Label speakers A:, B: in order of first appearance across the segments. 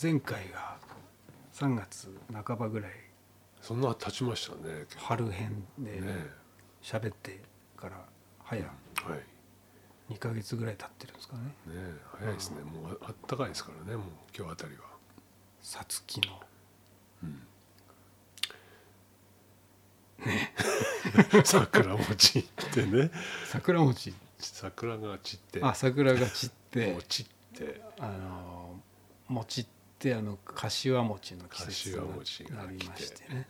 A: 前回が3月半ばぐらい
B: そんな経ちましたね結
A: 春編で
B: 構ね
A: 喋ってから早
B: はい
A: 2ヶ月ぐらい経ってるんですかね
B: ね早いですねもうああったかいですからねもう今日あたりは
A: さつきの
B: 桜も散ってね
A: 桜餅
B: 桜が散って
A: あ桜が散って
B: もう散って
A: あの餅ってあの柏餅の季節
B: 柏餅
A: に
B: が来て
A: なりましてね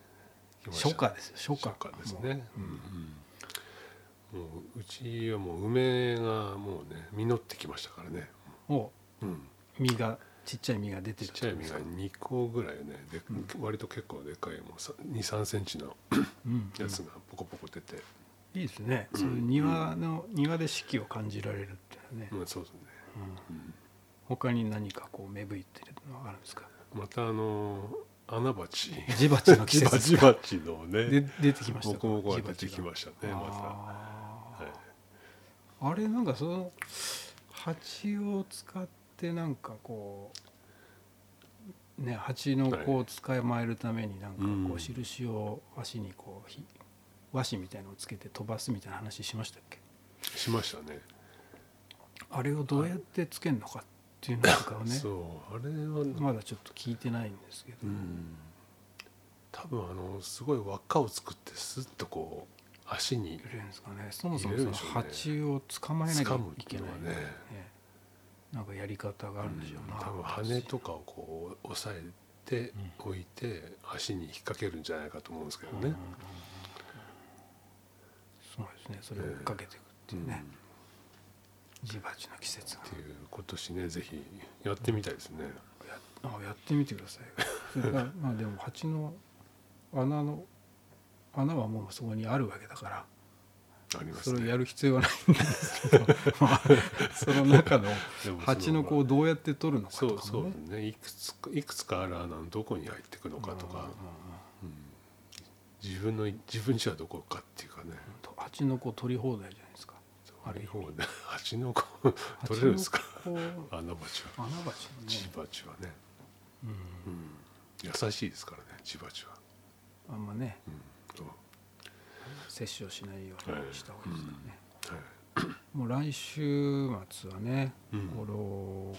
B: きました
A: 初夏ですよ初夏
B: 初夏ですねうん、うんもううちはもう梅がもうね実ってきましたからね
A: もうも
B: うん
A: う実がちっちゃい実が出て
B: ち
A: る
B: っちゃい実が2個ぐらいねで、割と結構でかいもう2 3センチの
A: うん
B: やつがポコポコ出て、
A: いいですねそういう庭の庭で四季を感じられるっていうのはね
B: まあそうですね
A: 他に何かこう芽吹いてるのはあるんです か
B: またあの穴鉢
A: ジバチの季
B: ジバ
A: 節
B: ジ
A: ですか
B: バチの
A: で
B: ね
A: 出てきました
B: ボ
A: か
B: コボコが
A: ジバ
B: 出
A: チ
B: て
A: が
B: きましたねま
A: あ
B: た、はい、
A: ーあれなんかその蜂を使ってなんかこうね蜂の子を捕まえるためになんか
B: うん
A: こう印を足にこうひ和紙みたいのをつけて飛ばすみたいな話しましたっけ
B: しましたね
A: あれをどうやってつけるのかっていうのとかをね
B: そうあれは、
A: まだちょっと聞いてないんですけど、
B: うん多分あのすごい輪っかを作ってスッとこう足に
A: 入れるんですかねそもそもそ
B: 入れる
A: の
B: でしょうね
A: 蜂を捕まえなきゃ
B: 掴むっ
A: い
B: て
A: け
B: いう
A: ない
B: のはね
A: ねなんかやり方があるんでしょうな、
B: 多分羽とかをこう押さえて置いて、足に引っ掛けるんじゃないかと思うんですけど
A: うんうん
B: ね
A: うん、そうですねそれを追っかけていくっていうね、ジバチの季節が
B: っていう今年ねぜひやってみたいですね、
A: やあやってみてください それからまあでも蜂の穴の穴はもうそこにあるわけだから
B: ありま
A: そ
B: す
A: れを
B: ね
A: やる必要はないんですけど、まあ、その中 の
B: でもそ
A: 蜂の子をどうやって取るのか
B: そ
A: と
B: う
A: か
B: そ
A: もね
B: うねいくつかいくつかある穴のどこに入っていくのかと
A: うん
B: か
A: うん、うん
B: 自分の自分家はどこかっていうかね
A: と蜂の子取り放題じゃないですかある意味
B: 方で蜂の子取れるんですか
A: 蜂の子
B: 穴鉢は
A: 穴鉢の
B: 千
A: ね、
B: 葉ちはね、
A: うん、
B: うん、優しいですからね千葉ちは、
A: あんまね
B: うんそう
A: 摂取をしないようにした方がいいですからね、
B: はい、
A: もう来週末はね、
B: うん
A: この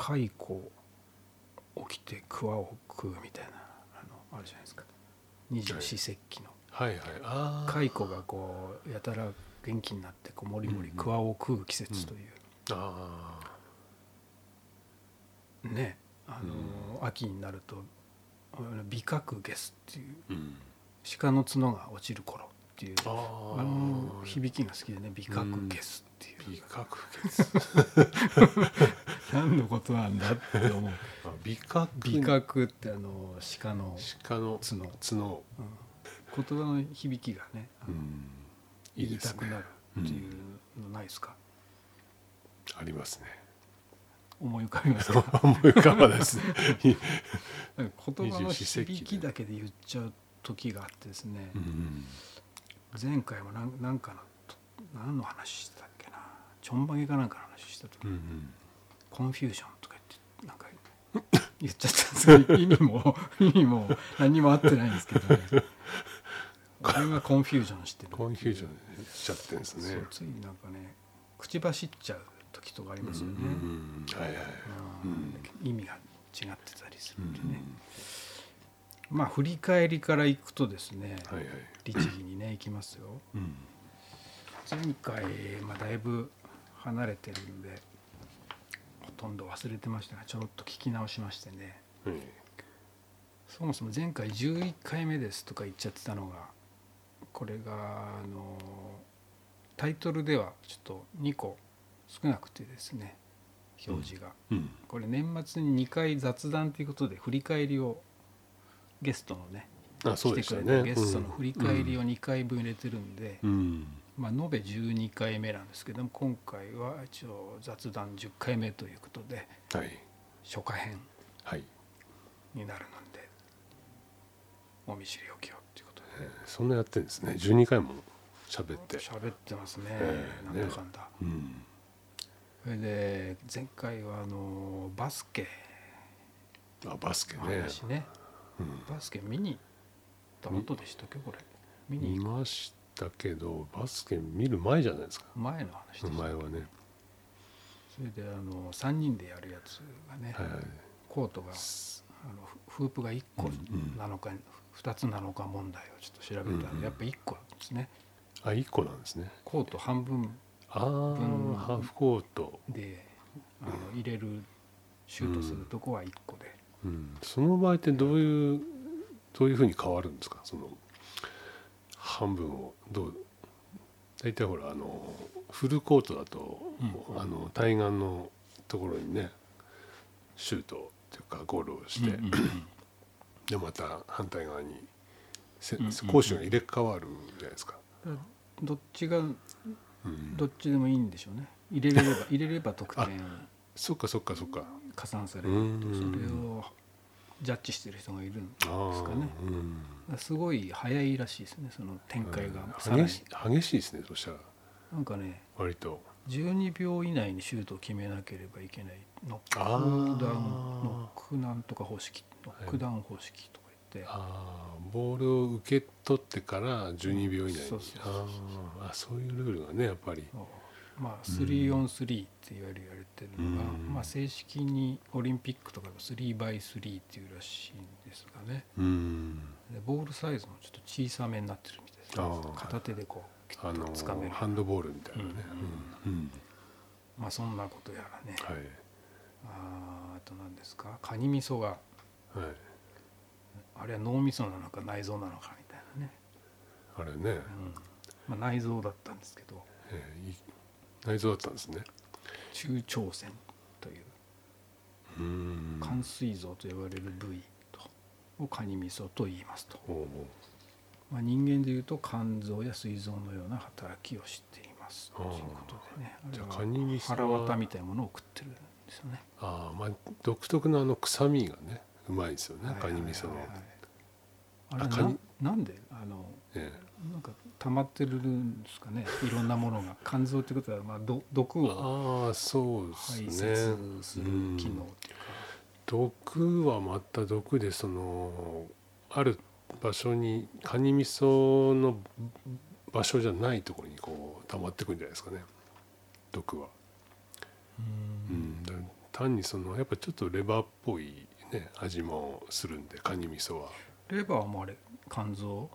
A: 蚕起きて桑を食うみたいなあのあるじゃないですか二十四節気の
B: はいはいああ
A: 蚕がこうやたら元気になってこうもりもり桑を食う季節という、
B: ああ
A: ねあの、秋になるとあの美角ゲスっていう
B: うん
A: 鹿の角が落ちる頃っていう
B: あ
A: あ
B: ー
A: の響きが好きでね美角ゲスっていう、
B: 美覚 月
A: 何のことなんだって思う
B: あ美覚
A: 美角ってあの鹿の、
B: 鹿の
A: 角
B: 角
A: うん言葉の響きがねあ
B: う
A: の
B: んい
A: 言
B: い
A: い
B: で
A: た
B: す
A: くな
B: ね
A: るっていうのないですか、
B: ありますね
A: 思い浮かびます
B: 思い
A: か
B: 浮かばないですね
A: なんか言葉の
B: 二十四節気
A: 響きだけで言っちゃう時があってですね、
B: うん
A: 前回もなんなんかのと何の話してたっけなちょんまげかなんかの話してた時、
B: うんうん
A: コンフュージョンとか言ってなんか 言っちゃったんですけど意味も 意味も何も合ってないんですけ どねこれがコンフュージョンしてる
B: コンフュージョンしちゃってるんです
A: そ
B: ね
A: うついなんかね口走っちゃう時とかありますよね、
B: うんはいはい
A: うん意味が違ってたりするんでね、まあ振り返りからいくとですね、
B: はいはい
A: 律儀にねいきますよ
B: うん
A: 前回、まあ、だいぶ離れてるんでほとんど忘れてましたがちょろっと聞き直しましてね
B: はい
A: そもそも前回11回目ですとか言っちゃってたのがこれがあのタイトルではちょっと2個少なくてですね表示が、
B: うん
A: これ年末に2回雑談ということで振り返りをゲストのね
B: あそう
A: 来
B: で
A: て
B: した
A: くれ
B: ね
A: たゲストの振り返りを2回分入れてるんで、
B: うん
A: まあ、延べ12回目なんですけども今回は一応雑談10回目ということで
B: はい
A: 初夏編
B: はい
A: になるのでお見知りおきをということで。
B: そんなやってるんですね12回も喋って
A: 喋ってますね、
B: ええ
A: なんだかんだ、
B: うん
A: それで前回はあのバスケ
B: あバスケね
A: 話ね
B: うん
A: バスケ見に行ったことでしたっけこれ見に行
B: 見
A: く
B: ましたけどバスケ見る前じゃないですか
A: 前の話でした
B: 前はね、
A: それであの3人でやるやつがね、
B: はい
A: コートがあのフフープが1個
B: うんうん
A: なのか、2つなのか問題をちょっと調べたら、
B: うんうん
A: やっぱ1個ですね
B: あ一個なんですね
A: コート半分
B: ああ、
A: ん
B: ハーフコート、
A: であの入れるシュートするとこは1個で、
B: うん、その場合ってどういうどういうふうに変わるんですかその半分をどう大体ほらあのフルコートだと、
A: うん
B: あの対岸のところにねシュートっていうかゴールをして、
A: うんうんうん
B: でまた反対側にせ
A: うんうんうん
B: 攻守が入れ替わるじゃないですか。
A: だからどっちが
B: うん
A: どっちでもいいんでしょうね入れれれば入れれば得点
B: そっかそっかそっか。
A: 加算され
B: う
A: る
B: ん
A: それをジャッジしてる人がいるんだか
B: あ
A: す
B: あ
A: かね
B: うん
A: らすごい早いらしいですねその展開がさ
B: う
A: らに
B: ん激し激しいですねそしたら
A: なんかね
B: 割と。
A: 12秒以内にシュートを決めなければいけないノックダ
B: あ
A: ウン
B: ー
A: ノックなんとか方式ノックダウン方式とか言って、
B: ああボールを受け取ってから12秒以内に
A: そうそうそうそう
B: あーあそういうルールがねやっぱり
A: そうまあ 3on3 っていわゆる言われてるのが、
B: うん
A: まあ、正式にオリンピックとかでも 3x3 っていうらしいんですがね
B: うん
A: でボールサイズもちょっと小さめになってるみたいです、
B: あー
A: 片手でこうキュ
B: あ
A: ッと
B: の
A: つかめる、
B: ハンドボールみたいなねうん、うん
A: まあそんなことやらね、
B: はい
A: あーあと何ですかカニ味噌が
B: はい
A: あれは脳みそなのか内臓なのかみたいなね
B: あれね、
A: うんまあ、内臓だったんですけど
B: えーい内臓だったんですね
A: 中腸腺という
B: うん
A: 肝膵臓と呼ばれる部位とをカニ味噌と言いますと、
B: おうおう
A: まあ、人間でいうと肝臓や膵臓のような働きをしています
B: あ
A: とい
B: ー
A: うことでね
B: じゃあ
A: あ
B: カ
A: れは
B: ニ味噌
A: 腹
B: は
A: 渡みたいなものを食ってるんですよね
B: ああまあ独特のあの臭みがねうまいですよね、
A: はいはいはい
B: カニ味噌の、
A: はいあ
B: あ
A: れ
B: カ
A: な
B: ニ
A: なんであの
B: え
A: なんか溜まってるんですかねいろんなものが肝臓ってことは、まあ、ど毒
B: え
A: を
B: ああそう
A: 排
B: で
A: 泄
B: す
A: す
B: ね
A: る機能っていうか、
B: 毒はまた毒でそのある場所にカニ味噌の場所じゃないところにこう溜まってくんじゃないですかね毒は、うん、だから単にそのやっぱちょっとレバーっぽい、ね、味もするんでカニ味噌は
A: レバーもあれ肝臓、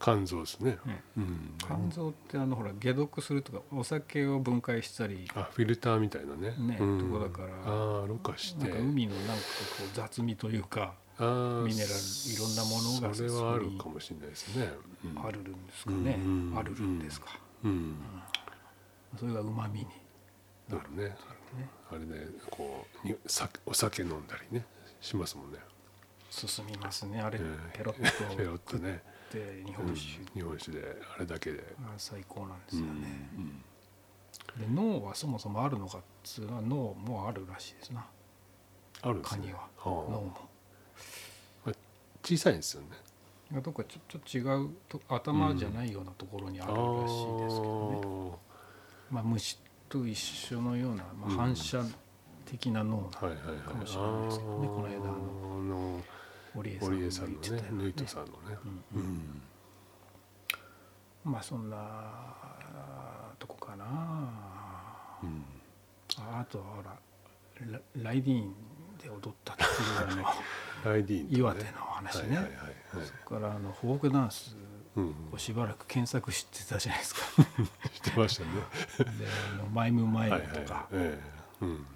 B: 肝臓ですね、
A: ね
B: うん、
A: 肝臓ってあのほら解毒するとかお酒を分解したり
B: あフィルターみたいなね
A: ね
B: うん
A: とこだから
B: ああろ過し
A: なん
B: て
A: か海のなんかこう雑味というか
B: あー
A: ミネラルいろんなものが
B: それはあるかもしれないですね、うん
A: あるるんですかね、
B: うん
A: あるるんですか、
B: うん、
A: それがうまみに
B: だからね
A: ね
B: あれね、こうにさお酒飲んだりねしますもんね。
A: 進みますねあれ
B: えー
A: ペロ
B: ペ
A: ッ
B: ロ
A: と
B: ッとね、
A: で日
B: う
A: 本
B: ん
A: 酒
B: 日本酒であれだけで。
A: が最高なんで
B: う
A: す
B: ん
A: よね、で脳はそもそもあるのかっつうのは脳もあるらしいですな
B: あるんです
A: カ
B: ね
A: ニは
B: ああ
A: 脳も
B: まあ小さいんですよね。
A: どっかちょっと違うと頭じゃないようなところにあるらしいですけどね、まあ、虫と一緒のような、まあ、
B: うん
A: 反射的な脳
B: あーはいはいはい。
A: かもしれないですけどね
B: あー
A: この間あ
B: の
A: 堀
B: 堀江
A: 江
B: さ
A: さ
B: ん
A: ん
B: の
A: も言って
B: ね
A: た、よ
B: ヌイ
A: ね
B: トさんのね。
A: うん
B: うん
A: まあそんなとこかな
B: うん
A: ああとはほらラライディーンで踊ったっていうの
B: ライディーンとね
A: 岩手の話ね、
B: はいはいはいはい
A: そこからあのフォークダンス
B: うんうん
A: をしばらく検索してたじゃないで すか
B: 知ってましたね。
A: であのマイムマイ
B: は
A: ム
B: い
A: とか、
B: はい。ええうん。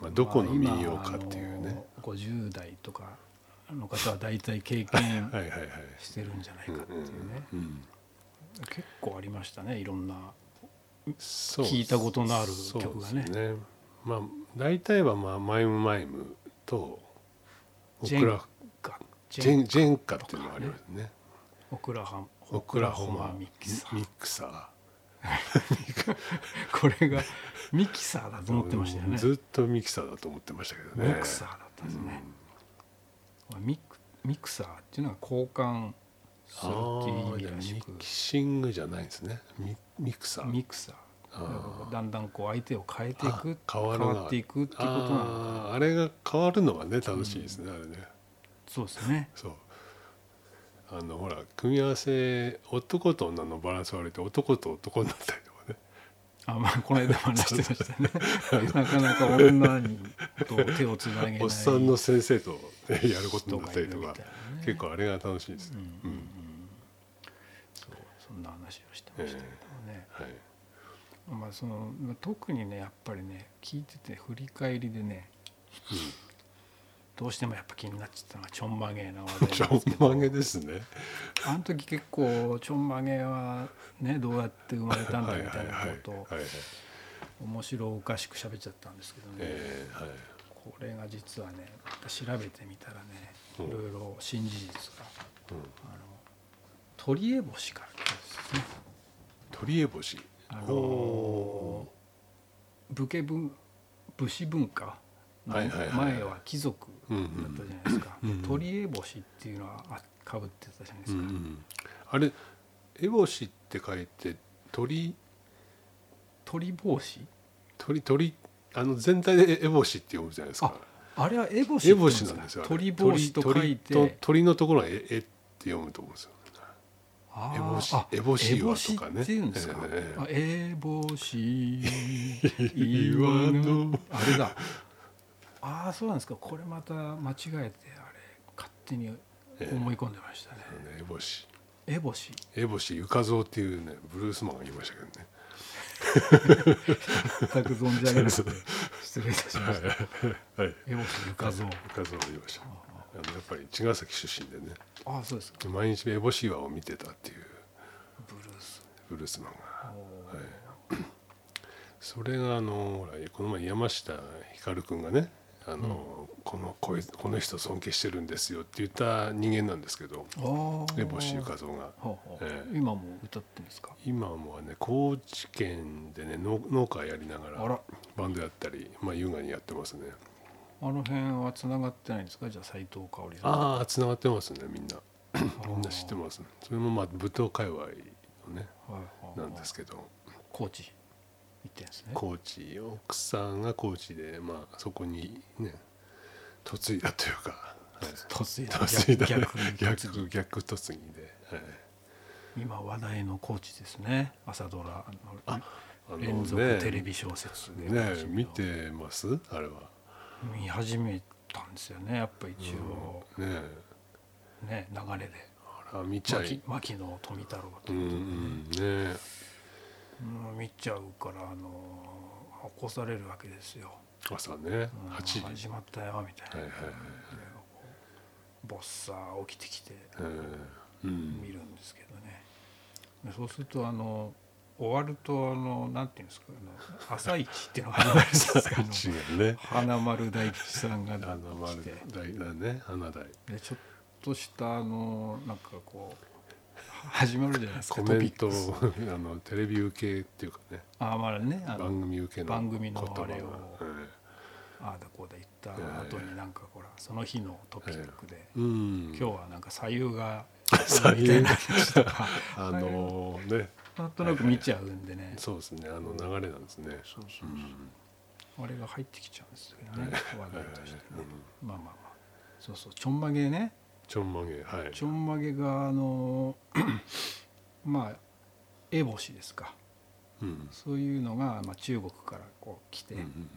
B: まあどこの民謡かっていう
A: まあ
B: ね
A: 今。あの50代とかの方は大体経験
B: はいはいはい。
A: してるんじゃないかっていうね、
B: うん
A: 結構ありましたねいろんな
B: そう
A: 聞いたことのある
B: そう
A: 曲がね
B: ですまあ大体はまあマイムマイムとオ
A: ジ
B: ク
A: ェン
B: ラ
A: カ
B: ジェン
A: ジ
B: ジェンカっていうのがありますね。
A: オクラハン
B: オクラホ
A: オクラ
B: マ
A: ミキサー
B: ミクサ
A: これがミキサーだ
B: ー
A: と思ってましたよね
B: ずっとミキサーだと思ってましたけどね。
A: ミクサーだったんですね、ミクミクサーっていうのは交換する
B: あ
A: っていう
B: あ
A: 意味らし
B: ミ
A: く
B: キシングじゃないんですね。ミミクサー。
A: ミクサー
B: あー
A: だんだんこう相手を変えていく
B: あ変わる
A: 変
B: な
A: わっていくっていうことなの
B: あーあれが変わるのがね楽しいですね、あれね
A: そうですね
B: そうあのほら組み合わせ男と女のバランス悪いと男と男になったりとかね
A: あまあこの間も話してましたねなかなか女にと手をつなげない
B: おっさんの先生と、 ね、やることになったりと
A: 人がいるみ
B: か
A: たいなね
B: 結構あれが楽しいです
A: う
B: ね、
A: ん
B: う
A: うんんうんそうそんな話をしてましたけどね、
B: はい、
A: まあそのまあ特にねやっぱりね聞いてて振り返りでね、どうしてもやっぱ気になっちゃったのがちょんまげな話題
B: ちょ
A: なんですけ
B: んま
A: ど
B: げですね
A: あの時結構ちょんまげはねどうやって生まれたんだみたいなことを
B: はいはいはいはいはい
A: 面白おかしく喋っちゃったんですけどね、
B: えーはい
A: これが実はねまた調べてみたらね
B: うん
A: いろいろ新事実が
B: うん、
A: あの鳥烏帽子から来たんですね
B: 鳥江星
A: あのー
B: お
A: 武家文武士文化の
B: はいはいはい
A: 前は貴族だったじゃないですか、
B: うんうんうんうん
A: 鳥烏帽子っていうのはかぶってたじゃないで
B: ーう
A: す
B: んう
A: か、
B: ん、あれ江星って書いて鳥
A: 鳥帽子
B: 鳥鳥あの全体でエボシって読むじゃないですか。
A: あれは烏帽子
B: エボシなんですよ。あれ
A: 鳥帽子と書いて
B: 鳥鳥と鳥のところはええって読むと思うんですよ。
A: あー
B: 烏帽子
A: あ
B: 烏帽子岩
A: 烏
B: と
A: 帽
B: か
A: 子
B: ね
A: っていうんですか。
B: ええ
A: あ烏帽 子
B: 岩
A: 岩
B: の
A: のあれだ。ああそうなんですか。これまた間違えてあれ勝手に思い込んでましたね。
B: エボシ
A: 烏帽子。
B: エボシゆかぞうっていうねブルースマンがいましたけどね。
A: 全く存じ上げなくて失礼いたしました。
B: はい。
A: 烏
B: ゆ
A: 帽子ゆかぞう。
B: かぞういました。あのやっぱり茅ヶ崎出身でね
A: ああそうですか。
B: 毎日エボシ岩を見てたっていう
A: ブルース。
B: ブルースマンが。
A: おー
B: はいそれがあのほらこの前山下ひかるくんがねあの、このこいこの人尊敬してるんですよって言った人間なんですけど
A: ああ。
B: 江星ゆかぞうが
A: ほうほう
B: ええ
A: 今も歌ってるんですか。
B: 今もはね高知県でね農農家やりなが
A: あ
B: ら
A: ら
B: バンドやったり、まあ、優雅にやってますね
A: あの辺は繋がってないんですか。じゃあ斉藤香織さん。
B: ああつながってますね みんな
A: ー
B: みんな知ってますねそれもまあ舞踏界隈のね
A: はいはい
B: な
A: はい
B: んですけど
A: 高知行ってんですね
B: 高知奥さんが高知でまあそこにね嫁いだという か、はい
A: 突然
B: 突
A: 逆
B: だね
A: 逆突然
B: 逆逆突撃で、はい、
A: 今話題の高知ですね朝ドラあ
B: あの
A: の連続テレビ小説で
B: ね
A: 私も
B: 見てますあれは
A: 見始めたんですよねやっぱ一応
B: ね
A: ね流れで
B: あら見ちゃい
A: 牧牧野富太郎
B: う
A: と
B: んうんね
A: うん見ちゃうからあのー起こされるわけですよ
B: 朝ね
A: うん
B: 8時、
A: 始まったよみたいな
B: はいはいはい
A: でこうボッサー起きてきて
B: うん、うん
A: 見るんですけどね、でそうするとあの終わるとあのなんていうんですかあの朝一っていうのが始まるん ですけど
B: 違う ね
A: 花丸大吉さんが
B: 花
A: 来
B: 丸
A: て
B: 大だね花大
A: でちょっとしたあのなんかこう始まるじゃないですか
B: コメント
A: トピックス
B: を あのテレビ受けっていうかね
A: あまあねあ
B: 番
A: の
B: 組受けの
A: 番組の
B: 言葉
A: あれを
B: がはい
A: ああだこうだ言った
B: いやいや
A: 後になんかほらその日のトピックで
B: うん
A: 今日はなんか左右が
B: 左右
A: みた
B: が
A: いな話とか
B: あのね
A: なんとなく見ちゃうんでね
B: そうですねあの流れなんですね
A: そうそううそうんあれが入ってきちゃうんですけどね話題としてね
B: うん
A: まあまあまあそうそうちょんまげね
B: ちょんまげはい
A: ちょんまげがあの まあ烏帽子ですか
B: うん
A: そういうのが、まあ、中国からこう来て、
B: うんうん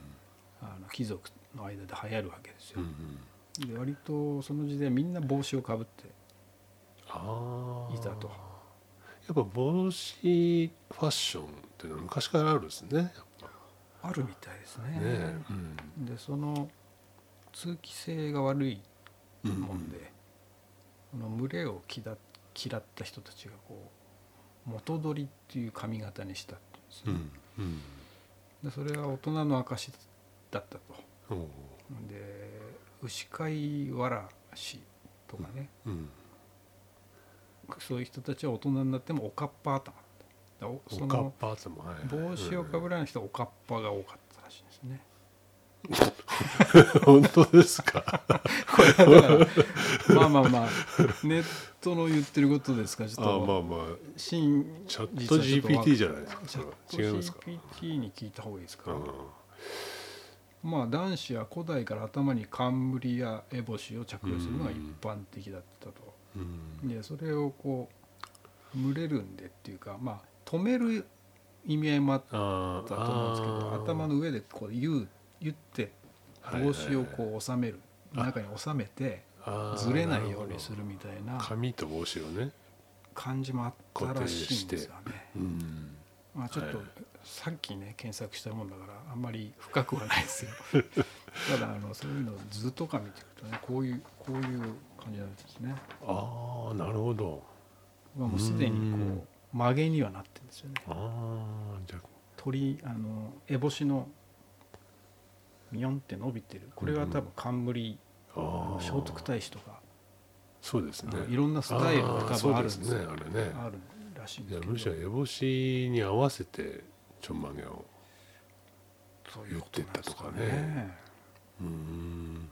A: あの貴族の間で流行るわけです
B: うんう
A: よ、
B: ん
A: で割とその時代みんな帽子をかぶって
B: ああ
A: いたと
B: やっぱ帽子ファッションっていうのは昔からあるんですねやっ
A: あるみたいです
B: ぱ
A: ね
B: ねえうん
A: でその通気性が悪いもんで、この群れを嫌っ嫌った人たちがこう元取りっていう髪型にしたっていうんです
B: う
A: ね、
B: んうん
A: でそれは大人の証だったと
B: おー
A: で牛飼いわらしとかね、
B: うん
A: そういう人たちは大人になってもおかっぱ頭だっただおそ
B: おかっ
A: の
B: ぱ頭はい
A: 帽子をかぶらない人はおかっぱが多かったらしいんですね、
B: 本当ですか
A: これはだからまあまあまあネットの言ってることです からち
B: あ
A: ょっと
B: まあまあ
A: 真
B: チャット GPT じゃないですか
A: チ
B: そ
A: ャ
B: れは違います
A: ッ
B: か
A: ト GPT に聞いた方がいいですか、
B: う
A: まあ男子は古代から頭に冠や烏帽子を着用するのが一般的だったと、
B: んうん
A: でそれをこう群れるんでっていうかまあ止める意味合いもあっ
B: あー
A: たと思うんですけど
B: あー
A: 頭の上でこう言う言って
B: はいはいは
A: 帽
B: い
A: 子をこう収める、
B: あ
A: 中に収めて
B: あー
A: ずれないようにするみたいな
B: 紙と帽子をね
A: 感じもあったらしいんですよね。
B: うん
A: まあ、ちょっと
B: はい
A: さっきね検索したもんだからあんまり深くはないですよ ただあのそういうのを図とか見ていくとねこういうこういう感じなんですね、
B: ああなるほど
A: まあ、もうすでに
B: う
A: こ
B: ん
A: う曲げにはなってるんですよね
B: ああじゃ
A: 鳥あの烏帽子のミヨンって伸びてるこれが多分冠、
B: あああ
A: 聖徳太子とか
B: そうですね
A: あのいろんなスタイルが多分あるんです
B: あーそうですねあれね
A: あるらしいん
B: じ
A: で
B: ゃ
A: す
B: あ
A: け
B: むしろ
A: ど
B: 烏帽子に合わせてちょんまげを
A: そういうことなんですか
B: 言ってったとか
A: ね
B: うーん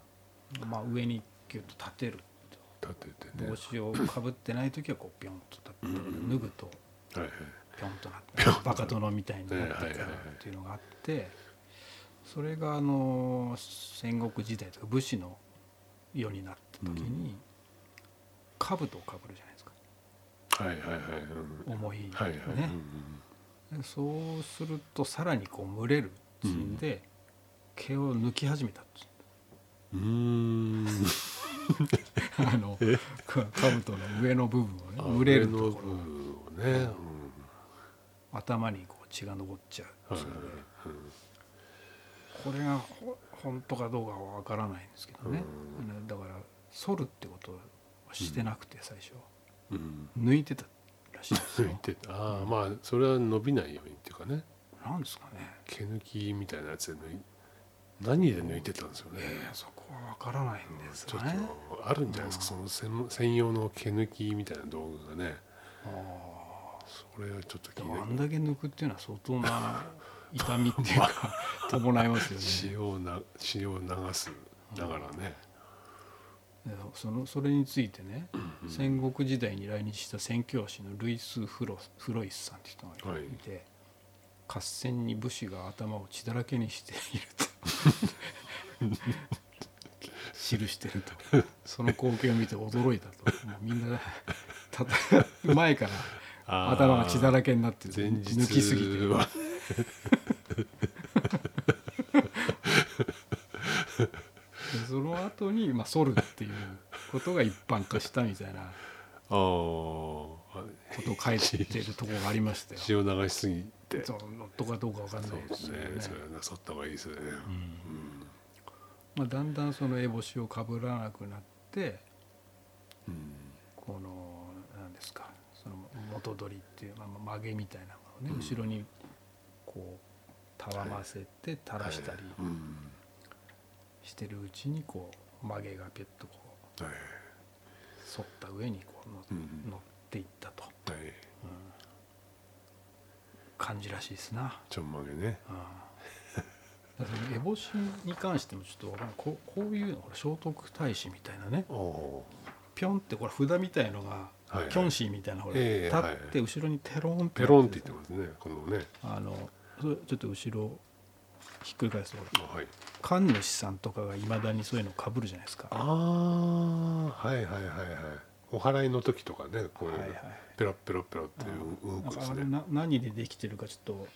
A: まあ上にギュッと立てる
B: 立ててね
A: 帽子をかぶってない時はこうピョンと立って
B: うん
A: 脱ぐと
B: はいはい
A: ピョンとなって
B: ピョンと
A: バカ殿みたいになってくる
B: はいはいは
A: っ
B: い
A: ていうのがあってそれがあの戦国時代とか武士の世になった時に兜をかぶるじゃないですか
B: はいはいはいうん
A: 重いね、
B: はいはいうんうん
A: でそうするとさらにこう群れるっていうんで毛を抜き始めた っていう
B: うーん
A: あの
B: え
A: 兜の上の部分
B: あ
A: を ね群れる
B: 上
A: と
B: の部
A: ころ
B: 分をね、うん
A: 頭にこう血が上っちゃう
B: は
A: っ
B: い
A: ていう
B: はい
A: の
B: はい
A: で。これがほ本当かどうかはわからないんですけどね、あのだから剃るってことはしてなくて最初、
B: うんうん
A: 抜いてたらしいんです
B: 抜い
A: よ
B: てああまあそれは伸びないようにっていうかね
A: なんですかね
B: 毛抜きみたいなやつで抜い何で抜いてたんですよね、
A: いやいやそこはわからないんです
B: ちょ
A: よ
B: っ
A: ね、
B: とあるんじゃないですかその専専用の毛抜きみたいな道具がね
A: あ
B: それはちょっと
A: ーで
B: 気
A: もあ
B: に
A: ん
B: な
A: だ
B: る
A: け抜くっていうのは相当な痛み っていうか 伴いますよね
B: 血をな血を流すだからね、
A: でそのそれについてね、戦国時代に来日した宣教師のルイス・フロフロイスさんって人がいて、合戦に武士が頭を血だらけにしていると 記してるとその光景を見て驚いたともうみんなたた前から
B: あー
A: 頭が血だらけになって
B: 前
A: る
B: 日
A: 抜きすぎて
B: は
A: でその後にまあ剃るっていうことが一般化したみたいな
B: あーあ
A: ことを書いてるところがありましたよ。
B: 血を流しすぎて
A: そ
B: そう
A: とかどうかわかんないです
B: う
A: よ
B: ね
A: ね。
B: それはなさった方がいいですよね、
A: まあ、だんだんその烏帽子をかぶらなくなって
B: うん
A: この何ですかその元取りっていう、まあ、まあ曲げみたいなものをね、
B: うん
A: 後ろにこうたわませて垂らしたり
B: はいうん
A: してるうちにこう曲げがピュッとこう
B: はい
A: 反った上にこうの
B: うん
A: 乗っていったと、
B: はい
A: うん感じらしいですな。
B: ちょんまげね
A: だからその烏帽子に関してもちょっとわかんないこうこういうのほら聖徳太子みたいなね
B: おお
A: ピョンってこれ札みたいのが、
B: はいはい
A: キョンシーみたいなほら、
B: え
A: 立
B: えはい
A: って後ろにペロン
B: ペロンって言って
A: ま
B: ますねこのね
A: あのそれちょっと後ろひっくり返すとほら
B: あはい
A: 神主さんとかがいまだにそういうのかぶるじゃないですか
B: あーはいはいはいはいお祓いの時とかねこういう、
A: はいはい
B: ペロッペロッペロってい
A: な
B: う動
A: ん
B: くんで
A: か
B: す
A: あれ
B: ね
A: な何でできてるかちょっと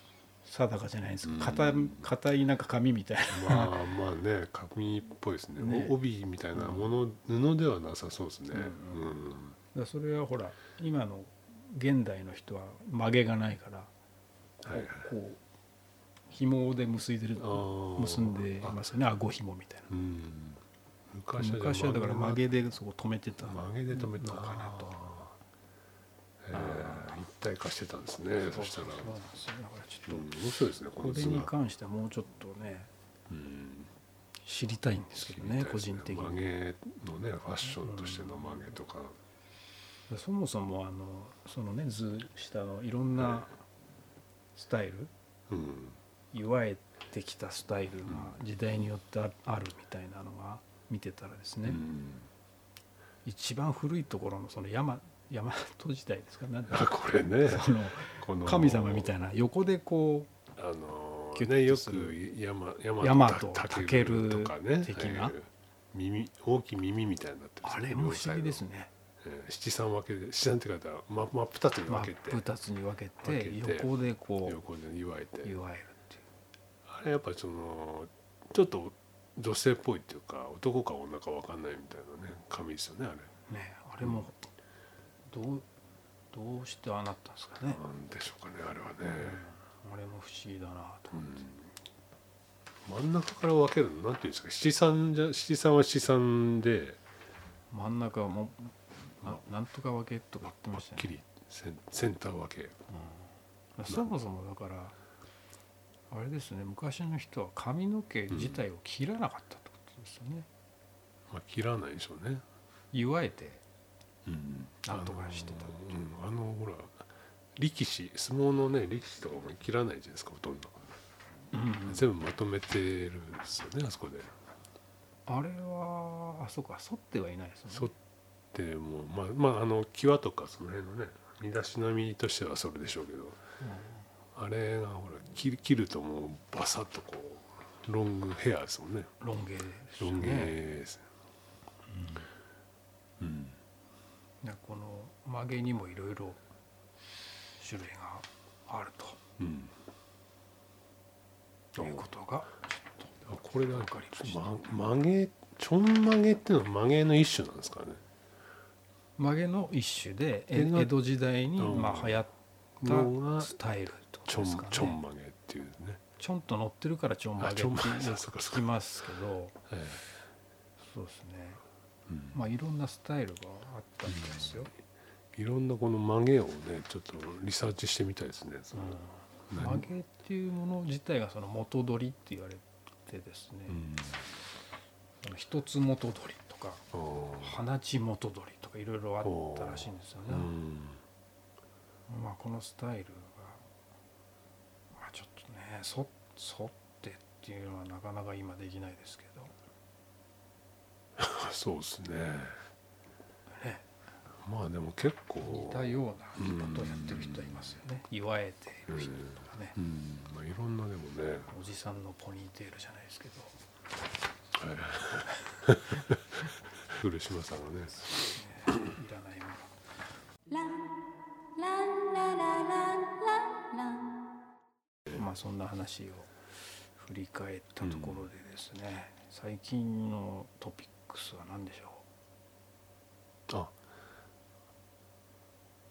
A: 定かじゃないんですけ
B: うん
A: ど硬い硬いなんか紙みたいな、
B: まあまあね紙っぽいですね
A: ね
B: お帯みたいなもの、布ではなさそうですね
A: う
B: うんん、
A: だからそれはほら今の現代の人は曲げがないからこう,、
B: はいはい
A: こう紐で結いでる
B: あー
A: 結んでいますよねあご紐みたいな
B: うん、昔は
A: 昔はだから曲げ
B: で
A: でそこ止めてた
B: 曲げで止めた
A: のかなと
B: えー一体化してたんですねそしたら、
A: そうなんですよだからち
B: う
A: ょ
B: ん、
A: っ
B: 面白いですね
A: と
B: こ
A: こ
B: の
A: れ
B: 図
A: に
B: が、
A: 関してはもうちょっとね
B: うん
A: 知りたいんですけどね個人的
B: 曲
A: に
B: げのねファッションとしての曲げとか、
A: そもそもあのそのね図下のいろんなスタイル
B: うん
A: いわゆてきたスタイルが時代によってああるみたいなのが見てたらですね、
B: うん
A: 一番古いところのその山大和時代ですかなんか
B: あこれね
A: その
B: この
A: 神様みたいな横でこ
B: あの
A: ギュッ
B: ねよ
A: と
B: く
A: する
B: 山
A: 山
B: 山
A: と
B: と
A: 竹
B: 竹とかね
A: 的な
B: ああいう耳大きい耳みたいになって
A: うあ
B: る
A: れ
B: んね
A: も不思議です、ね
B: 両サイドえー七三分けで七三って方はま真っ二つに
A: 真
B: 分
A: っ
B: けて
A: 二つに分け
B: 分
A: て
B: けて
A: 横でこう
B: 横で言われて
A: 祝えるっていう
B: あれやっぱそのちょっと女性っぽいっていうか男か女か分かんないみたいなね髪ですよねあれ
A: ねあれもどうどうしてああなったんですかね、
B: なんでしょうかねあれはね、
A: あれも不思議だなと
B: う
A: 思って、
B: ん、真ん中から分けるのなんていうんですか七三じゃ七三は七三で
A: 真ん中はもうな
B: ま
A: なんとか分けとか
B: は
A: 言って
B: っ
A: ましたよ
B: き
A: ね、
B: りセンセンター分け
A: うんそもそもだからあれですね昔の人は髪の毛自体を切らなかったってことですよね、
B: まあ、切らないでしょうね、
A: 祝えて
B: うん
A: なんとかしてた
B: あの,、うん、あのほら力士相撲のね力士とかも切らないじゃないですかほとんど全部まとめてるんですよねあそこで
A: あれはあそうか剃ってはいないですよね
B: 剃ってもまあまああの際とかその辺のね身だしなみとしてはそれでしょうけどあれがほら切る切るともうバサッとこうロングヘアですもんね
A: うんロン毛です
B: ロ
A: よ
B: ン毛
A: ね
B: ですねうん
A: ねこの曲げにもいろいろ種類があると
B: うん
A: いうことが
B: あこれだ
A: わかりました
B: ま曲げちょん曲げっていうのは曲げの一種なんですかね
A: 曲げの一種でえ
B: 曲げの
A: 江戸時代に
B: うん
A: まあ流行っ
B: の
A: た
B: が
A: スタイルってこ
B: ち
A: と
B: ょ
A: です
B: ん
A: か
B: ちょん
A: ね
B: 曲げっていうね、
A: ちょんと乗ってるからちょん曲げって
B: あちょ
A: よ
B: ん
A: く
B: 曲げそうか そう
A: 聞
B: か
A: きますけど
B: ええ
A: そうですね
B: うん
A: まあいろんなスタイルがあったみたいですよ、
B: いろんなこの曲げをねちょっとリサーチしてみたいですね、その
A: うん
B: 何
A: 曲げっていうもの自体がその元取りって言われてですね、
B: うん
A: その一つ元取りとか
B: あー
A: 花地元取りとかいろいろあったらしいんですよね
B: う、ん
A: まあこのスタイルが、まあ、ちょっとねそそってっていうのはなかなか今できないですけど
B: そうですね
A: ね
B: まあでも結
A: 似
B: 構
A: たようなことをやってる人いますよね祝えている人とかね
B: うんまあ、いろんなでもね、
A: おじさんのポニーテールじゃないですけど
B: ええ古島さんがね
A: ねいらないもの
C: 啦啦啦啦啦啦啦。
A: まあそんな話を振り返ったところでですね、最近のトピックスは何でしょ
B: あ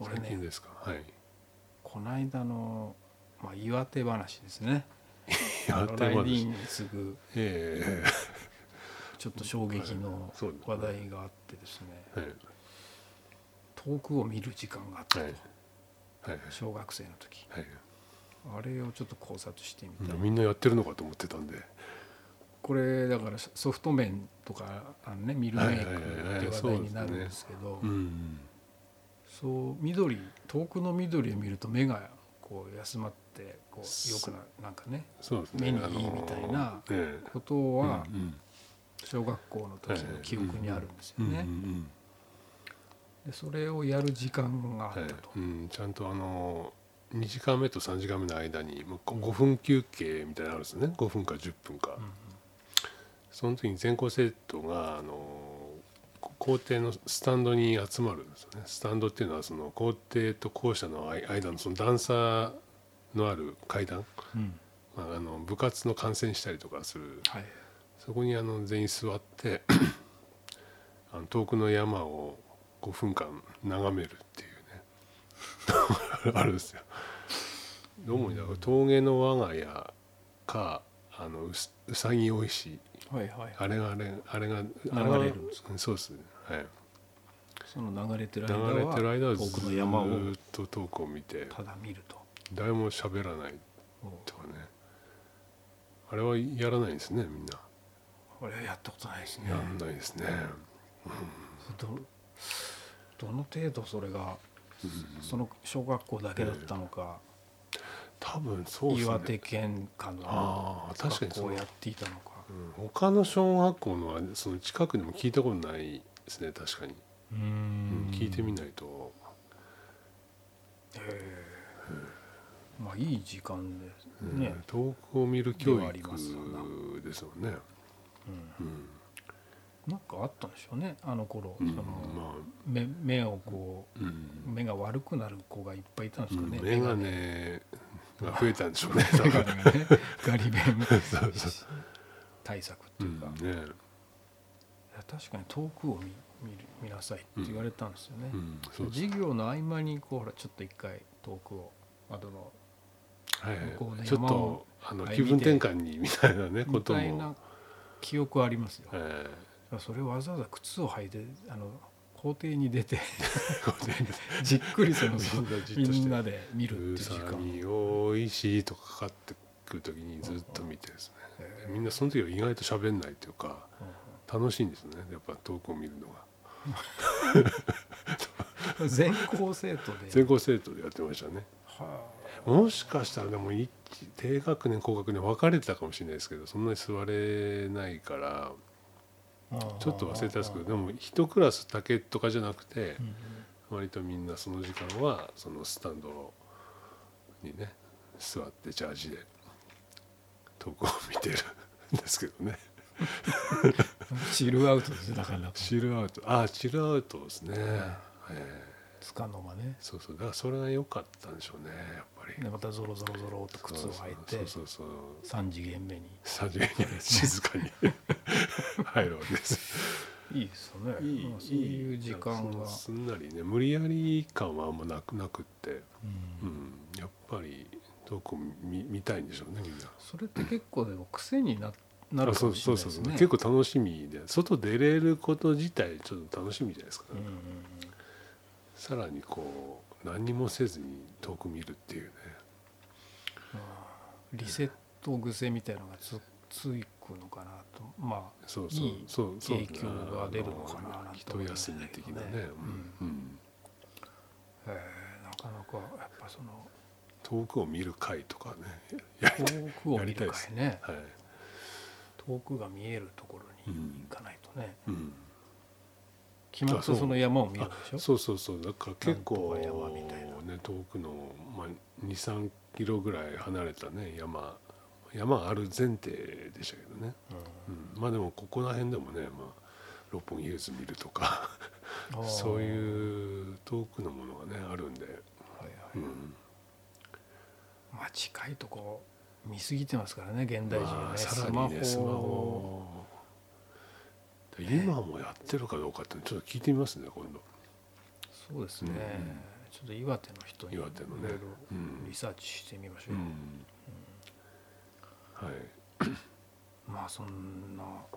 A: う俺
B: 最近
A: ね
B: ですかはい
A: この間の、まあ、岩手話ですね
B: や
A: ライディーンに次ぐ
B: え
A: ちょっと衝撃の
B: そうですね
A: 話題があってですね
B: えはい
A: 遠くを見る時間があったと
B: はいはい
A: 小学生の時
B: はい
A: あれをちょっと考察してみ
B: みん
A: た
B: な
A: ら
B: みんなやってるのかと思ってたんで
A: これだからソフト面とかあのねミルメイクっ
B: はいはいはいはい
A: て話
B: そう
A: 題
B: ですね
A: になるんですけど
B: うん
A: そう緑遠くの緑を見ると目がこう休まってこうよくななんかね
B: そうです
A: 目
B: ね
A: にいいみたいな
B: あのええ
A: ことは
B: うんうん
A: 小学校の時の記憶にあるんですよ
B: う
A: ね
B: んう。ん
A: でそれをやる時間があっ
B: うんはい
A: たと。
B: うんちゃんとあの2時間目と3時間目の間にまあこ5分休憩みたいなのあるんですね5分か10分か、
A: うん
B: その時に全校生徒があのこ校庭のスタンドに集まるんですよねスタンドっていうのはその校庭と校舎の間間のその段差のある階段、
A: うん
B: まあ、あの部活の観戦したりとかする
A: はい
B: そこにあの全員座って あの遠くの山を5分間眺めるっていうね あるんですよ。どうもだから峠の我が家かあのうすうさぎおいしい
A: はいはい
B: あれがあれあれが
A: 流れるんです
B: かそうですね、はい、
A: その流れてる
B: 流
A: 間
B: れてる間
A: は遠
B: はず
A: くの山を
B: ーっと遠くを見て
A: ただ見ると。
B: 誰も喋らないとかねあれはやらないんですねみんな
A: 俺はやったことないですね
B: や。んないですね、
A: どどの程度それがその小学校だけだったのか
B: 多分そうですね
A: 岩手県かの
B: ああ確かに
A: こ
B: そうの
A: やっていたのか
B: うん他の小学校のはその近くでも聞いたことないですね確かに、
A: う
B: うん
A: ん
B: 聞いてみないと
A: へえまあいい時間で
B: うん
A: ね、
B: 遠くを見る教
A: では
B: 育
A: ありますよな
B: ですもんね、
A: うん
B: うん
A: なんかあったんでしょうねあの頃、
B: うん
A: その
B: ま
A: 目目をこ
B: あ、う
A: うん目が悪くなる子がいっぱいいたんですかね、
B: 眼鏡が増えたんでしょうね
A: 眼鏡がね ガリ勉対策って
B: う
A: いうんか、い
B: ね、
A: や確かに遠くを見見る見なさいって言われたんですよね、
B: うん、そうです
A: 授業の合間にこうほらちょっと一回遠くを窓の
B: はい
A: 向こうの
B: ちょっ
A: 山を
B: とあの
A: はい
B: 気分転換にみたいなねこ
A: み
B: とも
A: たいな記憶はありますよ、
B: え
A: それわざわざ靴を履いてあの校庭に 出て
B: ーこうね
A: じっくりその
B: みんなじっとして
A: みんなで見
B: う
A: るっていう時
B: さ
A: 間
B: みおいしいとかかかってくる時にずっと見てですね
A: へ
B: みんなその時は意外と喋んないというか
A: うんうん
B: 楽しいんですねやっぱ遠くを見るのが
A: 全校生徒で
B: 全校生徒でやってましたね
A: は
B: もしかしたらでも一期低学年高学年分かれてたかもしれないですけどそんなに座れないから
A: あ
B: ちょっと忘れたんですけど
A: うん
B: でも一クラスだけとかじゃなくて
A: うん
B: 割とみんなその時間はそのスタンドにね座ってジャージで遠くを見てるんですけどね
A: チルアウトですねなかなか
B: チルアウトああチルアウトですね、ええ
A: つかの間ね
B: そうそうだからそれが良かったんでしょうねやっぱり
A: でまたゾロゾロゾロと靴を履いて
B: そうそうそうそう
A: 三次元目に
B: さじに静かに入るわけです。
A: いいですよねまあそういう時間
B: そ
A: が
B: のすんなりね無理やり感はあんまなくなくって、
A: う
B: うんん、やっぱりどこ見見たいんでしょうねみんな。
A: それって結構でも癖にななるかもしれない
B: そ
A: で
B: うそ
A: す
B: うそ
A: ね
B: う結構楽しみで外出れること自体ちょっと楽しみじゃないですか、
A: うんうんうん
B: さらにこう何もせずに遠く見るっていうね
A: リセット癖みたいなのがつついくのかなとまあ
B: そうそう
A: いい
B: そうそう
A: 影響が出るのかな
B: あの
A: なんて
B: 一
A: 思いました
B: 休
A: けど
B: み
A: ね
B: 的なね、うんうん、
A: へえなかなかやっぱその
B: 遠くを見る会とかねやりたい
A: 遠くを見る
B: やりたいです
A: 会ね
B: はい、
A: 遠くが見えるところに行かないとね、
B: うん
A: 決まっ
B: あ
A: た
B: そう
A: その山を見る
B: あ
A: でしょ
B: そうそうそうだから結構
A: なんとか山みたいな
B: ね遠くの、まあ、23キロぐらい離れたね山山ある前提でしたけどね、うん、まあでもここら辺でもね、まあ、六本木ヒルズ見るとか
A: あー
B: そういう遠くのものがねあるんで、
A: はいはい
B: うん
A: まあ近いとこ見過ぎてますからね現代人は
B: ま
A: ね,、
B: あ
A: ス
B: さら
A: マ
B: に
A: ホ
B: ねスマホ
A: を
B: を今もやってるかどうかってちょっと聞いてみますね今度
A: そうですね、
B: うんうん
A: ちょっと岩手の人にいろ
B: 岩
A: い
B: 手
A: ろ
B: のねうん
A: リサーチしてみましょ
B: う
A: う、
B: んはい
A: まあそんなの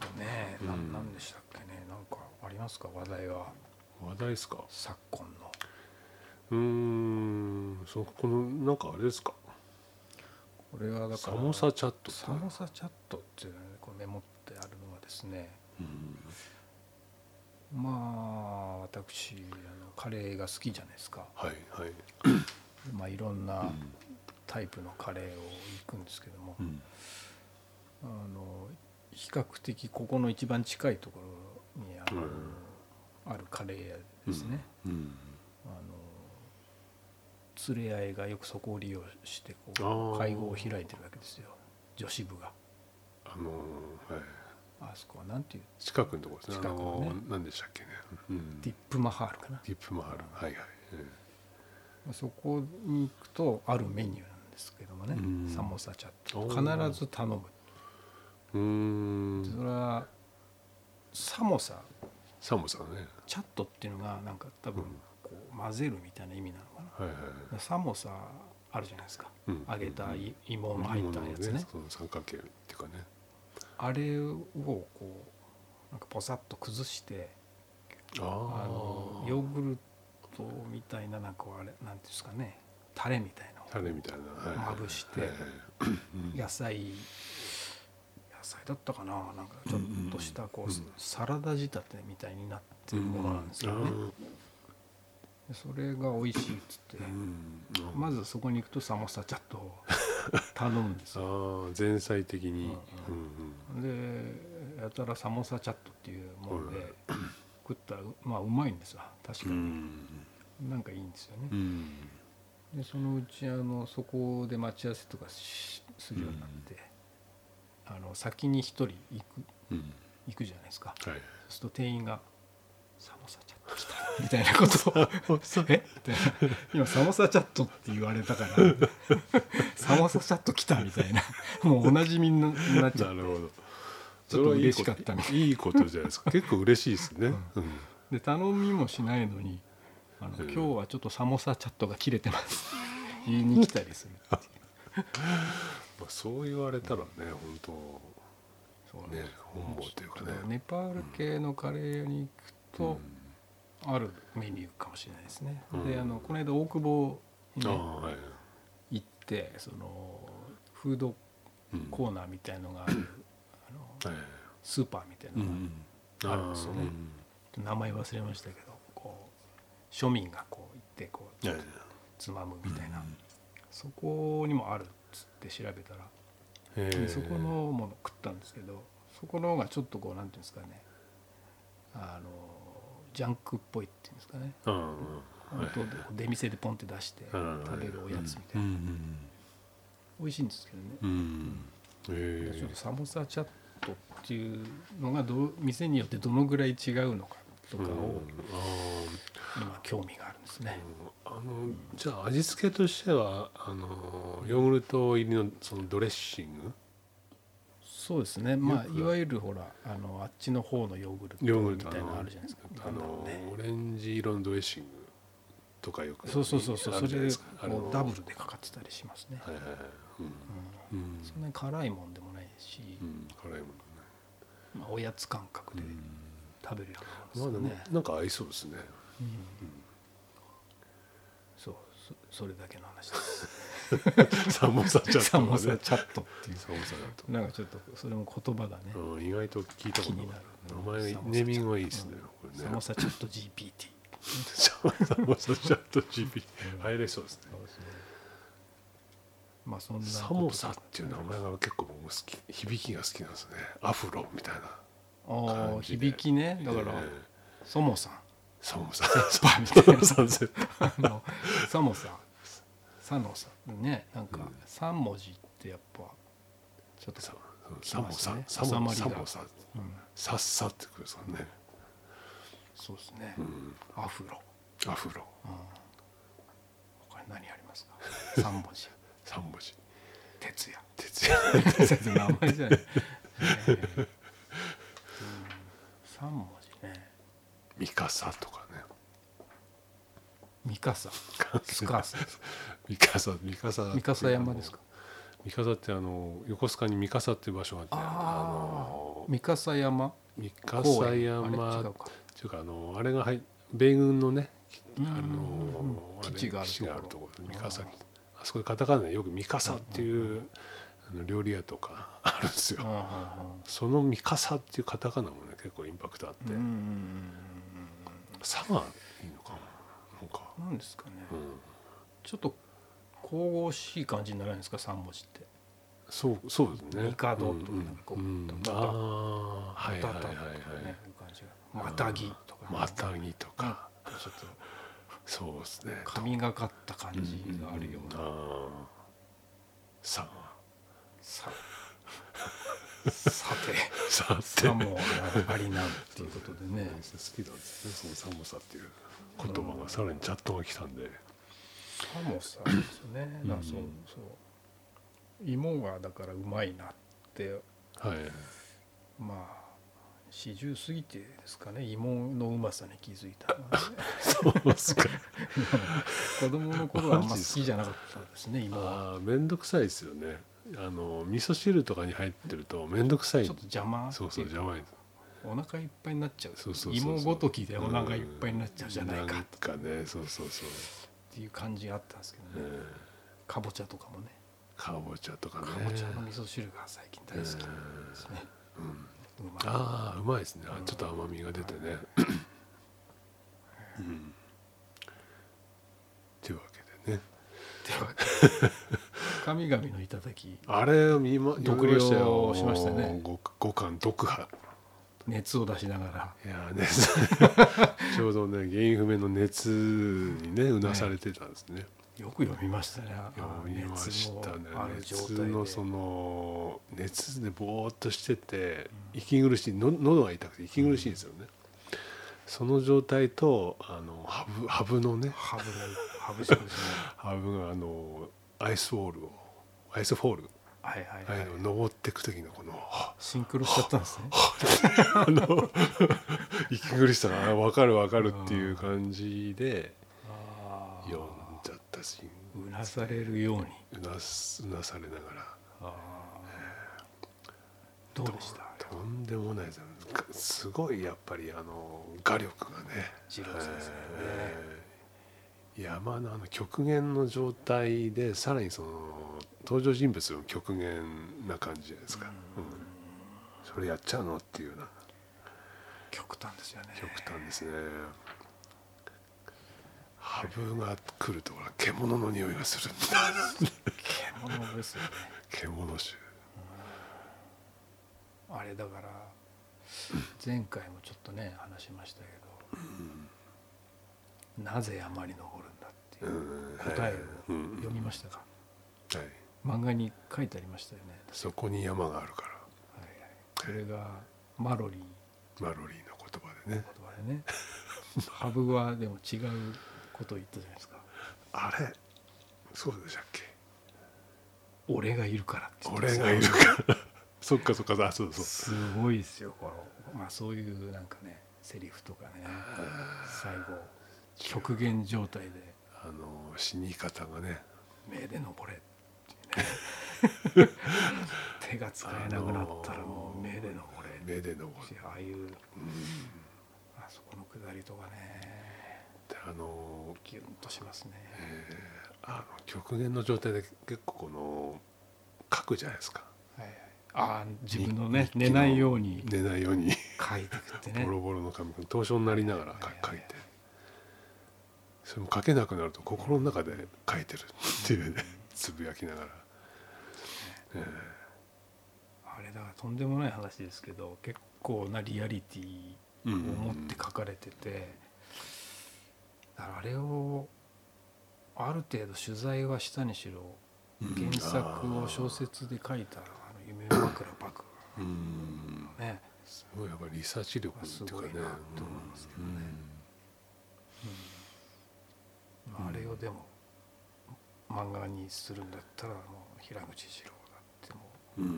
A: とねな
B: うん
A: んなんでしたっけねなんかありますか話題は
B: 話題ですか
A: 昨今の
B: うーんそうこのなんかあれですか
A: これはだか
B: サ
A: ら
B: モサチャットって
A: サモサチャットっていうのにこうメモってあるのはですね
B: うん
A: まあ私あのカレーが好きじゃないですか、
B: はいはい
A: まあ、いろんなタイプのカレーを行くんですけども、
B: うん
A: あの比較的ここの一番近いところにあの、
B: うん
A: あるカレー屋ですね、
B: うん
A: あの連れ合いがよくそこを利用して
B: あ
A: こ
B: ー
A: う会合を開いてるわけですよ女子部が
B: あのーはい
A: あそこはなんていう
B: 近くのところですねあ
A: 近くのね
B: のー何でしたっけねうん
A: デ
B: デ
A: ィップマハールかな
B: ィップマールはいはいうん
A: そこに行くとあるメニューなんですけどもね、
B: うん
A: サモサチャ
B: お
A: ッ
B: ー
A: ト必ず頼む
B: うー
A: そ
B: ん
A: れはサモサ
B: サモサね
A: チャットっていうのがなんか多分
B: うん
A: こう混ぜるみたいな意味なのか
B: はいはいはい
A: なサモサあるじゃないですか
B: うん
A: 揚げたい芋の入ったやつ
B: 日本の
A: ね
B: その三角形っていうかね
A: あれをこうなんかポサッと崩して
B: あ
A: あの
B: あ
A: ヨーグルトみたいななんかあれなんていうんですかねタレみたいなのを
B: タレみたいな、はい
A: まぶして
B: はいはいうん
A: 野菜野菜だったかななんかちょっとしたこう
B: うん
A: サラダ仕立てみたいになってるものなんですよね
B: う。ん
A: でそれが美味しいっつって、
B: うん
A: まずそこに行くとサモサチャットを頼むんです
B: あ
A: よ
B: ー前菜的に、うん
A: でやたらサモサチャットっていうもの
B: はい
A: で食ったらまあうまいんですわ確か
B: うんう
A: に、
B: ん
A: なんかいいんですよね
B: う、ん
A: でそのうちあのそこで待ち合わせとかしするようになって、あの先に一人行く
B: うん
A: 行くじゃないですか
B: はい
A: そうすると店員が「サモサチャット来た」みたいなことを 「えみたいな今サモサチャットって言われた から「サモサチャット来た」みたいなもうおなじみになっちゃ
B: な
A: う
B: るほど
A: ちょっと嬉し
B: そ
A: か
B: れは
A: っ
B: いい
A: たみ
B: こ
A: た
B: といいことじゃない ですか結構嬉しいですね、うん
A: で頼みもしないのにあの「
B: うん
A: 今日はちょっとサモサチャットが切れてます」言いに来たりするっていう
B: まあ、そう言われたらね本
A: そうな
B: 当
A: ん
B: ね
A: です
B: 本望というかね
A: だからネパール系のカレー屋に行くと、あるメニューかもしれないですね、
B: うん
A: であのこの間大久保に
B: あ
A: ね、
B: あはい、
A: 行ってそのフード
B: うん
A: コーナーみたいのがある、あの
B: はい
A: スーパーみたいな
B: う
A: のが、あ
B: ん
A: るんですよね
B: あ
A: 名前忘れましたけどこう庶民がこう行ってこう
B: ーうんはい
A: つまむみたいな、そこにもあるっつって調べたら、
B: え
A: で
B: ー
A: そこのもの食ったんですけどそこの方がちょっとこうなんていうんですかねあのジャンクっぽいっていうんですかね
B: うんうん
A: 本当出店でポンって出して
B: うん
A: 食べるおやつみたいな、
B: うん
A: 美味しいんですけどね、
B: うんうんえ
A: ちょっとサモサチャットっていうのがどう店によってどのぐらい違うのかとか
B: うん
A: を
B: あー
A: 今興味があるんですね、
B: あのじゃあ味付けとしてはあのヨーグルト入りのそのドレッシング
A: そうですねま
B: よ
A: あ
B: く
A: いわゆるほらあのあっちの方のヨーグルト
B: ヨーグル
A: み
B: ト
A: たいなのあるじゃないですか
B: あ
A: なんだろ
B: の
A: うね
B: オレンジ色のドレッシングとかよく
A: そうそうそうそう
B: あ
A: そ
B: るじゃ
A: れ
B: ない
A: です
B: かあの
A: もうダブルでかかってたりしますね、
B: はいはいはいうんうん
A: そんなに辛いもんでもないし、
B: うん辛いものね
A: まあ、おやつ感覚で食べるような
B: まあ
A: も
B: で
A: の
B: も
A: ですね、
B: なんか合いそうですね
A: うんそうそそれだけの話です
B: サモサチャッ
A: サ
B: ト
A: モ
B: もね
A: サチャットっていう
B: サモサだと
A: なんかちょっとそれも言葉がね、
B: うん意外と聞いたこと
A: 気になる
B: が名前ネーミングがいいですねこれ
A: サ
B: ね
A: モサチャット GPT
B: サモサチャット GPT 入れそうですね
A: まあそんな
B: サモサっていう名前が結構僕好き響きが好きなんですねアフロみたいな
A: ああ
B: 感じで
A: 響きねだから、
B: えー
A: ソモさん
B: サモササ
A: みたいな
B: モサ絶対
A: あのサモさんサノさんねなんか3文字ってやっぱちょっと
B: ササモサ
A: ね
B: サモ
A: 収ま
B: サ
A: り
B: モ
A: が
B: サ
A: うん、
B: サッサってことですかね
A: そうですね、アフロ
B: アフロ
A: 他に何ありますか3文字
B: 三文字
A: 哲也
B: 哲也
A: 名前じゃない、えーうん、3文字ね
B: ミカサとかね
A: ミカサスカース
B: ミカサミカサ
A: ミカサ山ですか
B: ミカサってあの横須賀にミカサっていう場所があって
A: あー
B: の
A: 三笠山
B: 三
A: 公
B: 笠
A: 園
B: 山
A: あ
B: っ
A: れ違うか
B: ていうかあのあれが入米軍のねあ
A: うんうんうん
B: のあれ
A: 基地があるところ
B: 基ところ三笠あそこでカタカナでよくミカサっていうあの料理屋とか あるんです
A: うん
B: よそのミカサっていうカタカナもね結構インパクトあっ
A: うんう
B: て
A: んうん
B: サがいいのかななんか
A: うんなんですかね
B: うん
A: ちょっと神々しい感じにならないですか三文字って
B: そうそうですね。
A: ミカドと
B: うん
A: か
B: うん
A: なんかこう
B: うん
A: また
B: ああはいはい
A: タ
B: は
A: タ
B: い
A: とか
B: は
A: ね
B: い。
A: いう感じがまたぎとかね
B: マタギとか、
A: ちょっと
B: そうですね。
A: 神がかった感じがあるような
B: ああ、 さ
A: ささ て
B: あ、さあ
A: さ
B: って。
A: もありなんっていうことでね
B: 好きなんですね。その寒さっていう言葉がさらにチャットが来たんで。
A: さもさですよねだからそうそう芋がだからうまいなって
B: はい。
A: まあ四十過ぎてですかね芋のうまさに気づいたのはね
B: そうですか。
A: 子供の頃はあんま好きじゃなかったですね芋は
B: ああ、めんどくさいですよね。あの味噌汁とかに入ってるとめんどくさい。
A: ちょっと邪魔
B: そうそう
A: っていう
B: 邪魔い。
A: お腹いっぱいになっちゃう
B: そうそうそうそう
A: 芋ごときでお腹いっぱいになっちゃうじゃないか
B: ん
A: っ
B: かね、そうそうそう。
A: ていう感じがあったんですけどね、
B: うん
A: かぼちゃとかもね
B: かぼちゃとかね
A: かぼちゃの味噌汁が最近大好きですね、うまい
B: ああうまいですねあちょっと甘みが出てね、うん
A: では神々の頂
B: あれ見ま
A: 読了しましたね
B: 五五巻読破
A: 熱を出しながら
B: い やーねちょうどね原因不明の熱にねうなされてたんですね。
A: よく読みましたねあの
B: 読みましたね
A: 熱もある状
B: 熱
A: 態で
B: のその熱でぼーっとしてて息苦しいの喉が痛くて息苦しいんですよね、その状態とあのハブハブのね
A: ハブのハブそうですね
B: ハブがあのアイスウォールをアイスフォール、
A: はいはい
B: ああ
A: はいいう
B: のを登っていく時のこのは
A: シンクロしちゃったんですね
B: あの息苦しさがあ分かる分かるっていう感じで
A: あ
B: 読んじゃったし
A: ーうなされるように
B: うなすうなされながら。
A: どうでした
B: とんでもないですすごいやっぱりあの画力がね
A: 二郎先生ね
B: えー山のあの極限の状態でさらにその登場人物の極限な感じじゃないですか、うんそれやっちゃうのっていうような
A: 極端ですよね
B: 極端ですね羽生が来るとほら獣の匂いがするんだ
A: 獣ですよね
B: 獣臭
A: あれだから前回もちょっとね話しましたけどなぜ山に登るんだっていう答え
B: う
A: を
B: ん
A: 読みましたか
B: はい
A: 漫画に書いてありましたよね
B: そこに山があるから
A: はいはいそれがマロリーの
B: マロリーの言葉でね
A: 言葉でねハブはでも違うことを言ったじゃないですか
B: あれそうでしたっけ
A: 俺がいるからって言ってま
B: 俺
A: す
B: がいるから そっかそっかあそうそう
A: すごいですよこの、まあ、そういうなんかねセリフとかね最後極限状態で
B: あの死に方がね
A: 「目で登れ」っていうね 手が使えなくなったらもう目で登れ
B: 目で登っ
A: い
B: て
A: やああいうあそこの下りとかね
B: あの
A: ギュンとしますね
B: あの極限の状態で結構この書くじゃないですか
A: はいはいああ自分のね
B: 日記
A: 寝ないように
B: 寝ないように
A: 書いてくってね
B: ボロボロの紙が凍傷になりながら
A: はい
B: 書
A: はいい
B: てそれも書けなくなると心の中で書いてるっていうねつぶやきながら
A: あれだからとんでもない話ですけど結構なリアリティを持って書かれてて、だからあれをある程度取材はしたにしろ
B: うん
A: 原作を小説で書いたあの夢枕幕
B: うん
A: がね
B: すごいやっぱりリサーチ力って
A: す
B: いうか
A: ごい
B: ね
A: なと思うんですけどねまああれをでも漫画にするんだったらもう平口二郎だっても
B: うんう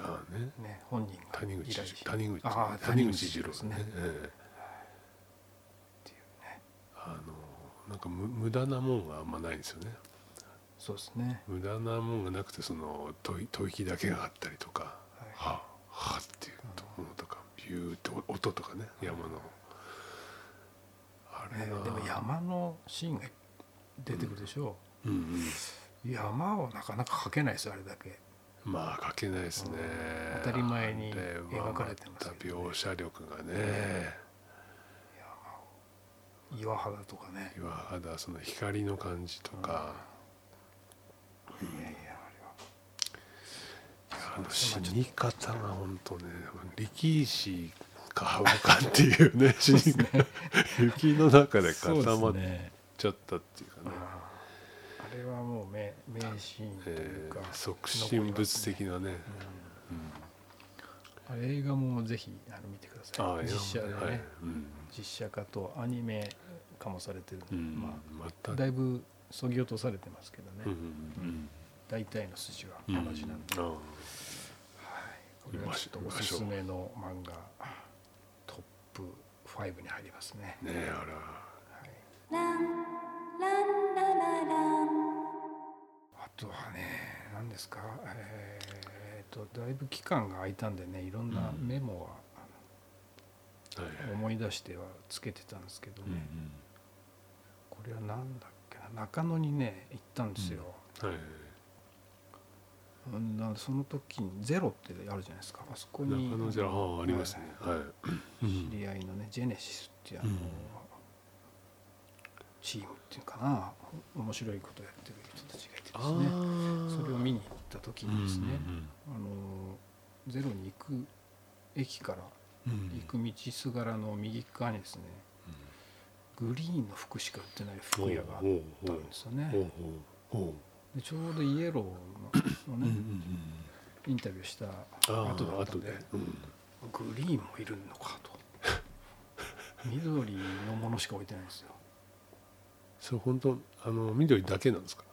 B: んああね
A: うね本人が
B: 谷口
A: 依頼して
B: 谷口
A: ああ
B: 谷口二郎
A: で
B: ですす
A: ね
B: ね。ええ
A: っていうね
B: あのなんか無無駄なもんがあんまないんですよね。
A: そうですね
B: 無駄なもんがなくてその吐い吐息だけがあったりとか、
A: は
B: ははっていうものとか、ビューって音とかね山のあ
A: ね
B: れが
A: でも山のシーンが出てくるでしょ
B: うんうん
A: う、山をなかなか描けないですよあれだけ
B: まあ書けないですね。
A: 当たり前に
B: あれは
A: 描かれてます
B: また
A: けど
B: 描写力がね。
A: 岩肌とかね
B: 岩肌その光の感じとか、
A: いやいや
B: あの死に方が本当ね力士かハブかっていうね死に方雪の中
A: あれ
B: で
A: は
B: 固まっ
A: ね
B: ちゃったっていうかね
A: あれはもう名名シーンとい
B: え
A: うか、
B: ー促進物的なね
A: あれ映画もぜひあの見てくださ
B: ああ
A: い実写でね、
B: はいうん
A: 実写化とアニメ化もされてる、
B: うん
A: ま
B: ま
A: あ、
B: た
A: だいぶそぎ落とされてますけどね、
B: うんうん
A: 大体の筋は
B: うん
A: 同じなんで、
B: ああ
A: これはちょっとおすすめの漫画トップ5に入りますね。
B: ねえあら
A: はい、
C: ランランラララン
A: あとはね何ですかえーっとだいぶ期間が空いたんでねいろんなメモは
B: はい
A: あの思い出してはつけてたんですけどね、これは何だっけな中野にね行ったんですよ。
B: はい
A: うんなその時に「ゼロってあるじゃないですかあそこに
B: 中野じゃああありますねはいうん
A: 知り合いのねジェネシスっていうあの、
B: うん
A: チームっていうかな面白いことやってる人たちがいて
B: あ
A: ですね
B: ー
A: それを見に行った時にですね、あのゼロに行く駅から
B: うんうんうん
A: 行く道すがらの右側にですねグリーンの服しか売ってない服屋があったんですよ
B: ほう
A: ね
B: ほうほ
A: でちょうどイエローの
B: ううんうん
A: ね インタビューした
B: うんあ
A: 後
B: と
A: だった
B: 後
A: んで
B: でうん
A: グリーンもいるのかと緑のものしか置いてないんですよ
B: そう本当あの緑だけなんですか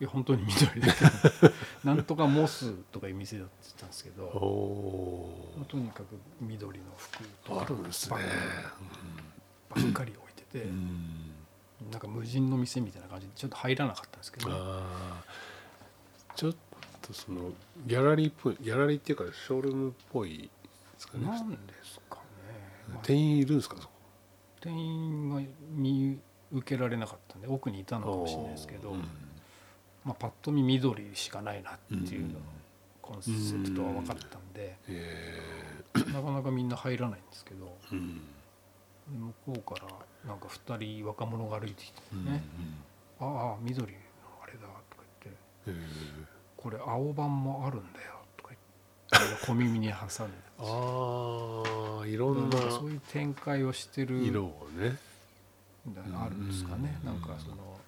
A: いや本当に緑だけ なんとかモスとかいう店だって言ったんですけ
B: お
A: ど
B: お
A: とにかく緑の服と
B: ーあ
A: か
B: るんですね
A: ばっかり置いてて、
B: うん
A: なんか無人の店みたいな感じでちょっと入らなかったんですけど、
B: あーちょっとそのギャラリーっぽいギャラリーっていうかショールームっぽいですかね
A: なんですかね、まあ
B: 店員いるんですかそこ
A: 店員が見受けられなかったんで奥にいたのかもしれないですけど、
B: うん
A: まあ、パッと見緑しかないなっていうの
B: うん
A: コンセプトは分かったんで、
B: え
A: なかなかみんな入らないんですけど
B: ーうん
A: 向こうからなんか2人若者が歩いてきて
B: うん
A: ね「ああ緑のあれだ」とか言って
B: うんえー
A: 「これ青版もあるんだよ」とか言って小耳に挟 んで
B: ああいろん
A: な
B: なん
A: かそういう展開をしてる
B: 色をね
A: あるんですかね
B: うん
A: なんかその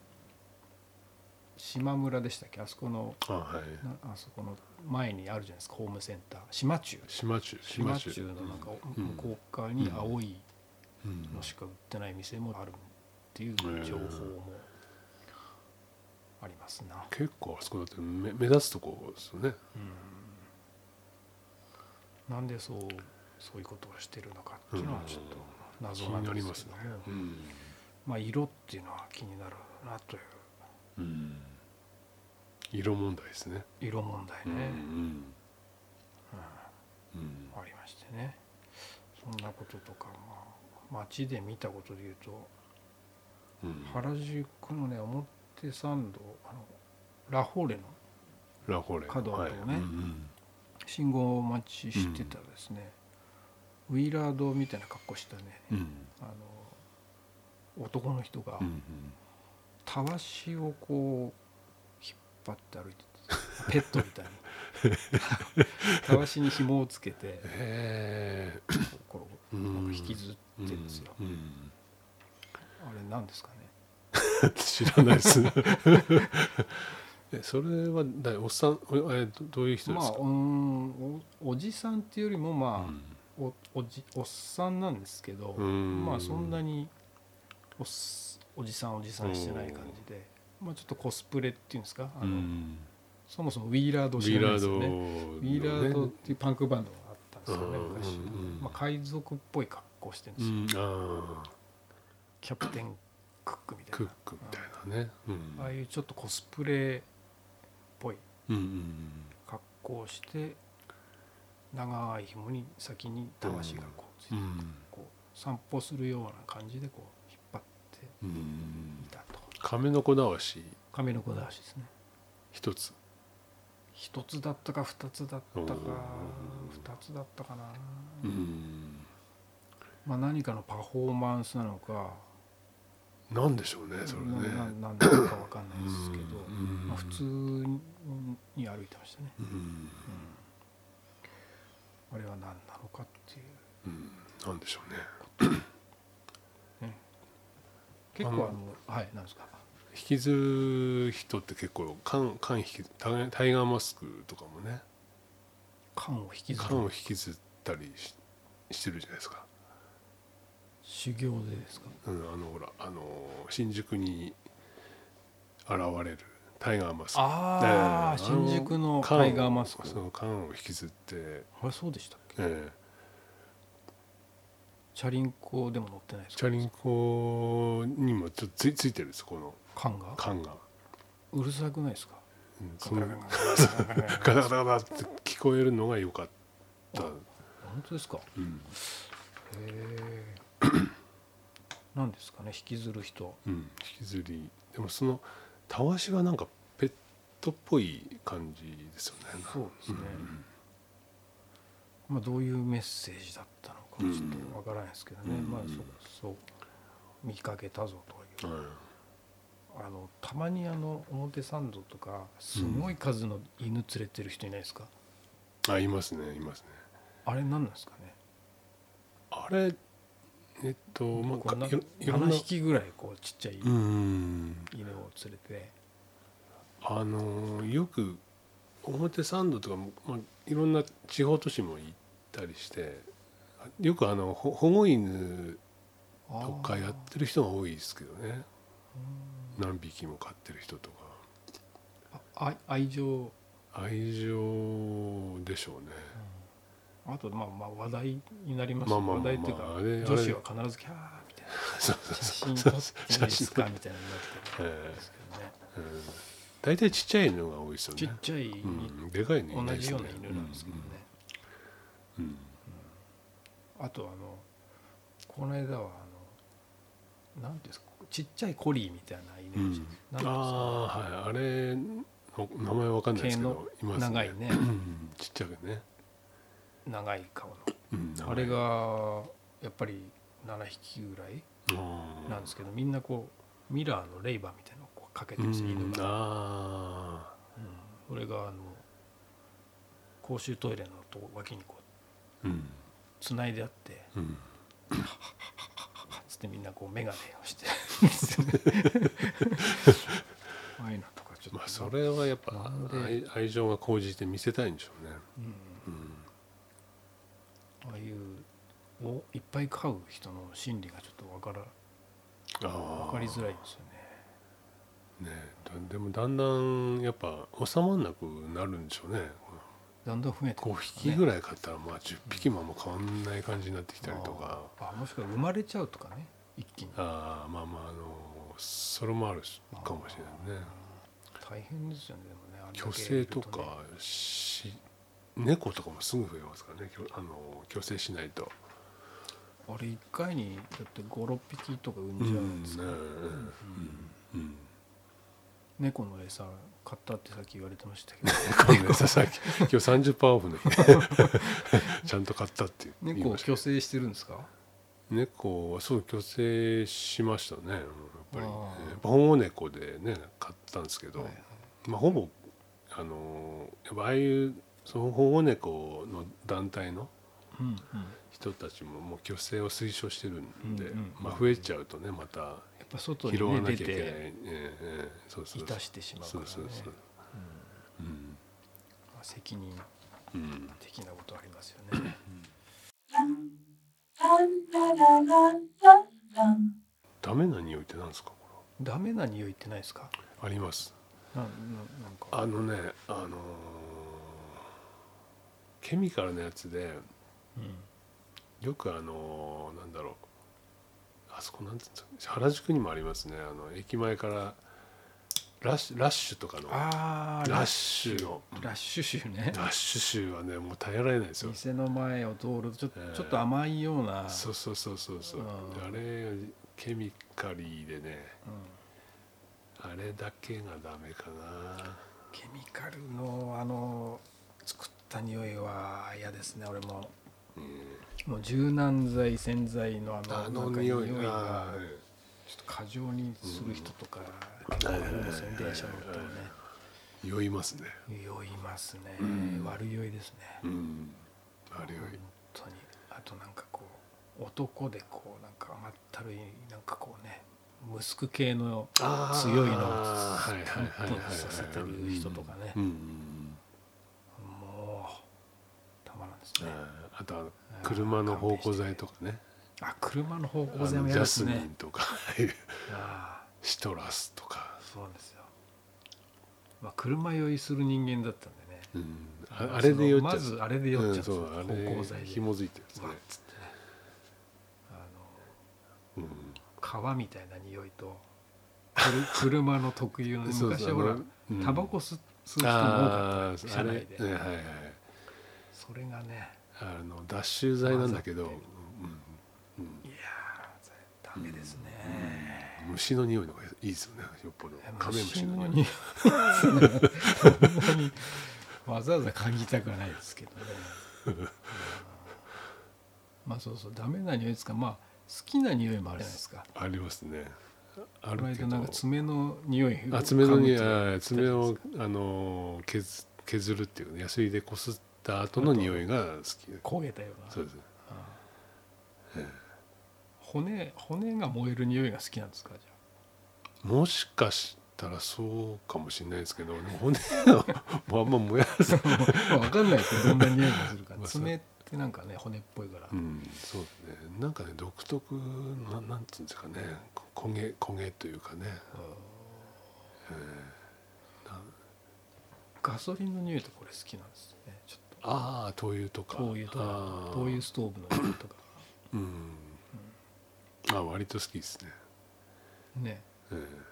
A: 島村でしたっけあそこの
B: あはい
A: なあそこの前にあるじゃないですかホームセンター島中
B: 島中
A: 島中のなんか
B: うん
A: 向こう側に青い
B: うん
A: のしか売ってない店もあるっていう情報もありますな、
B: 結構あそこだって目目立つとこですよね
A: うん、なんでそうそういうことをしてるのかっていうのはちょっと謎なんですけども、
B: うん
A: まあ色っていうのは気になるなという
B: うん色問題ですね
A: 色問題
B: うん
A: ね、
B: うんうん
A: ありましてねそんなこととか、まあ、街で見たことでいうと
B: うん
A: 原宿のね表参道あのラフォーレの
B: ラフォーレの
A: 角のとこね
B: はいうん
A: 信号待ちしてたらですね、ウィラードみたいな格好したね
B: うん
A: あの男の人が
B: うんうん
A: たわしをこう引っ張って歩いててペットみたいに たわしに紐をつけて
B: へ
A: こ
B: え
A: うなんか引き
B: ず
A: ずってんですよ、あれなんですかね
B: 知らないですねえそれは誰おっさんおえどどういう人で
A: まあ
B: すか
A: うーんおおじさんっていうよりもまあ、
B: う
A: おおじおっさんなんですけど、
B: ん
A: まあそんなにおっすおじさんおじさんしてない感じで、まあ、ちょっとコスプレっていうんですかあ
B: う
A: の、
B: ん
A: そもそもウィーラード
B: ウ
A: 知
B: ィ
A: らない
B: ラ
A: です
B: ー
A: よ
B: ド
A: ね
B: の
A: ウィーラードっ
B: ね
A: ていうパンクバンドがあったんですよね
B: うん
A: 昔、
B: うんうん
A: まあ、海賊っぽい格好してるん
B: う
A: ですよ、
B: んああ
A: キャプテンクックみたい
B: クッ
A: な
B: クみたいなねうん
A: ああいうちょっとコスプレっぽい
B: うんうん
A: 格好をして長い紐に先に魂がこうついて
B: う
A: て、
B: ん
A: こう散歩するような感じでこう引っ張って
B: うん
A: いたと
B: 亀の子だわし
A: 亀の子だらしですね
B: 一つ
A: 一つだったか二つだったか
B: うん
A: 二つだったかな、
B: うん
A: まあ、何かのパフォーマンスなのか
B: なんでしょうねそれね
A: 何ななんだか分かんないですけど、
B: うん
A: まあ、普通にに歩いてましたね、
B: うん
A: あれは何なのかっていう
B: うんなんでしょうね
A: ね結構あのはいなんですか
B: 引きずる人って結構缶缶引きタイタイガーマスクとかもね
A: 缶を引きず
B: 缶を
A: る
B: 引きずったりししてるじゃないですか、
A: 修行でですか
B: うん、あのほらあの新宿に現れるタイガーマスク
A: ああ、
B: ええ
A: 新宿の
B: 缶を
A: タイガーマスク
B: その缶を引きずって、え
A: あれそうでしたっけ
B: え
A: チャリンコでも乗ってないです
B: チャ
A: か
B: リンコにもちょっとついついてるんですこの
A: 缶が
B: 缶が、
A: うるさくないですか
B: うん、そのガ
A: 本
B: タガタガタって聞こえるのが良かった、
A: 当ですかへ
B: うん
A: え なんですかね引きずる人
B: うん、引きずりでもそのたわしはなんかペットっぽい感じですよね
A: そうですね、まあ、どういうメッセージだったのかちょっとわからないですけどね、
B: うん
A: まあそそう見かけたぞという
B: うん
A: あのたまにあの表参道とかすごい数の犬連れてる人いないですか、
B: あいますねいますね
A: あれ何なんですかね
B: あれえっとま
A: こ
B: あ
A: んな
B: かいろいろん
A: 7
B: な
A: 匹ぐらいこうちっちゃい
B: うんう
A: 犬
B: んうん
A: を連れて、
B: あのよく表参道とかも、まあ、いろんな地方都市も行ったりしてよくあのほ保護犬
A: あ
B: と
A: ー
B: かやってる人が多いですけどね何匹も飼ってる人とか
A: あ愛愛情
B: 愛情でしょうね
A: あとまあまあ話題になります
B: まあまあ
A: 話
B: まあ
A: 題っていうか
B: あれ
A: 女子は必ずキャーみたいな
B: そうそう
A: 写
B: そ
A: 真
B: う そ
A: 撮
B: う
A: っていいですかみたいなになってるん
B: え
A: ですけどね
B: えうん大体ちっちゃいのが多いですよ
A: ちっ
B: ね
A: ちゃい犬
B: うんでかいのいな
A: 同
B: いです
A: じ
B: ね
A: ような犬なんですけどね、
B: うんうん
A: あとあのこの間はあのなんていうんですかちっちゃいコリーみたいな
B: う
A: 犬、なん
B: ん
A: ていうんです
B: あ
A: か
B: あはいあれの名前わかんないですけどいます
A: 長いね
B: うんちっちゃくね、
A: 長い顔の
B: うん長い
A: あれがやっぱり7匹ぐらい
B: うん
A: なんですけど、みんなこうミラーのレイバーみたいなのをこうかけて
B: う
A: るん
B: ん
A: ですよ犬が、
B: あ
A: うんそれがあの公衆トイレのとこ脇にこう
B: ーうん
A: つないであって
B: うん
A: つってみんなこう眼鏡を してるんですよねああいうのとかちょっと、
B: まあそれはやっぱ
A: なんで
B: 愛愛情が高じて見せたいんでしょうね、
A: うん
B: うん、
A: ああいうをいっぱい飼う人の心理がちょっとわから
B: あ
A: わ
B: あ
A: かりづらいんですよね。
B: ねだでもだんだんやっぱ収まんなくなるんでしょうね
A: だんだん増えて
B: 5匹ぐらい飼ったらまあ10匹もあんま変わんない感じになってきたりとか、
A: ああもしくは生まれちゃうとかね一気に
B: ああまあまああのそれもあるし
A: あー
B: かもしれないね
A: 大変ですよねでもねあれだけ
B: 虚勢と
A: いるね
B: かし猫とかもすぐ増えますからね虚あの虚勢しないと
A: あれ一回にだって56匹とか産んじゃうんです
B: う
A: よ、
B: んうんうん
A: 猫の餌買ったってさっき言われてました けど
B: 猫の餌さっき今日30%オフの日 ちゃんと買ったって言い
A: 猫を
B: ました
A: 虚勢してるんですか
B: 猫はそう虚勢しましたねうんやっぱりね
A: あー
B: やっぱ保護猫でね買ったんですけど、
A: はいはい
B: まあ、ほぼあのーやっぱああいうその保護猫の団体の
A: うんうん
B: 人たちももう虚勢を推奨してるんで、
A: うんうん
B: まあ、増えちゃうとねまた
A: やっぱ外に、
B: 拾わ
A: ね、
B: なきゃ
A: 出
B: いけない、
A: て
B: ええええそうそう
A: い
B: そう
A: たしてしまうか
B: そ
A: ら
B: う
A: ね
B: そうそう
A: うん
B: うん
A: まあ責任
B: うん
A: 的なことありますよ ね
B: ダメな匂いってなんですかこ
A: ダメな匂いってないですか
B: れあります
A: なななんか
B: あのねあのーケミカルなやつで
A: うん
B: よくあのーなんだろうあそこなんていうんですか原宿にもありますねあの駅前からラッシュラッシュとかのラ
A: あー
B: ッシュの
A: ラッシュ臭ね
B: ラッシュ臭はねもう耐えられないですよ
A: 店の前を通るとちょ,、
B: えー
A: ちょっと甘いような
B: そうそうそうそうそう
A: うん
B: あれケミカリーでねあれだけがダメかな
A: ケミカルのあの作った匂いは嫌ですね俺ももう柔軟剤洗剤のあの
B: あの
A: なんか
B: 匂い
A: がち
B: が
A: ょっと過剰にする人とか結構いるんですよね
B: うん
A: 電車乗ってもね
B: 酔いますね
A: 酔いますね、
B: うん
A: 悪酔いですね、
B: うんあれ酔い
A: 本当にあとなんかこう男でこうなんか甘ったるいなんかこうねムスク系の
B: あー
A: 強いのを
B: はいはいはいはい
A: プンプンさせてる人とかね
B: うんうんうん
A: もうたまらんです
B: う
A: ね
B: んあとあの車の芳香剤とかね
A: あ車の方
B: あ
A: 向性
B: の
A: も
B: ジ
A: やで
B: ャ
A: す
B: スミ
A: ね
B: ンとか ああいう
A: あ
B: シトラスとか
A: あ、そうなんですよまあ車酔いする人間だったんでね
B: うん、ああれで酔っちゃう
A: まずあれで酔っちゃうんですよ
B: うんそうあれ
A: 芳香剤で
B: 紐づいてるんです
A: わ
B: ね
A: っつってねあ
B: うん
A: の皮みたいな匂いとくる 車の特有のね
B: そう
A: 昔
B: そう
A: はほら
B: あの
A: タバコ吸吸う人も多かっ
B: あー
A: 車内で
B: あれはいはいはい
A: たそれがね
B: あの脱臭剤なんだけど、
A: 混ざっ
B: うんうん
A: いやーそれダメですね、
B: 虫の匂いの方がいいですよねよっぽど
A: え
B: カメムシの匂い
A: 匂いそんなにわざわざ嗅ぎたくは ないですけどねうんまあそうそうダメな匂いですかまあきな匂いもあるじゃないですか
B: ありますねあ
A: この
B: るけ
A: 間
B: ど
A: なんか爪の匂い
B: あ爪のに
A: 噛む
B: あ爪をあの削削るっていうねヤスリでこすった後の匂いが好き
A: と焦げたような
B: そうですね
A: 骨骨が燃える匂いが好きなんですかじゃ
B: もしかしたらそうかもしれないですけどでも骨は あんま燃や す、
A: あ分かんないですけどどんな匂いがするか
B: まあそう
A: 爪ってなんかね骨っぽいから、
B: うん、そうですねなんかね独特ななんつうんですかねこ焦げ焦げというかね、えーな
A: ガソリンの匂いとこれ好きなんですねちょっ
B: ああ灯油とか
A: と灯油と
B: あ
A: か
B: ー
A: 灯油ストーブの匂いと か
B: うん、あ割と好きですね、
A: ね
B: ええ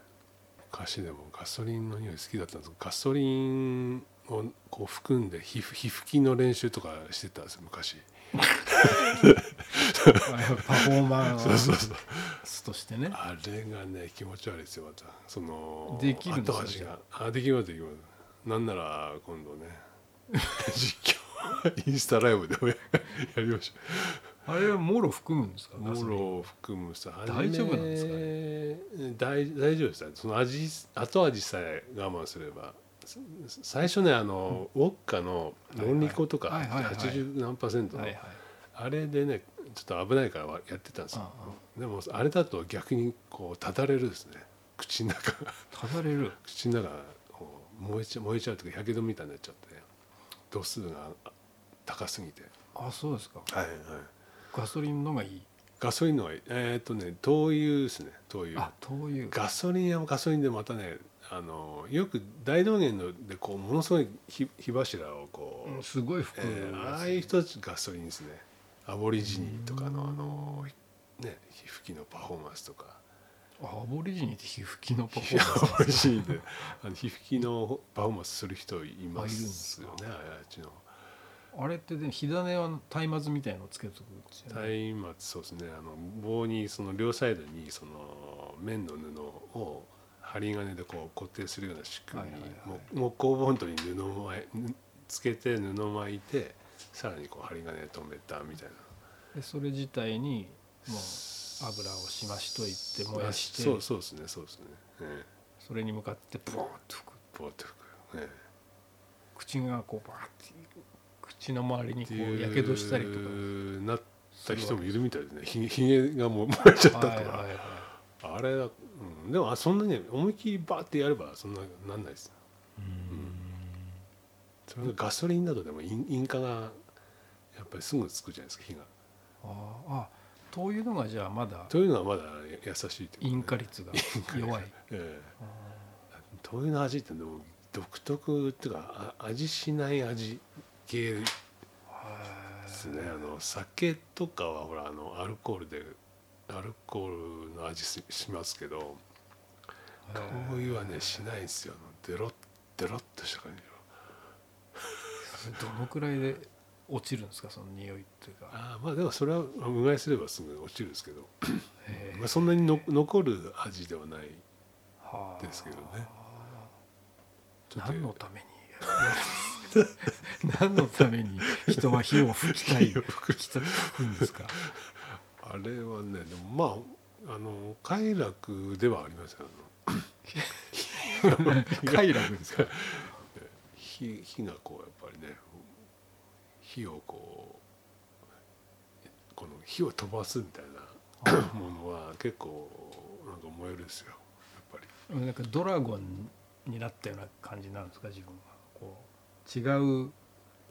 B: 昔でもガソリンの匂い好きだったんですけどガソリンをこう含んで皮膚皮膚きの練習とかしてたんですよ昔
A: あやっぱパフォーマン
B: そうそうそう
A: スとしてね
B: あれがね気持ち悪いですよまたその
A: できるんです
B: 後
A: か
B: 味があできますできますなんなら 今度ね実況インスタライブでもややりましょう
A: あれはもろ含むんですかガ
B: モ
A: ソリン
B: ロを含むさ
A: 大丈夫なんですか
B: ね大大丈夫ですよその味後味さえ我慢すればす最初ねあの、ウォッカのロンリコとか
A: はいはいはいはい
B: 80何パーセントの
A: はいはい
B: あれでねちょっと危ないからはやってたんですよ
A: あ
B: でもあれだと逆にこうただれるですね口の中 が
A: ただれる
B: 口の中がこう燃えちゃ燃えちゃうというかやけどみたいになっちゃって度数が高すぎて
A: あそうですか
B: はいはい
A: ガソリンのがいい
B: ガソリンのがいいえーっとね灯油ですね灯
A: あ
B: 油
A: 灯油
B: ガソリンはガソリンでまたねあのよく大道芸のでこうものすごい火火柱をこう、
A: うんすごい
B: え
A: 含む
B: ーああいう人たちガソリンですねアボリジニとかのあのね火吹きのパフォーマンスとか。
A: アボリジニって皮膚気のパフォ
B: いや
A: ー マンス
B: 美味しいね。あの皮膚きのパフォーマンスする人いますよね。ああっちの。
A: あれってね火種は松明みたいのをつけとくんですよね
B: 松明そうですね。あの棒にその両サイドにその綿の布を針金でこう固定するような仕組み。
A: はいはいはい
B: もうもう工房のとに布を巻いぬつけて布を巻いてさらにこう針金で留めたみたいな。
A: でそれ自体にもう油をしましといて燃やして
B: そうそうですね。そうですね。え
A: それに向かってブワーッと吹く
B: え、棒と吹く。ええ
A: 口がこうバーって口の周りに
B: って
A: こ
B: いう
A: うやけどしたり とか
B: なった人もいるみたいですねひげひげがもう燃えちゃったとか、
A: はいはいは
B: あれだ、うん、でもあそんなに思いっきりバーってやればそんななんないですそれがガソリンなどでも引引火がやっぱりすぐつくじゃないですか火が
A: いあーあというのがじゃあまだ
B: というのはまだ優しいという
A: 引
B: か
A: 火
B: ね、
A: 率が 弱い
B: ええ灯油の味ってでも独特っていうかあ味しない味系ですねあの酒とかはほらあのアルコールでアルコールの味ししますけど
A: へ
B: 灯
A: ー
B: 油はねしないんですよデロッデロッとした感じの
A: どのくらいで落ちるんですかその匂いっていうか
B: あーまあでもそれはまあうがいすればすぐ落ちるんですけど、
A: へー
B: まあ、そんなにの残る味ではない
A: はあ
B: ですけどねちょっと
A: 何のために 何のために人は火を吹きたい
B: 火を
A: 吹きた吹くんです か
B: あれはねでもまああの快楽ではありませんあの
A: 快楽ですか
B: 火火がこうやっぱりね火をこうこの火を飛ばすみたいなものは結構なんか燃えるんですよやっぱり
A: なんかドラゴンになったような感じなんですか自分はこう違う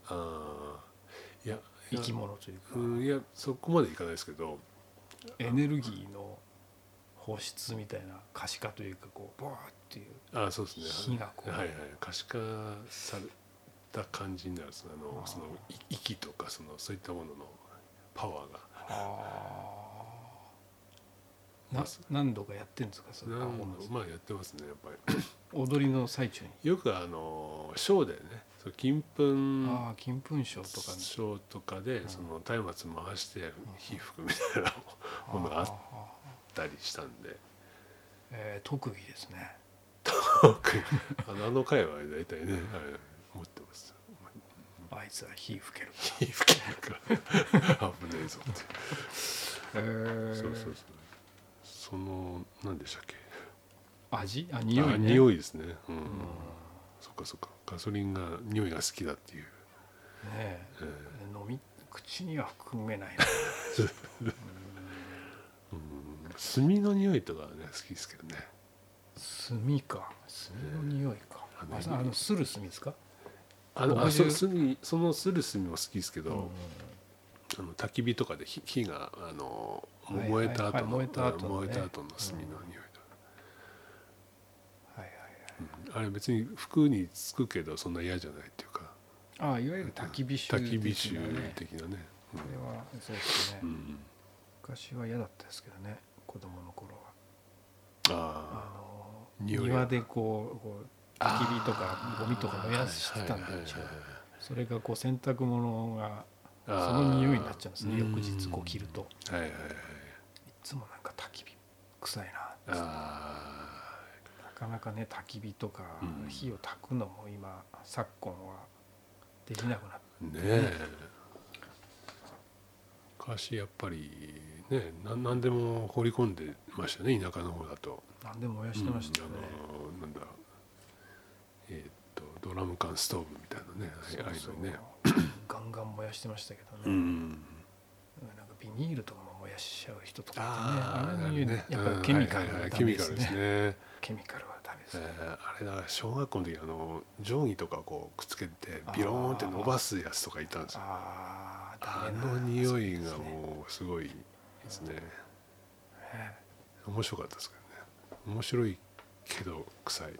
B: あーいやい
A: 生
B: や
A: き物というか、
B: うんいやそこまでいかないですけど
A: エネルギーの放出みたいな可視化というかこうバーっていう
B: あーそうですね
A: 火がこう
B: はいはい可視化された感じになるんですねあの
A: あー
B: そのい息とかそのそういったもののパワーが
A: な何度かやってるんですかそれパフォーマンス
B: まあやってますねやっぱり。
A: 踊りの最中に
B: よくあのショーでねそう金粉
A: ああ金粉賞とかね
B: ショーとかでその松明回して火吹くみたいなものがあっ
A: ああ
B: たりしたんで
A: えー特技ですね
B: あのあの回は大体ね、はい、持ってます
A: あいつは火吹ける
B: 火吹けるから危ねえぞって
A: へー
B: そうそうそうその何でしたっけ
A: 味あ匂い、
B: あ
A: ね、
B: 匂いですねうん、そっかそっかガソリンが匂いが好きだっていう、
A: ねえ
B: え
A: 飲み口には含めない
B: ーうん、炭の匂いとかね好きですけどね
A: な炭か炭の匂いか、
B: あの
A: あさあのする炭ですか、
B: あのあそ
A: 60
B: 炭そのする炭も好きですけど、
A: うん
B: あの焚き火とかで火火があの
A: はいはい
B: 燃えた後
A: は
B: の、
A: い燃えた後のね
B: 燃えた後の炭の匂いと
A: はいはい
B: か、あれ別に服につくけどそんな嫌じゃないっていうか
A: はいあいわゆる焚き火臭
B: 焚き火
A: 的
B: 臭
A: なね
B: 的なね
A: これはそうですね、
B: うんうん
A: 昔は嫌だったですけどね子供の頃は
B: あ
A: あの
B: 匂いが
A: 庭でこうこう焚き火とかゴミとか燃やしてたんで、
B: はいはいはいはい
A: それがこう洗濯物がそ
B: あー
A: の匂いになっちゃうんですね
B: うん
A: 翌日こう着ると
B: あはいはいはい
A: いつもなんか焚き火臭いな
B: あ
A: なかなかね焚き火とか
B: うん
A: 火を焚くのも今昨今はできなくなっ
B: ーねえ昔やっぱりねな何でも放り込んでましたね田舎の方だと。
A: 何でも燃やしてましたよね、
B: うんあのなんだえーっとドラム缶ストーブみたいなねああいうああいう
A: そう
B: のね
A: そうガンガン燃やしてましたけどね、
B: うん
A: なんかビニールとかも燃やしちゃう人とかいてね
B: あ
A: あれ
B: ー
A: の匂いで
B: ね
A: やっぱりケミカ
B: う
A: ル
B: んはい
A: は
B: はいは
A: いダ
B: ケ
A: メで
B: ミカ
A: す
B: ルです
A: ね
B: ね
A: ケミカルはダメです
B: え
A: ね
B: ーあれだから小学校の時あの定規とかこうくっつけてビローンって伸ばすやつとかいたんですよ
A: あ
B: あ
A: あ
B: の匂いがもうすごいですね面白かったですけどね面白いけど臭い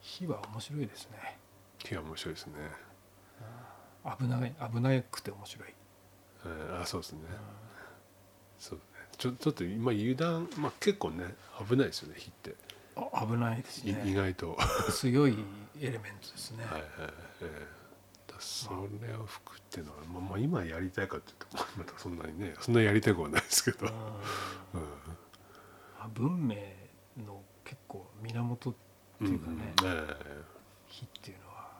A: 火は面白いですね
B: 気が面白いですね、
A: 危ない危なくて面白い
B: うんあそうですねそうねちょちょっと今油断、まあ、結構ね危ないですよね火って、
A: あ危ないです
B: い意
A: ね
B: 外と は
A: 強いエレメントですね、
B: いはい、ええだそれを吹くっていうのは、まあ、まあ今やりたいかっていうとまあまたそんなにねそんなやりたくはないですけど、うん
A: うんあ文明の結構源っていうかね、
B: ええ
A: 火っていうのは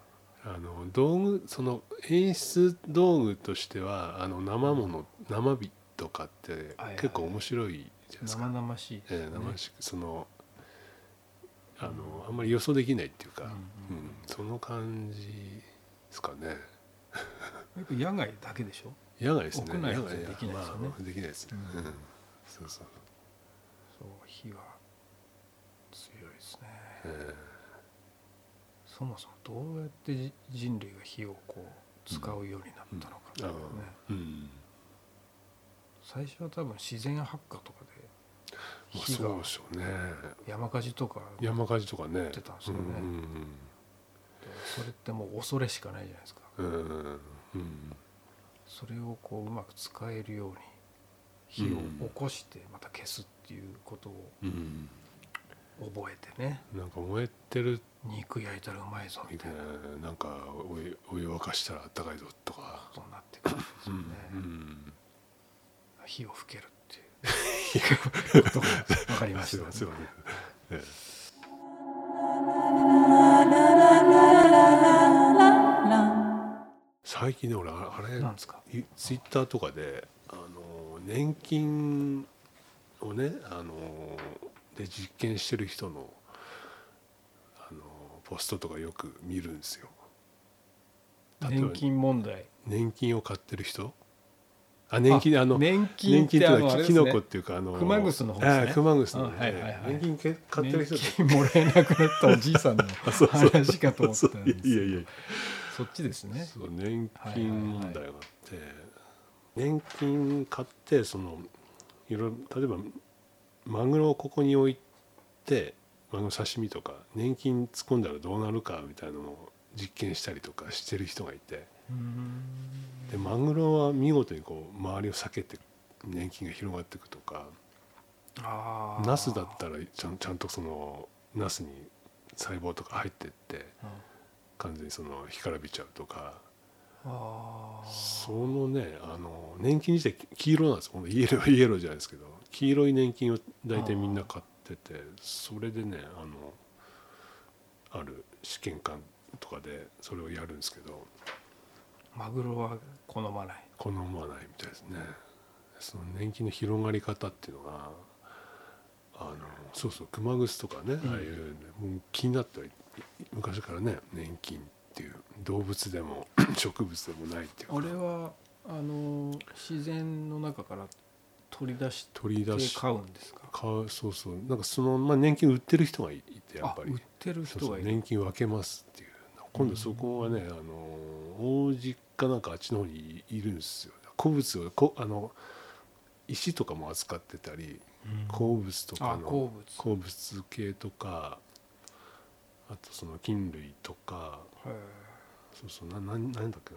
B: あの道具その演出道具としてはあの生もの生火とかって
A: はいはい
B: 結構面白いじゃないですか、
A: 生々しいですね、
B: ええ生しくそのあのあんまり予想できないっていうか、
A: うん
B: うんその感じですかね
A: やっぱ野外だけでしょ
B: 野外ですね
A: 屋内
B: 野
A: だと
B: 外
A: できないですよね
B: まあできないですね、
A: う
B: うんんそうそう、
A: そう火は強いですね
B: え
A: そもそもどうやってじ人類が火をこう使うようになったのか
B: え
A: ね、
B: あーうん
A: 最初は多分自然発火とかで
B: まあ、
A: 火
B: そう
A: が
B: でしょうね
A: 山火事とか
B: 山火事とかね
A: ってたんですよね
B: うん
A: それってもう恐れしかないじゃないですか
B: うんうんうんうん
A: それをこううまく使えるように火を起こしてまた消すっていうことを
B: うん
A: 覚えてね
B: なんか燃えてる
A: 肉焼いたらうまいぞみたいな
B: なんかお湯お湯沸かしたらあったかいぞとか
A: ことになってくるんですよね、
B: うん
A: 火を吹けるっていう ことが分かりまし
B: すい
A: た
B: ませんすいませんええ最近ね俺ああれ
A: なんですか
B: いツイッターとかであの年金をねあので実験してる人のあのポストとかよく見るんですよ例えば
A: 年金問題
B: 年金を買ってる人あ年金あの
A: 年金っ
B: 年金ってて
A: あ
B: いうの
A: のあ
B: は
A: れ
B: き
A: で
B: き
A: す
B: の
A: ね
B: こっていうかあの
A: 熊楠の方ですね
B: ああ熊楠の
A: う
B: 方
A: んはいはいはい
B: 年金け買ってる
A: 年
B: 人
A: 金もらえなくなったおじいさんの話かと思ったんです
B: いやいや
A: そっちですね
B: そう年金問題があって、年金買ってそのいろいろ例えばマグロをここに置いてマグロ刺身とか年金突っ込んだらどうなるかみたいなのを実験したりとかしてる人がいて
A: うーん
B: でマグロは見事にこう周りを避けて年金が広がっていくとか
A: あー
B: ナスだったらちゃんちゃんとそのナスに細胞とか入ってって
A: うん
B: 完全にその干からびちゃうとか
A: あ
B: そのねあの年金自体黄色なんですよほんとイエローイ エローじゃないですけど黄色い年金を大体みんな買っててそれでねあのある試験官とかでそれをやるんですけど
A: ーマグロは好まない
B: 好まないみたいですね。その年金の広がり方っていうのがあのそうそう熊楠とかね、
A: ん
B: ああいうのもう気になってはい昔からね年金っていう動物でも 植物でもないっていうか
A: あれはあの自然の中から取り出して
B: 取り出し
A: 買うんですか
B: 買うそうそうなんかその、まあ、年金売ってる人がいいてやっぱり
A: あ売ってる
B: そ
A: 人
B: うそ
A: が
B: う
A: いる
B: 年金分けますっていう今度そこはね、あの王子かなんかあっちの方にいるんですよ古物をこあの石とかも扱ってたり鉱物とか
A: あ
B: の
A: 鉱物
B: 鉱物系とかあとその菌類とか
A: へ
B: そうそうなななんだっけ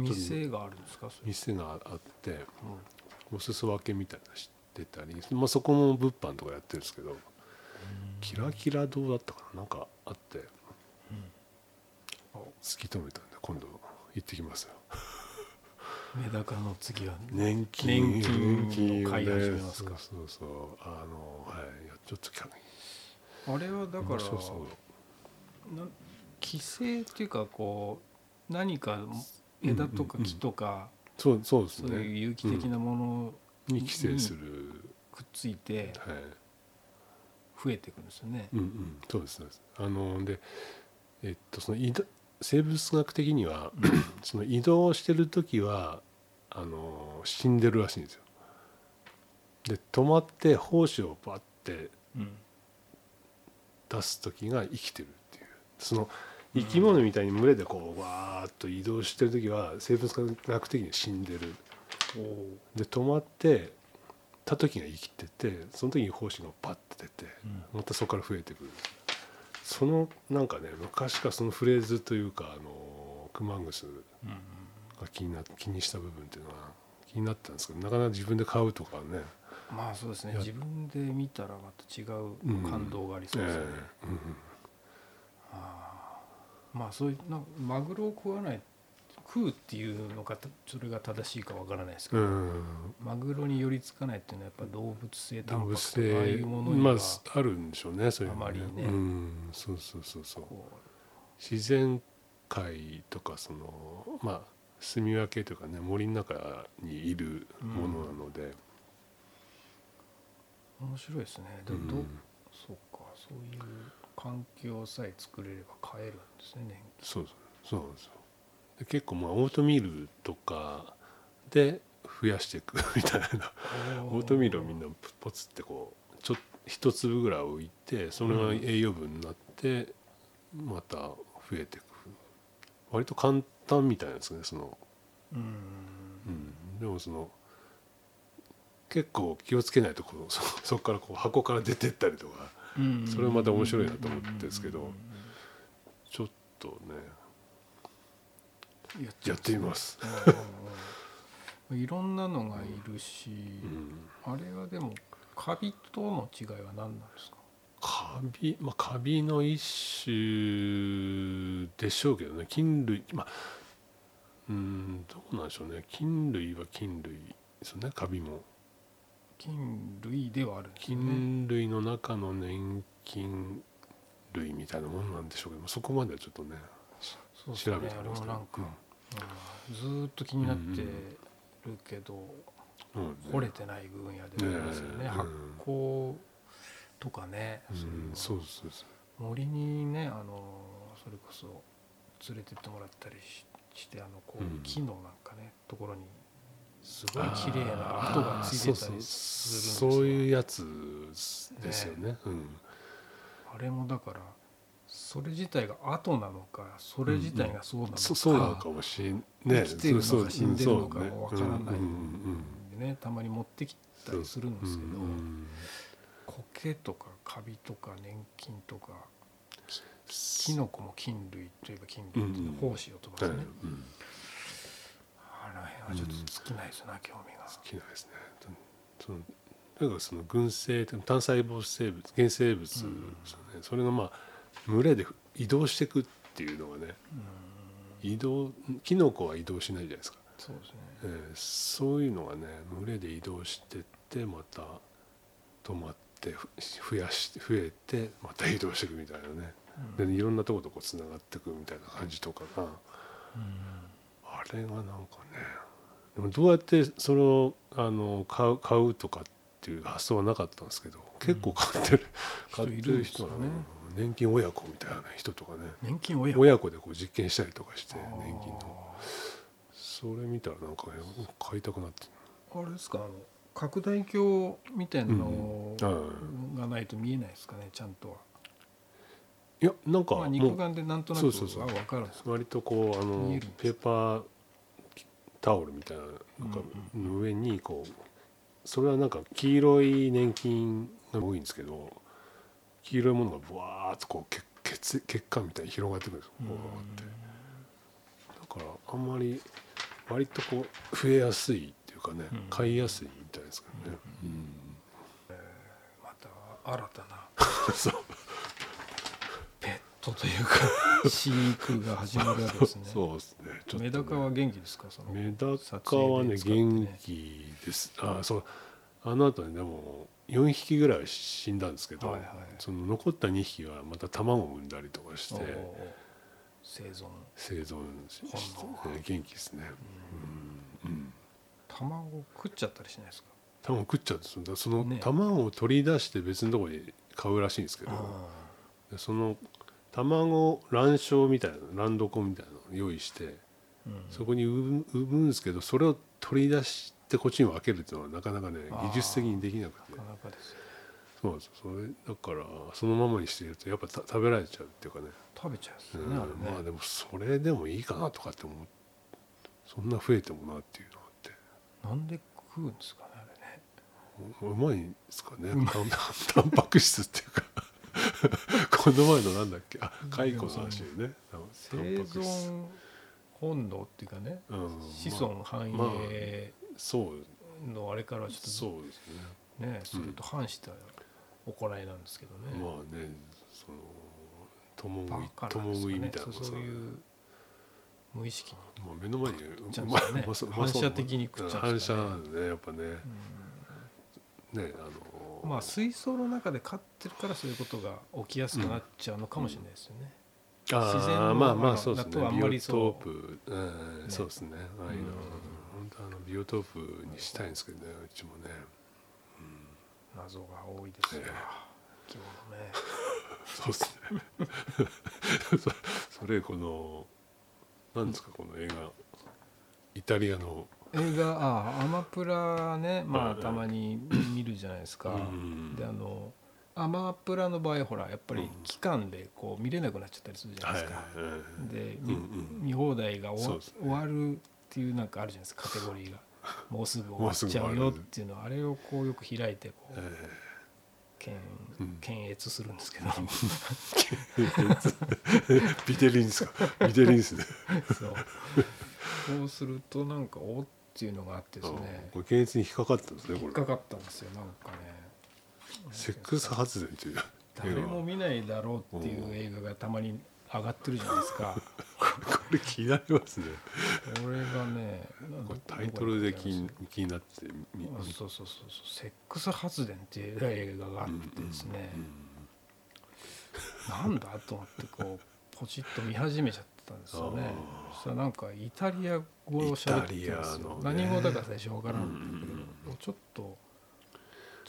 B: な
A: え店があるんですかそれ
B: 店があって
A: うん
B: おすそ分けみたいなのしてたり、まあ、そこも物販とかやってるんですけどキラキラ堂だったかななんかあって
A: あ
B: 突き止めたんで今度行ってきますよ
A: メダカの次は
B: 年
A: 金
B: 金
A: 年金を買い始めますか
B: そうそうそうあのはいいやちょっときゃ
A: あれはだから
B: 面白そう
A: な規制っていうかこう何か枝とか
B: うんうんうん
A: 木とか
B: そうそうです
A: そういう
B: ね
A: 有機的なもの
B: に寄生する、
A: くっついて
B: はい
A: 増えていくんですよね
B: うんうんそうですそうですあのでえっとその移動生物学的にはその移動してる時はあの死んでるらしいんですよで止まって胞子をバッて
A: うん
B: 出す時が生きてるっていうその生き物みたいに群れでこうわーっと移動してる時は生物学的には死んでる
A: おお
B: で止まってた時が生きててその時に胞子がバッて出てまたそこから増えてくるそのなんかね昔からそのフレーズというかあのクマングスが気にな気にした部分っていうのは気になったんですけどなかなか自分で買うとかね
A: まあそうですね
B: いや
A: 自分で見たらまた違う感動がありそうですね、
B: ええうん
A: まあそういうなんかマグロを食わない食うっていうのがたそれが正しいかわからないですけど、
B: うん
A: マグロに寄りつかないっていうのはやっぱ動物性タン
B: 動
A: パ
B: 物
A: クとかああい
B: 性
A: うものに
B: ま
A: は
B: ああるんでしょうねそういうの
A: あまりね
B: うんそうそうそうそう
A: こう
B: 自然界とかそのまあ住み分けというかね森の中にいるものなので、
A: 面白いですねで
B: うん
A: ど、そうかそういう環境さえ作れれば買えるんですね年
B: そうそうそうなんですよで結構まあオートミールとかで増やしていく みたいな
A: 金
B: オートミールをみんなポツってこうちょっ一粒ぐらい置いてそれが栄養分になってまた増えていく割と簡単みたいなんですねその
A: うん
B: うん、でもその結構気をつけないとこうそ そこからこう箱から出てったりとか
A: うん
B: それはまた面白いなと思ってんですけどちょっとね
A: やっ
B: やってみますす。
A: うん うんうんいろんなのがいるし、
B: うん、
A: あれはでもカビとの違いは何なんですか
B: カビまあカビの一種でしょうけどね菌類まあうんどうなんでしょうね菌類は菌類ですよねカビも。
A: 菌類ではあるんですよね
B: 菌類の中の粘菌類みたいなものなんでしょうけどそこまではちょっとね
A: そうです
B: 調
A: ね
B: べてあ
A: あ
B: り
A: れ
B: ます
A: も
B: けど
A: なんか、うんずーっと気になってるけど、
B: うんうんね
A: 掘れてない分野ではありますよね
B: ね
A: 発酵とかね、
B: うん、
A: そ
B: そう
A: いう
B: うそうそう
A: 森にねあのそれこそ連れてってもらったりししてあのこう
B: うん
A: 木のなんかね、ところにすごい綺麗な跡がついてたりす
B: そうそ
A: るんですよ
B: うそういうやつですよねうん、
A: あれもだからそれ自体が跡なのかそれ自体がそうなのか、
B: そそうなのかもしれないね
A: 生きてる
B: そ
A: の
B: うそ
A: か
B: う
A: 死んでるのか
B: うん
A: もわからない
B: そうねうん
A: でねたまに持ってきたりするんですけど、
B: うんうん
A: 苔とかカビとか粘菌とかキノコも菌類といえば菌類っていうの
B: うんうん
A: 胞子を飛ばすね、
B: はいうん
A: あの辺はちょっと尽きないですな、興味が
B: 好きなんですねそのなんかその群生というか単細胞生物原生物ですよね、それがまあ群れで移動していくっていうのがね移動キノコは移動しないじゃないですか
A: そうですね
B: えーそういうのがね群れで移動してってまた止まってふ増やして増えてまた移動していくみたいなね、でいろんなとことこうつながっていくみたいな感じとかが、あれがなんかねでもどうやってそれをあの買う買うとかっていう発想はなかったんですけど結構買ってる、
A: 人
B: 買っ
A: い
B: て
A: るん
B: る
A: です
B: 人
A: よ
B: は
A: ね
B: ね年金親子みたいな人とかね
A: 年金親
B: 親子でこう実験したりとかして
A: あー
B: 年金のそれ見たらなんかね買いたくなって
A: あれですかあの拡大鏡みたいなの
B: うんうん
A: がないと見えないですかねちゃんとは、
B: いやなんか
A: まあ、
B: も
A: 肉
B: う
A: 眼でなんとなく
B: そうそうそう
A: は分かるんです
B: 割とこ
A: 見え
B: うあ
A: る
B: の
A: んです
B: ペーパータオルみたいななんか
A: う
B: の上にこうそれはなんか黄色い年金が多いんですけど黄色いものがブワーッとこう血血血管みたいに広がってくるんですよブワーってだからあんまり割とこう増えやすいっていうかね
A: うん
B: 買いやすいみたいですけどね、
A: また新たな
B: うん そう
A: ペットというか 飼育が始まるわけですね
B: そうですねちょっとね
A: メダカは元気ですかその
B: メダカはね
A: 撮影で使ってね
B: 元気ですあそうあの後ねでも4匹ぐらい死んだんですけど、
A: はいはい
B: その残った2匹はまた卵を産んだりとかして
A: おうおうおう生存
B: 生存し
A: ほん
B: して
A: と
B: ね元気ですね、うんうん
A: 卵食っちゃったりしないですか
B: 卵食っちゃうんですよだからその
A: ね
B: 卵を取り出して別のところで買うらしいんですけど、でその卵卵床みたいな卵床みたいなのを用意して、
A: うん
B: そこに産む産むんですけどそれを取り出してこっちに分けるっていうのはなかなかね
A: あー
B: 技術的にできなくて
A: なかなかですよ
B: そうなんですよそれだからそのままにしているとやっぱた食べられちゃうっていうかね
A: 食べちゃうんです
B: う
A: よ
B: ん
A: ね、あれね
B: まあでもそれでもいいかなとかって思うそんな増えてもなっていうのがあって
A: なんで食うんですかねあれね
B: ううまいんですかねタンタンパク質っていうか この前のなんだっけあ蚕の話でねタン
A: 生
B: タンパク質
A: 存本能っていうかね
B: うん
A: 子孫繁
B: まあ
A: 栄
B: そう
A: のあれからはちょっ
B: そうですね
A: とねそれと反した行いなんですけどね
B: まあねその共食い
A: バカなん
B: 共
A: です
B: 食い
A: か
B: み
A: ね
B: たい
A: そ
B: な
A: う
B: ことさ
A: そういう無意識に
B: まあ目の前に
A: ちゃうんですよね
B: うまそう
A: 反射的に食っちゃうん
B: 反
A: です
B: 射
A: かね
B: なんでねやっぱねねあの
A: まあ水槽の中で飼ってるからそういうことが起きやすくなっちゃうのかもしれないですよね、
B: あー
A: 自然の
B: まあまあそうですね
A: だとあんまり
B: ビオト
A: そ
B: ー
A: う
B: プうん
A: ね
B: そうですねああいうの
A: うん
B: 本当あのビオトープにしたいんですけどねうちもね
A: 謎が多いですよ、
B: ええ
A: 生き物ね
B: そうですね そそれこのなんですかこの映画イタリアの
A: 映画あアマプラねま
B: は
A: あ
B: い
A: たまに見るじゃないですか、
B: うん
A: であのアマプラの場合ほらやっぱり期間でこう見れなくなっちゃったりするじゃないで
B: はい
A: すか、
B: はい
A: で、
B: うんうん
A: 見放題が終
B: そう
A: わ
B: ですね
A: 終わるっていうなんかあるじゃないですかカテゴリ ーがもうすぐ終
B: も
A: わ
B: う
A: っ
B: すぐ
A: ち
B: 終
A: ゃ
B: わ
A: う
B: る
A: よっていうのあれをこうよく開いてこう
B: ええ
A: 検
B: うん
A: 検閲するんですけど
B: ビデリンですか。ビデリンですね。
A: そうそうするとなんかおっていうのがあってですね
B: これ検閲に引っかかったんですね。
A: 引っ
B: こ
A: か。
B: れ
A: かったんですよなんかね
B: セックス発電という映
A: 誰
B: 画。
A: も
B: こ
A: 見ないだろうっていう映画がたまに上がってるじゃないです か
B: れ気になりますね。
A: これがねなん
B: こ
A: か
B: れタイトルで気に
A: どこ
B: 気になってみ。
A: にあそうそうそうそう「セックス発電」っていう映画があってですね、なんだと思ってこうポチッと見始めちゃってたんですよね
B: あ
A: そしたらなんかイタリア語を喋ってたんです
B: イタリア
A: よ、
B: のね
A: 何語だか最初わからなかったんだけど、
B: うんうん
A: ちょっと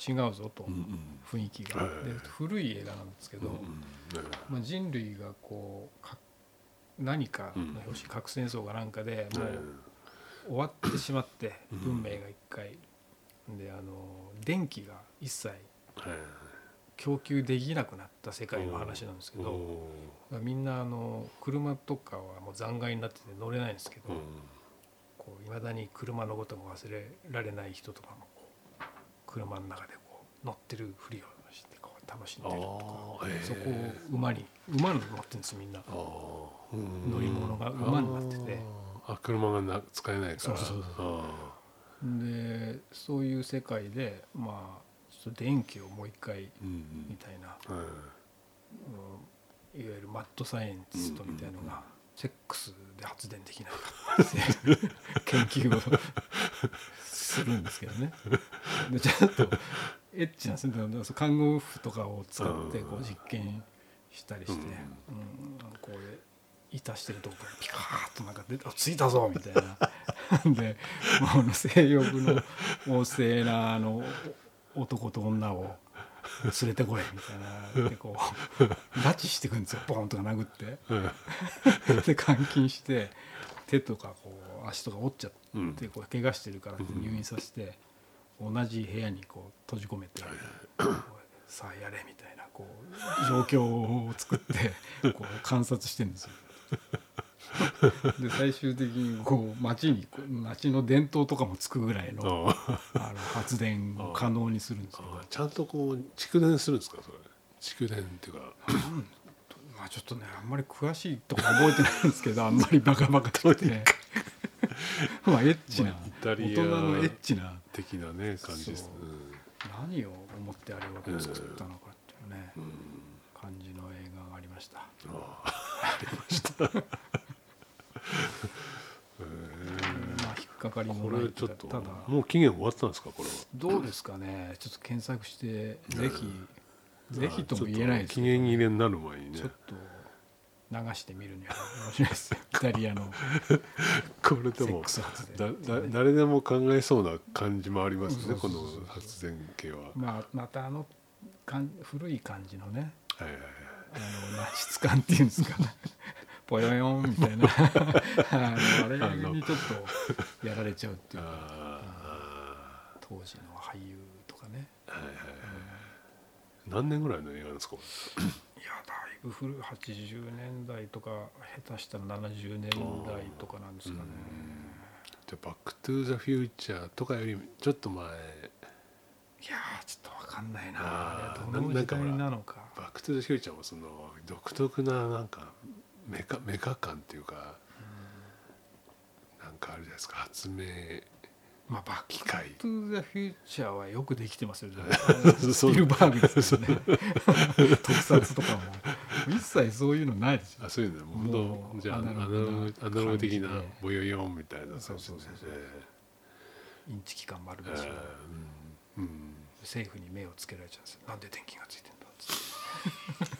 A: 違うぞと
B: うんうん
A: 雰囲気が、
B: はいはいは
A: で
B: い
A: 古い映画なんですけど、
B: うんうんね
A: まあ、人類がこうか何かの表紙核戦争がなんかでもう終わってしまって
B: うん
A: 文明が一回であの電気が一切
B: はいはい
A: 供給できなくなった世界の話なんですけど、
B: お
A: まあみんなあの車とかはもう残骸になってて乗れないんですけど
B: ーうん
A: いまだに車のことも忘れられない人とかもこう車の中でこう乗ってるふりをしてこう楽しんでると
B: あ
A: か
B: ーへー
A: そこを馬に馬に乗ってるんですみんな
B: あ。ーうん
A: 乗り物が馬になってて
B: あーあ車がな使えないから
A: そうそう
B: あ
A: でそういう世界でまあちょっと電気をもう一回
B: ーうん
A: みたいな、
B: うんはい
A: うんいわゆるマッドサイエンティストみたいのがセックスで発電できないかっていう 研究を するんですけどねでちょっと エッチなんですねだからそう看護婦とかを使ってこう実験したりして、うんこういたしてるとこからピカーッとなんか出てあ「着いたぞ」みたいななん でもうあの性欲の旺盛なあの男と女を連れてこいみたいなでこう拉致してくんですよボンとか殴って。
B: うん
A: で監禁して手とかこう足とか折っちゃ
B: うん
A: ってこう怪我してるからって入院させて同じ部屋にこう閉じ込めて「さあやれ」みたいなこう状況を作 ってこう観察してるんですよ。で最終的にこう町に町の電灯とかもつくぐらいの
B: ああ
A: あの発電を可能にするんですよ。
B: ああちゃんとこう蓄電するんですかそれ蓄電っていうか
A: まあちょっとねあんまり詳しいとか覚えてないんですけどあんまりバカバカしくて まあエッチな
B: まあイタ
A: 大
B: リア
A: 人のエッチな
B: 的なね感じですね
A: そう何を思ってあれを作ったのかっていうね、
B: うん
A: 感じの映画がありました
B: ああありましたへえ
A: まあ引っかかりの
B: こ
A: ない
B: れちょっと
A: ただ
B: もう期限終わったんですかこれは
A: どうですかねちょっと検索してぜひ
B: ああ
A: ぜひとも言えないです
B: ち
A: け
B: ょっと期
A: ど
B: 限切れになる前にね
A: ちょっと流してみるには面白い ですよイタリアの
B: これで
A: セッ
B: も
A: クス発
B: だ
A: 電
B: だ誰でも考えそうな感じもあります
A: そ
B: ねこ
A: うそうそうそう
B: の発電系は、
A: まあまたあのかん古い感じのね
B: はいはいはい
A: あのな質感っていうんですかぽよよんみたい なあのあれにちょっとやられちゃうっていうか
B: あ
A: 当時の俳優とかね
B: あはいはいはい何年ぐらいの映画なんですかこ
A: いやだいぶ古い80年代とか下手したら70年代とかなんです
B: れ
A: かね
B: じゃあバック・トゥ・ザ・フューチャーとかよりちょっと前
A: いやーちょっと分かんないな
B: あー
A: あれどの
B: ななん
A: 時
B: かほ
A: 代
B: ら
A: なのか
B: バック・トゥ・ザ・フューチャーもその独特ななんかメカメカ感っていうかなんかあるじゃないですか発明
A: まあバッ
B: 機
A: ク
B: 械
A: トゥ・ザ・フューチャーはよくできてますよねス
B: そう
A: ピルバーグですよね 特撮とかも一切そういうのないですよ
B: あそういうのね
A: もう
B: 本当じゃあア
A: ア
B: ナ
A: ナ
B: ロ
A: ログな
B: グアナログ的な
A: 感じで
B: ボヨヨンみたいな
A: そうそうそうそう
B: 感
A: インチキ感もある
B: じで
A: でし
B: え
A: ょ
B: ーうんうん
A: 政府に目をつけられちゃうんですよなんで電気がついてんだっつって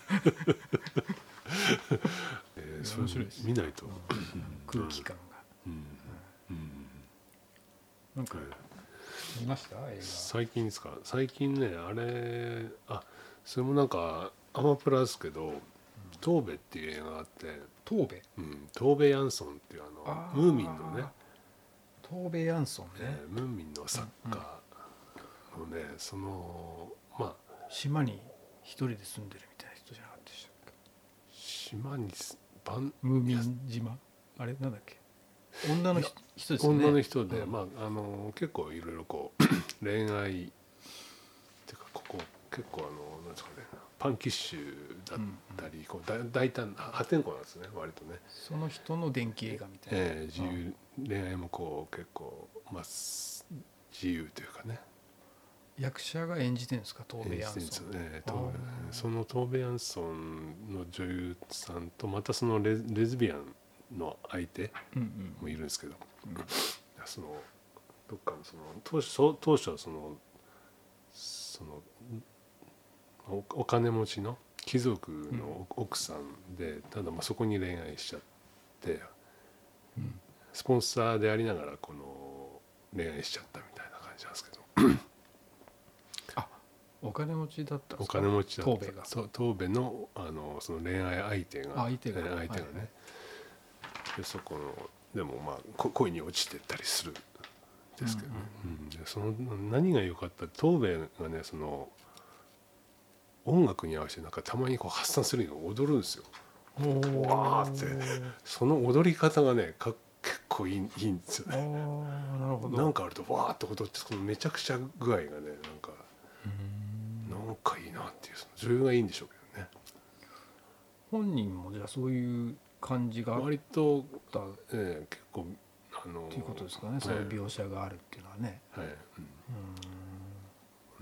B: えー
A: 面
B: それ
A: 白いです
B: 見ないと
A: 空気感が
B: うんうん
A: なんか
B: はい
A: 見ました映
B: 最近ですか最近ねあれあそれもなんかアマプラですけど「東部」っていう映画があって、
A: 画東部
B: うん、東部ヤンソンっていうあの
A: あー
B: ムーミンのね
A: 東部ヤンソンね
B: えームーミンの作家のね、そのまあ
A: 島に一人で住んでるみたいな人じゃなかったでしたっけ
B: 島にすばん
A: ムーミン島あれなんだっけ女のひ人ですよね
B: 女の人で、
A: うん
B: まあ、あの結構いろいろこう 恋愛っていうかここ結構あのなんですかねパンキッシュだったり、こうだ大胆な破天荒なんですね割とね。
A: その人の電気映画みたいな、
B: ええ自由恋愛もこう結構、まあ、す自由というかね
A: 役者が演じてるんですか東部ヤン
B: 演じて
A: ソ
B: る
A: ン
B: んですよね
A: あー
B: とそのトーベ・ヤンソンの女優さんとまたそのレズレズビアンの相手
A: うん
B: もいるんですけど、
A: うん
B: そのどっかのその当初そう当初はそのそのおお金持ちの貴族の奥さんで、ただまあそこに恋愛しちゃって
A: うんうん
B: スポンサーでありながらこの恋愛しちゃったみたいな感じなんですけど
A: あお金持ちだったんで
B: お
A: すか
B: 金持ちだった
A: 東部が
B: そう東部のあのその恋愛相手が
A: あ相手が
B: えー相手がね、
A: はいはい
B: でそこのでもまあこ恋に落ちてったりするんですけどね、うんでその何が良かったって東部がねその音楽に合わせてなんかたまにこう発散するように踊るんですよ
A: おー
B: わーってその踊り方がねか結構いいいいんですよ
A: あ
B: ね
A: ーなるほど
B: なんかあるとわーっと踊ってそのめちゃくちゃ具合がねなんか
A: うん
B: なんかいいなっていうその女優がいいんでしょうけどね
A: 本人もじゃあそういう感じがあっ
B: 割と、
A: たっ
B: ええ結構あの
A: ていうことですかねそういう
B: 病
A: 描写があるっていうのはね
B: はい、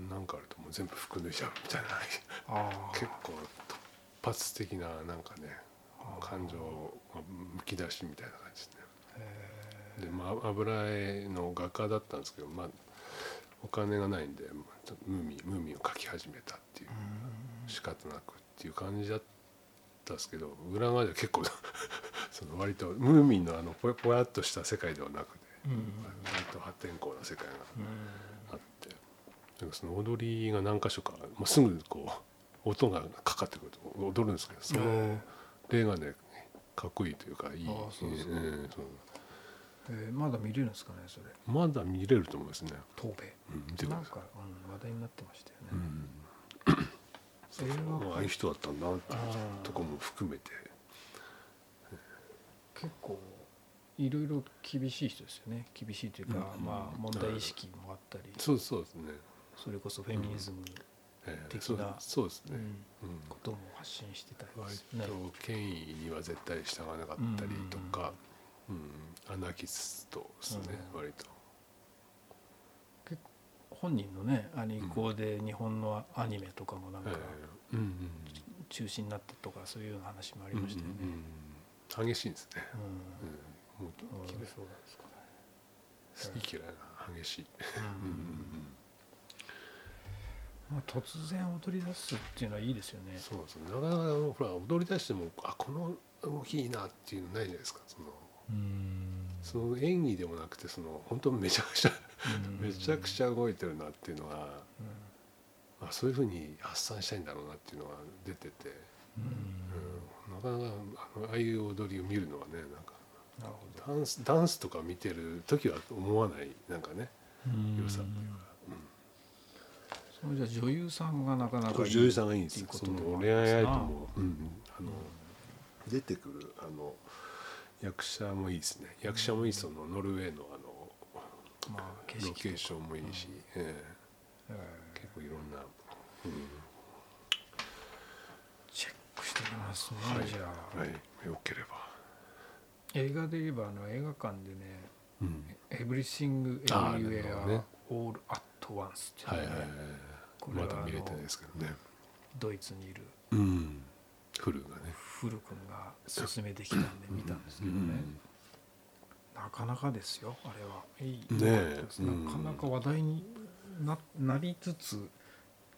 A: うん
B: うん、なんかあるともう全部服脱いじゃうみたいな
A: あ
B: 結構突発的ななんかね
A: あ
B: 感情がむき出しみたいな感じですね
A: へ
B: でまあ油絵の画家だったんですけどまあお金がないんでまあちょっとムーミンムーミンを描き始めたっていう
A: ーうん
B: 仕方なくっていう感じだったんですけど 裏側では結構その割とムーミンのあのぽやぽやっとした世界ではなくて
A: うん
B: 割と破天荒な世界が
A: うん
B: あってなんかその踊りが何箇所か、まあ、すぐこう音がかかってくると踊るんですけどその例がねかっこいいというかいい
A: ああそうそう
B: うんそう
A: えーまだ見れるんですかねそれ
B: まだ見れると思いますね、
A: 東米
B: うん、見てく
A: な
B: だ
A: ん
B: さ
A: か、うん、話題になってましたよね、
B: い、うん
A: 映画
B: まあああいう人だったんだなってい
A: あ
B: う
A: あ
B: とこも含めて
A: 結構いろいろ厳しい人ですよね厳しいというか、
B: うん
A: まあ、問題意識もあったり、
B: そうそうですね、
A: それこそフェミニズム、
B: ええ
A: 的
B: そう
A: な
B: そうです
A: う
B: ね、
A: ん
B: うん
A: ことも発信してたり
B: 割
A: ですね。
B: と権威には絶対従わなかったりとか、うんアナキストですね、
A: うん
B: 割と
A: 結構本人のねあの意向で日本のアニメとかもなんか
B: ええうんうん
A: 中止になったとかそういうような話もあ
B: あ
A: りましたよね。
B: 激しいですね、
A: うん
B: うん、も
A: うん
B: う
A: そうなんですかね
B: 好き嫌いが激しい、
A: うんまあ、突然踊り出すっていうのはいいですよね。
B: そうなんですよなかなかほら踊り出してもあこの動きいいなっていうのないじゃないですかその
A: うん
B: その演技でもなくてその本当めちゃくちゃ
A: うん
B: めちゃくちゃ動いてるなっていうのが、
A: う
B: まあ、そういうふうに発散したいんだろうなっていうのが出てて、
A: んうん
B: うんなかなかあのああいう踊りを見るのはねなんか
A: なるほど
B: ダンスダンスとか見てる時は思わないなんかね良さっていうか、
A: そのじゃあ女優さんがなかな
B: こ
A: か
B: れ女優さんがいいんです
A: っ
B: よ
A: ていうこ
B: そ
A: と
B: の
A: もあ
B: 恋
A: るんで
B: 愛
A: すな
B: 相手も、うんうんあの出てくるあの役者もいいですね役者もいいそのノルウェーのあの
A: まあ景
B: ロ
A: 色
B: ケーションもいいし、え
A: え
B: え結構いろんな、
A: ーチェックしてみますね、
B: はい
A: じゃあ、
B: はい、よければ、
A: 映画で言えばあの映画館でね
B: うん、
A: 「エブリシング・エ
B: あー
A: ブリウ
B: な
A: ェ
B: るほどね
A: ア・オール・アット・ワンス」って
B: はい
A: い
B: は
A: う
B: い
A: の
B: はい
A: ね
B: はい
A: これ
B: ま
A: は
B: だ見れてないですけどね
A: ドイツにいる
B: うんフルがね
A: 古君が勧めてきたんで見たんですけどね、なかなかですよあれはいい
B: ね
A: 良
B: え
A: かったですなかなか話題にななりつつ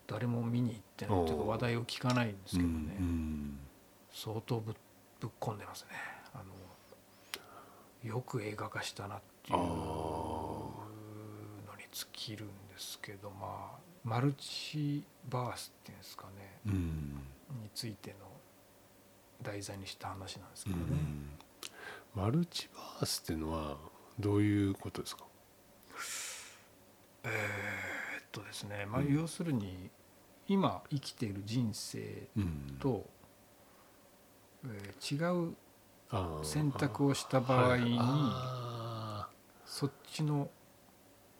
A: 誰も見に行ってないというか
B: おー
A: 話題を聞かないんです
B: う
A: け
B: ん
A: どね、
B: うん
A: 相当ぶっぶっ込んでますねあのよく映画化したなっていう
B: あー
A: のに尽きるんですけどまあマルチバースっていうんですかね
B: うん
A: についての題材にした話なんです
B: う
A: けどね、
B: んマルチバースっていうのはどういうことですか
A: えーっとですね、まあ、要するに今生きている人生
B: うん
A: と、えー違う
B: あー
A: 選択をした場合に
B: あ
A: そっちの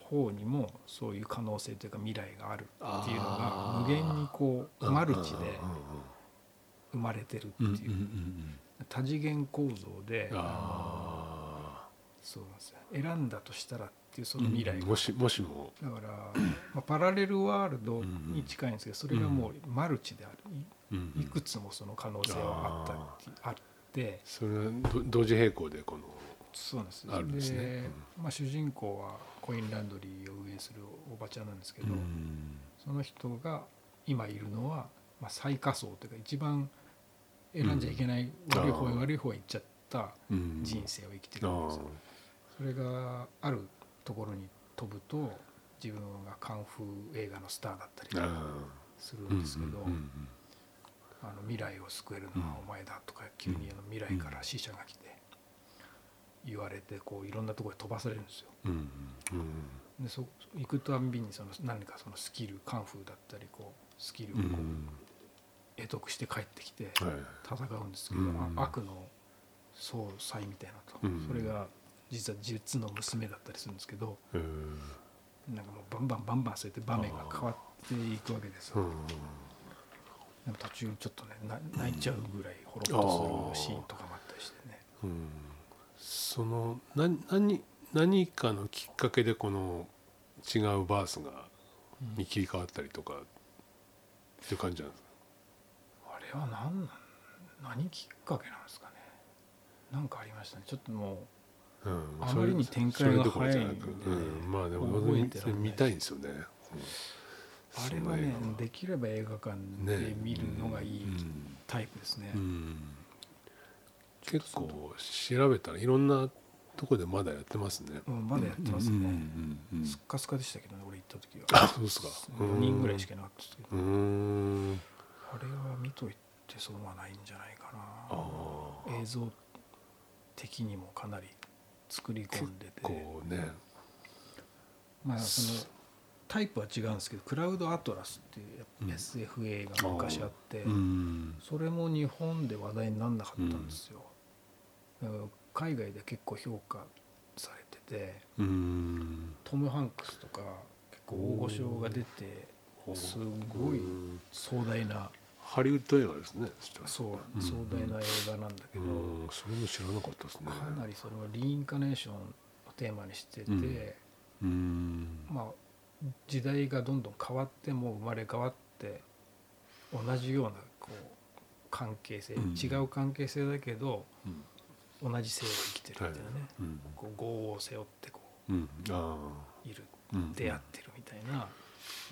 A: 方にもそういう可能性というか未来があるっていうのが
B: あー
A: 無限にこう
B: ー
A: マルチ
B: うんうん
A: で生まれてるって
B: うんうんうん
A: いう多次元構造で
B: あ
A: そうなんですよ選んだとしたらっていうそ
B: ー
A: の未来
B: も
A: が
B: しもしも
A: だからまあパラレルワールドに近いんですけどそれがもうマルチである
B: うんう
A: い
B: ん
A: くつもその可能性はあったってあって
B: それはど同時並行でこの
A: そうなんです
B: あるんですね
A: まあ、主人公はコインランドリーを運営するおばちゃんなんですけど、
B: うん
A: その人が今いるのは、まあ、最下層というか一番選んじゃいけない
B: うん
A: 悪い方
B: あ
A: へ
B: ー
A: 悪い方へ行っちゃった
B: うん
A: 人生を生きてる
B: あ
A: んです
B: ー
A: よそれがあるところに飛ぶと自分がカンフー映画のスターだったり
B: あ
A: する
B: ー
A: んですけど。
B: うんうんうん
A: あの未来を救えるのはお前だとか急にあの未来から死者が来て言われてこういろんなところへ飛ばされるんですよ。
B: うんうん
A: でそ行くたんびにその何かそのスキルカンフーだったりこうスキルを
B: う
A: こ
B: んう
A: うん得得して帰ってきて
B: はい
A: 戦うんですけど、
B: うん
A: あ悪の総裁みたいなと、
B: うん
A: それが実は実の娘だったりするんですけど
B: えー
A: なんかもうバンバンバンバンそうやって場面が変わっていくわけですよ
B: うん
A: でも途中ちょっとねな泣いちゃうぐらいほろっとするシーンとかもあったりしてね。
B: うんそのな何何かのきっかけでこの違うバースがに切り替わったりとかっていう感じなんですか
A: あれは何なん何きっかけなんですかねなんかありましたねちょっとも
B: うん
A: あまりに
B: それ
A: 展開が
B: それどころじゃなく
A: 早いんで
B: うん、まあでも
A: 覚えてられない
B: 見たいんですよね、うん
A: うあれはね
B: その映
A: できれば映画館
B: 画は
A: で見るのがいい
B: うん
A: タイプですね、
B: うん結構調べたらいろんなとこでまだやってますね。
A: うんまだやってますね、
B: うんうんうん
A: スッカスカでしたけどね俺行った時は
B: あそうですか。
A: 4人ぐらいしかいなかったですけど
B: うーん。
A: あれは見といて損はないんじゃないか
B: あ
A: な
B: あ。
A: 映像的にもかなり作り込んでて
B: こうね。
A: まあそのタイプは違うんですけど「クラウドアトラス」っていうやっぱ
B: うん
A: SF 映画が昔あって
B: うん。
A: それも日本で話題にならなかったんですよだから海外で結構評価されてて
B: うん。
A: トム・ハンクスとか結構大御所が出てすごい
B: うん
A: 壮大な
B: ハリウッド映画ですね。そしたら
A: そう壮大な映画なんだけ
B: う
A: ど
B: ん。それも知らなかったですね。
A: かなりそれはリインカネーションをテーマにしてて、
B: うんうん。
A: まあ時代がどんどん変わっても生まれ変わって同じようなこう関係性、
B: うん
A: 違う関係性だけど
B: うん
A: 同じ性を生きてるみたいなね、
B: うん。
A: こう業を背負ってこ
B: うん。あ
A: ういる
B: あ。うん
A: 出会ってるみたいな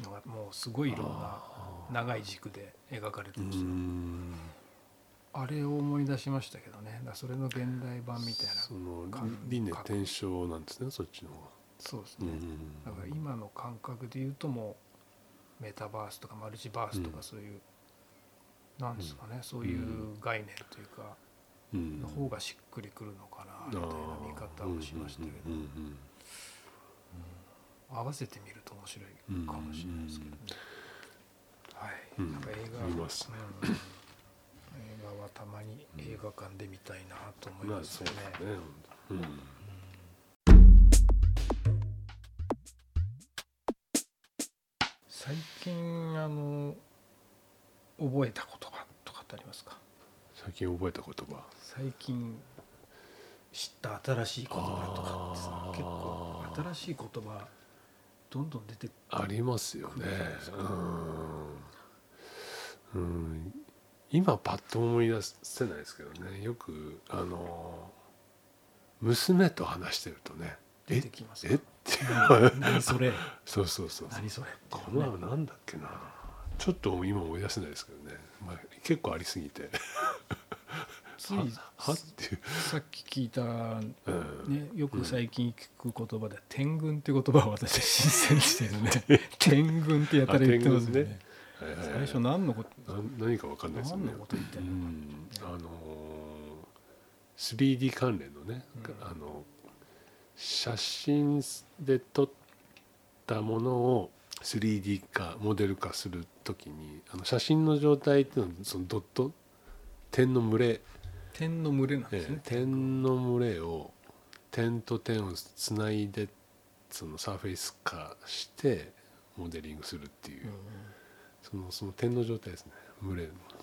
A: のがもうすごいいろんな
B: あ
A: 長い軸で描かれて
B: ーう
A: るんですよ。
B: ん。
A: あれを思い出しましたけどねだからそれの現代版みたいな
B: その
A: 感
B: 輪廻
A: 覚
B: 転生なんですね。そっちの方が。
A: そうです
B: う
A: ね、
B: ん
A: だから今の感覚で言うともうメタバースとかマルチバースと
B: う
A: か
B: ん
A: そういう、なんですかねそういう概念というか、
B: うん
A: の方がしっくりくるのかなみたいな見方をしましたけど、
B: うんうんうんうん
A: 合わせてみると面白いかもしれないですけどね、はい、
B: うん
A: なんか映画
B: 見ます
A: うん映画はたまに映画館で見たいなと思い
B: まあ
A: ます
B: そ
A: よ
B: う
A: ね
B: で,、すね。うん。
A: 最近あの覚えた言葉とかってありますか
B: 最近覚えた言葉。
A: 最近知った新しい言葉とかってさ
B: あー
A: 結構新しい言葉どんどん出てく
B: ありますよ
A: そう
B: ね
A: です。
B: うん。うん。今パッと思い出せないですけどね。よくあの娘と話してるとね。
A: 出てきます
B: ええって。
A: 何それ
B: そうそうそうそう。
A: 何それって
B: こ
A: いう
B: の
A: ね
B: はなんだっけな。ちょっと今思い出せないですけどね。まあ結構ありすぎて。
A: つい
B: は はっていう。
A: さっき聞いた、
B: うん
A: ね、よく最近聞く言葉で「天狗」って言葉は私新鮮でしたよ ね天狗ってやたら言ってますよね
B: はいはいはい
A: 最初何のこと
B: な何かわかんないですよね
A: 何のこと言ってんのか
B: うんあのー 3D 関連のね、
A: うん
B: あの写真で撮ったものを 3D 化モデル化するときにあの写真の状態っていうのはそのドット点の群れ、
A: 点の群れなん
B: え
A: です
B: ー
A: ね、
B: 点の群れを点と点をつないでそのサーフェイス化してモデリングするってい
A: う
B: う、
A: ん
B: そのその点の状態ですね群れの。
A: だか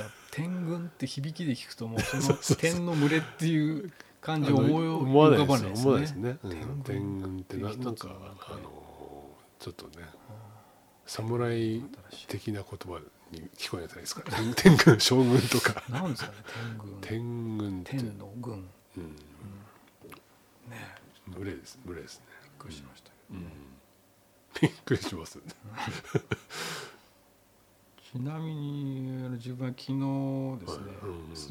A: ら天狗って響きで聞くともうそ
B: そう
A: の
B: そうそう
A: 点の群れっていう感じを
B: あの
A: 思い浮かばないです
B: 思わな
A: ね
B: いですね。うん
A: 天
B: 天
A: 狗
B: 軍
A: っ
B: ってて
A: いう
B: な
A: 一つの
B: なんか
A: なんか
B: あ
A: ね
B: のちょっとね侍的な言葉に聞こえないですか。 天軍将軍とか
A: なんですかね天狗
B: 天軍って
A: 天の軍
B: うん
A: ね
B: 群れです群れですね。
A: びっくりしましたけ
B: う
A: ど、
B: んびっくりしますよね。
A: ちなみにあの自分は昨日
B: はいうん
A: ですね、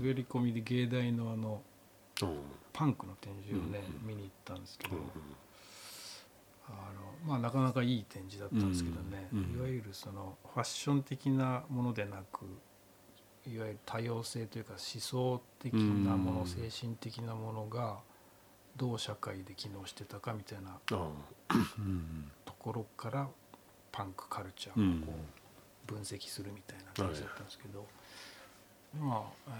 A: 滑り込みで芸大のあの
B: うん
A: パンクの展示をね、
B: うん
A: 見に行ったんですけ
B: う
A: ど、
B: ん
A: あのまあ、なかなかいい展示だったんですけどね、
B: うんうん
A: いわゆるそのファッション的なものでなくいわゆる多様性というか思想的なもの、
B: うん
A: 精神的なものがどう社会で機能してたかみたいな
B: ああうん
A: ところからパンクカルチャ
B: う
A: ーを
B: ん
A: こう分析するみたいな感じだったんですけど、まあ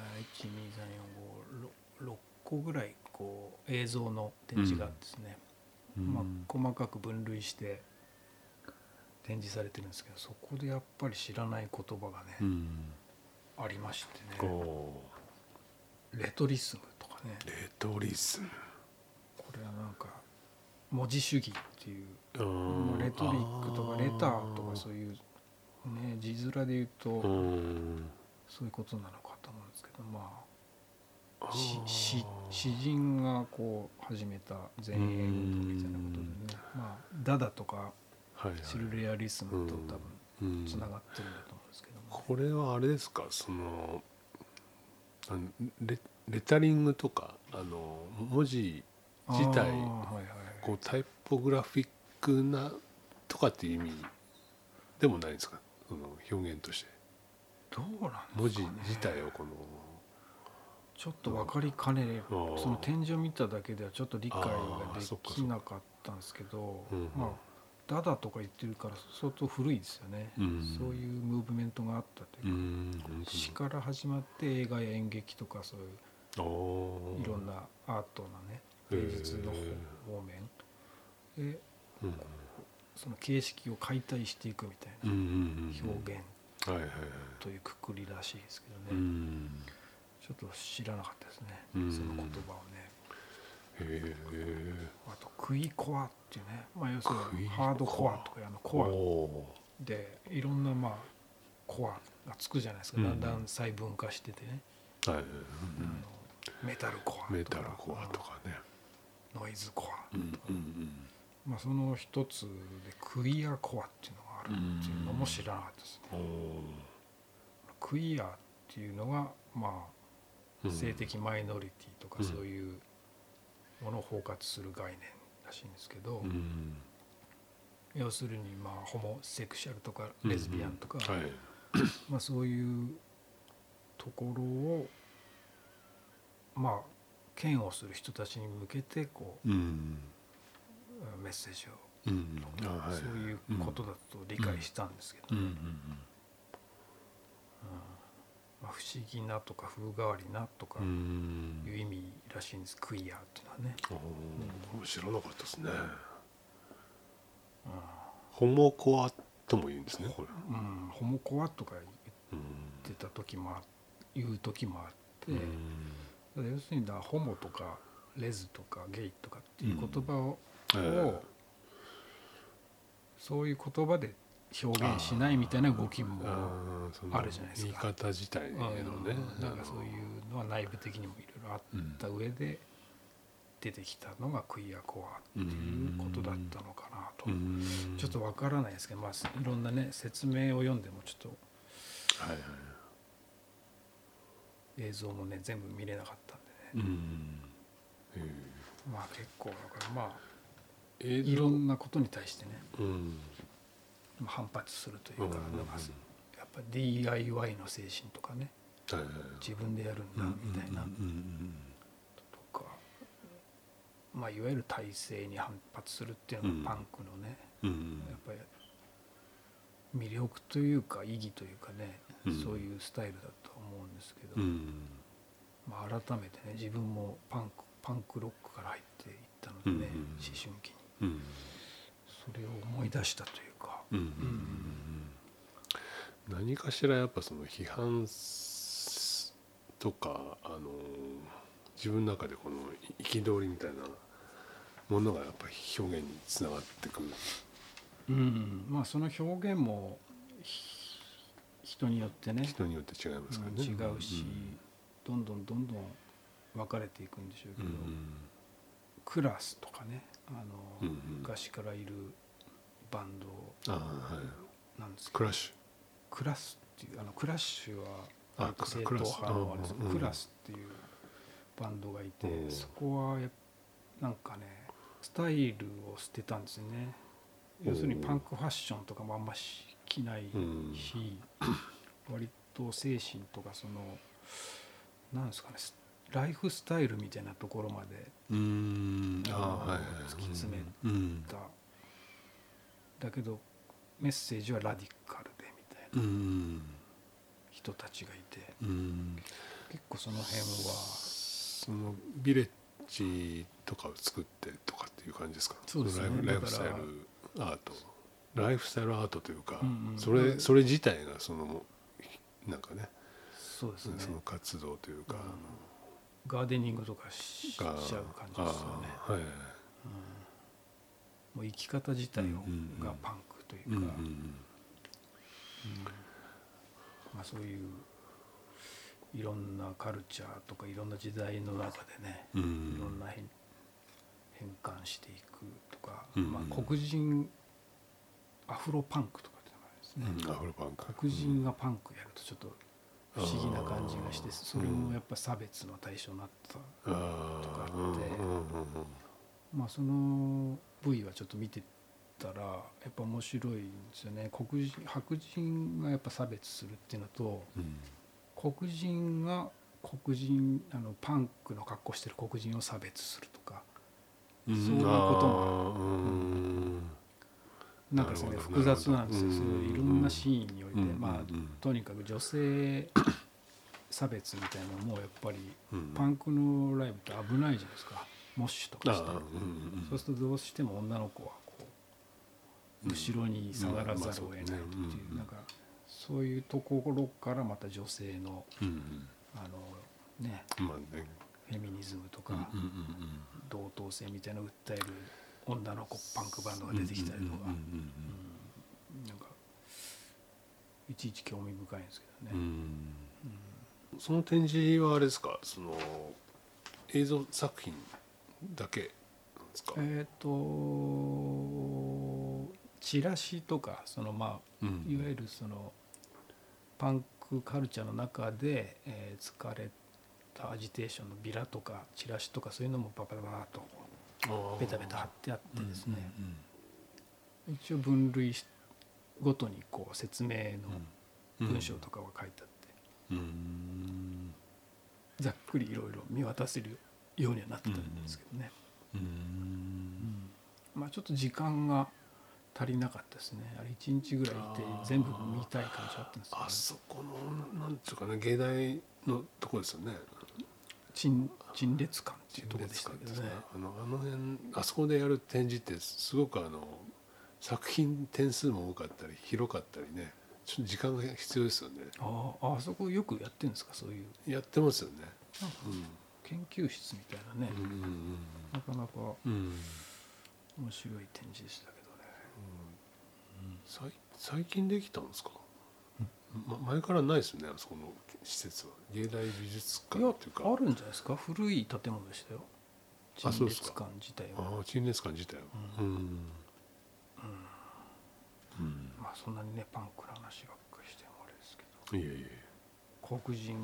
A: 12345 6個ぐらいこう映像の展示があってですね、
B: うん
A: まあ、細かく分類して展示されてるんですけどそこでやっぱり知らない言葉がね、
B: うん
A: ありましてね
B: こ
A: レトリスムとかね
B: うレトリスム
A: これはなんか文字主義っていう、
B: あ
A: まあ
B: あ
A: レトリックとかレターとか
B: う
A: そういう、ね、字面で言うと
B: うん
A: そういうことなのかと思うんですけどま
B: あ
A: あ
B: ー
A: しし詩人がこう始めた前衛運動みたいなことでねまあダダとか
B: はいはい
A: シルレアリスムと多分
B: うん
A: つながってるんだと思うんですけども、
B: これはあれですかそのあのレレタリングとかあの文字
A: あ
B: 自体
A: あーはいはい
B: こうタイポグラフィックなとかっていう意味でもないんですかその表現として
A: どうなんですかね
B: 文字自体をこの
A: ちょっと分かりかねれ
B: あー
A: その展示を見ただけではちょっと理解ができなかったんですけど
B: あーそっかそっかうんうん
A: まあダダとか言ってるから相当古いですよね、
B: うん
A: そういうムーブメントがあったと
B: う
A: いうか、
B: ん本当に
A: 詩から始まって映画や演劇とかそうい
B: あ
A: う
B: ー
A: いろんなアートなね
B: へ
A: 芸
B: ー
A: 術の方面で
B: うん
A: その形式を解体していくみたい
B: うんう
A: なん
B: うん
A: 表現
B: はいはいはい
A: というくくりらしいですけどね、
B: うん
A: ちょっと知らなかったですね、
B: うん
A: その言葉をね
B: へえ
A: あとクイコアっていうね、まあ、要するに
B: クイコア
A: ハードコアとかいうあのコア
B: お
A: でいろんなまあコアがつくじゃないですか、
B: う
A: だ
B: ん
A: んだん細分化しててね、
B: ーはい
A: あのメタルコアとか
B: メタルコアとかね
A: ノイズコア、
B: うんうん
A: まあ、その一つでクイアコアっていうのがあるっていうのも知らなかったですね、
B: うんお
A: クイアっていうのがまあ
B: ー
A: 性的マイノリティとか
B: うん
A: そういうものを包括する概念らしいんですけど、
B: うん
A: 要するにまあホモセクシャルとかレズビアンとか、
B: うんはい
A: まあ、そういうところをまあ嫌悪する人たちに向けてこ
B: うん
A: うメッセージを
B: うんあはい
A: そういうことだと理解したんですけ
B: う
A: ど、
B: んうん
A: まあ、不思議なとか風変わりなとか
B: うんう
A: い
B: ん
A: う意味らしいんですクイアっていうのはね。
B: おーこれ知らなかったですね
A: うん
B: ホモコアとも言うんですねこれ
A: うん、ホモコアとか言っ
B: う
A: て
B: ん
A: た時もあ言う時もあって、
B: うん
A: だから要するにだからホモとかレズとかゲイとかっていう言葉を、
B: うん
A: を
B: ええ
A: そういう言葉で表現しないみたいな動きも
B: あーその
A: あるじゃないですか
B: 言い方自体のね
A: うんなんかそういうのは内部的にもいろいろあった上で出てきたのがクイアコアっていうことだったのかなと、
B: うん
A: ちょっとわからないですけど、まあ、いろんなね説明を読んでもちょっ
B: はいはい
A: と映像もね全部見れなかったんでね、
B: うんえ
A: まあ結構だからまあ
B: え映像
A: いろんなことに対してね
B: うん
A: まあ反発するというか、
B: うん
A: なんかやっぱ DIY の精神とかね
B: はいはいはい
A: 自分でやるんだみたいな
B: うんうんうん
A: とか、まあ、いわゆる体制に反発するっていうのがパンクのね、
B: うんうん
A: やっぱり魅力というか意義というかね、
B: うん
A: そういうスタイルだと思うんですけど、
B: うん
A: まあ、改めてね自分もパンクパンクロックから入っていったのでね、
B: うんうんうん
A: 思春期に
B: うん
A: それを思い出したというか、
B: うんうんうん何かしらやっぱその批判すとか、あのー自分の中でこのい憤りみたいなものがやっぱり表現につながってくる。
A: うんまあ、その表現もひ人によってね
B: 人によって違いますから
A: う
B: ね。
A: ん違うし、どんどんどんどん分かれていくんでしょう
B: う
A: け
B: ん
A: ど、クラスとかねあの、
B: うんうん
A: 昔からいるバンド
B: ああはい。
A: なんですけど
B: クラッシ
A: クラスっていうあのクラッシュは
B: あ
A: 割と
B: ク
A: 正
B: ラ
A: 統派のあれですけど
B: クラスうんうん
A: クラスっていうバンドがいて、
B: うん
A: そこはやっなんかねスタイルを捨てたんですよね要するにパンクファッションとかもあんまし着ない
B: うん
A: し、割と精神とかそのなんですかねスライフスタイルみたいなところまで
B: ュ。うんああはいはい。
A: 突き詰め
B: うん
A: だだけどメッセージはラディカルでみたいな
B: うん
A: 人たちがいて
B: うん。
A: 結構その辺は
B: そのビレッジとかを作ってとかっていう感じですか
A: そうですね
B: ライフライフスタイ
A: だか
B: ルアートライフスタイルアートというか、
A: うんうん
B: それそれ自体がそのなんかね
A: そうです
B: そ
A: ね
B: の活動というか、
A: ガーデニングとかししちゃ
B: が
A: う感じですよね
B: あーはい
A: もう生き方自体を
B: うんうんうん
A: がパンクという
B: うん
A: か、
B: うん
A: まあ、そういういろんなカルチャーとかいろんな時代の中でね
B: うんう
A: いろん
B: ん
A: な変変換していくとか、
B: うんうん
A: まあ、黒人アフロパンクとかって名前ですね、
B: アフロパンク
A: 黒人がパンクやるとちょっと不思議な感じがして
B: あー
A: それもやっぱ差別の対象になった
B: あー
A: とかって
B: うんうんうん
A: まあ、その部位はちょっと見てたらやっぱ面白いんですよね黒人白人がやっぱ差別するっていうのと
B: うん
A: 黒人が黒人あのパンクの格好してる黒人を差別するとか
B: うん
A: そういうことも
B: あーうん
A: なんかそれ
B: なるほど
A: 複雑なんですよ
B: なる
A: そ
B: ほど
A: ういういろんなシーンにおいて、
B: うん
A: まあ
B: うん
A: とにかく女性差別みたいなのもやっぱり
B: うん
A: パンクのライブって危ないじゃないですかモッシュとか
B: あ
A: して
B: ーうんうん
A: そうするとどうしても女の子はこう後ろに下がらざるを得ないってい
B: うんまあそうねう
A: うんなんかそういうところからまた女性の
B: うん
A: あのね
B: うんまあね
A: フェミニズムと
B: うん
A: か
B: うんうんうん
A: 同等性みたいなのを訴える女の子パンクバンドが出てきたりとか
B: うん
A: うんなんかいちいち興味深いんですけ
B: うん
A: ど
B: うんう
A: ね。
B: んうんその展示はあれですかその映像作品だけなんですか、
A: えっ、とチラシとかそのまあ
B: うん
A: いわゆるそのパンクカルチャーの中で、えー疲れたアジテーションのビラとかチラシとかそういうのもパパパパッと
B: あー
A: ベタベタ貼ってあってですね、
B: うんうん
A: 一応分類しごとにこう説明
B: う
A: の
B: ん
A: 文章とかは書いてあって、
B: うん
A: ざっくりいろいろ見渡せるようにはなってたんですけどね、
B: うん
A: まあちょっと時間が足りなかったですねあれ1日ぐらいいて
B: あー
A: 全部見たい感じだったんですけど、
B: あそこのなんていうかね芸大のとこですよね
A: 陳陳列館っていうところでしたけど
B: 陳列館です
A: ね
B: か。あのあの辺あそこでやる展示ってすごくあの作品点数も多かったり広かったりねちょっと時間が必要ですよね
A: あああそこよくやってるんですかそういう
B: やってますよね
A: なんか研究室みたいなね、
B: うんうん
A: なかなか面
B: うんうん
A: 白い展示でしたけどね
B: さい最近できたんですか、ま、前からないですよねあそこの施設は芸大美術
A: いや
B: 館っていうか
A: あるんじゃないですか古い建物でしたよ
B: あ
A: 陳
B: そうです
A: 列
B: か
A: 館自体は
B: ああ陳列館自体はうんうん
A: まあそんなにねパンクな話ばっかりしてもあれですけど
B: いえいえ
A: 黒人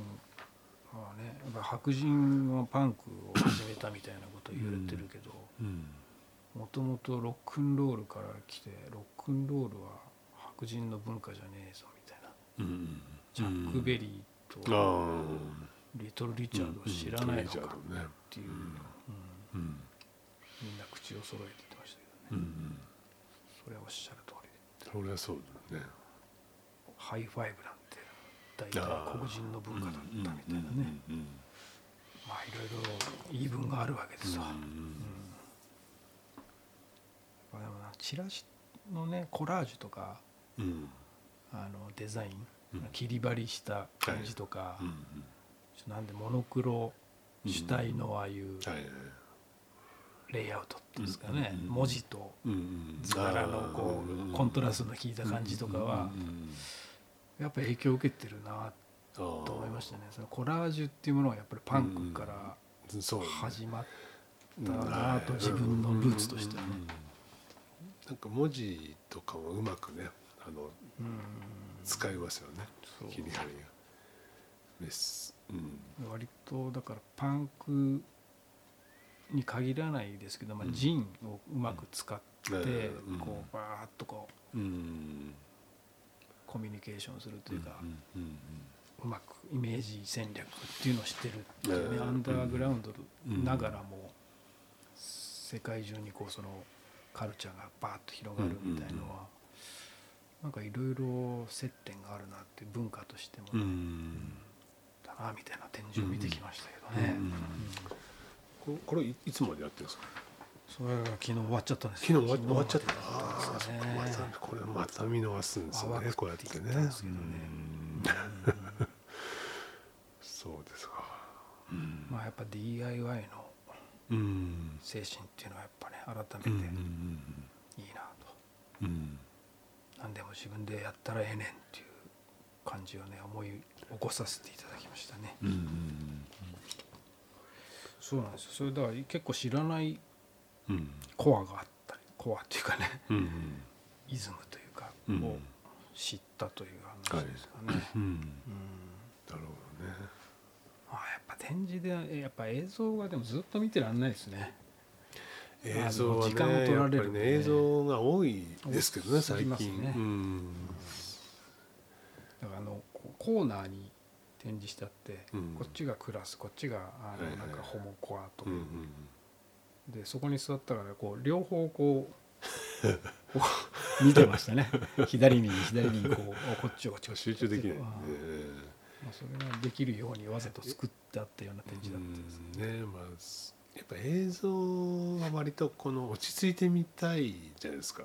A: はねやっぱ白人のパンクを始めたみたいなこと言われてるけど
B: うん
A: もともとロックンロールから来てロックンロールは白人の文化じゃねえぞみたいな
B: うん
A: ジャック・ベリー
B: あ
A: と
B: あ
A: リトル・リチャードを知らないのかっていう、うん
B: うん
A: みんな口を揃えて言ってましたけ
B: う
A: どね、
B: ん
A: それはおっしゃる通りで
B: そりゃそうだね
A: ハイファイブなんて大体黒人の文化だったみたいなね、
B: うん
A: まあいろいろ言い分があるわけですわ、まあ、でもなチラシのねコラージュとか
B: うん
A: あのデザイン、
B: うん
A: 切り張りした感じとか、ちょっとなんでモノクロ主体のああいう
B: はい
A: レイアウトっていうんですかね、
B: うんうんうん
A: 文字と
B: うん
A: 図柄のこうコントラストの効いた感じとかはやっぱ影響を受けてるな
B: と
A: と思いましたねそのコラージュっていうものはやっぱりパンクから
B: たそう
A: 始まったなと自分のルーツとしてはね
B: なんか文字とかもうまくねあの
A: うん
B: 使いますよね
A: そう
B: 切り張りがですうん
A: 割とだからパンクに限らないですけど、まあ、ジンをうまく使って
B: うん
A: こうバーッとこう
B: うん
A: コミュニケーションするというか
B: うんうん
A: うまくイメージ戦略っていうのをしてるっていうね
B: うん
A: アンダーグラウンドながらも世界中にこうそのカルチャーがバーッと広がるみたいの
B: うんうんう
A: はなんかいろいろ接点があるなっていう文化としても
B: うんうん
A: だなみたいな展示を見てきましたけどね、
B: うんうんここれいいつまでやってるんですか
A: それが昨日終わっちゃったんです
B: 昨日終わっ終わっちゃっ
A: 昨
B: た
A: 日
B: あーそっかま
A: 終わっちゃったんですよね
B: たこれまた見逃すんですよ
A: 淡
B: ね
A: く
B: こうやって
A: って
B: ね
A: 言ったんですけどね
B: うん そうですかうん
A: まあやっぱ DIY の
B: うん
A: 精神っていうのはやっぱね改
B: う
A: めて
B: ん
A: いいなと、
B: うん
A: 何でも自分でやったらええねんっていう感じをね思い起こさせていただきましたね、
B: うんうん
A: そうなんですよそれだから結構知らない
B: うん
A: コアがあったりコアっていうかね
B: うんうん
A: イズムというか
B: うん
A: を知ったという話ですかね、
B: うん
A: うん
B: なるほどね
A: あやっぱ展示でやっぱ映像がでもずっと見てらんないですね
B: 映像はね
A: 時間を取られる
B: やっぱりね映像が多いですけどね
A: 多すぎ
B: 最
A: ます
B: 近
A: ね
B: うん
A: だからあのこうコーナーに展示してあって、
B: うん
A: こっちがクラスこっちがあ
B: はいは
A: の
B: い
A: なんかホモコアと、
B: うん
A: でそこに座ったからこう両方こうこう 見てましたね左右左右こうあこっちをこっち
B: う
A: を
B: ん集中できない
A: ああまあそれができるようにわざと作ってあったような展示だったですね、
B: ねねまあやっぱ映像は割とこの落ち着いてみたいじゃないですか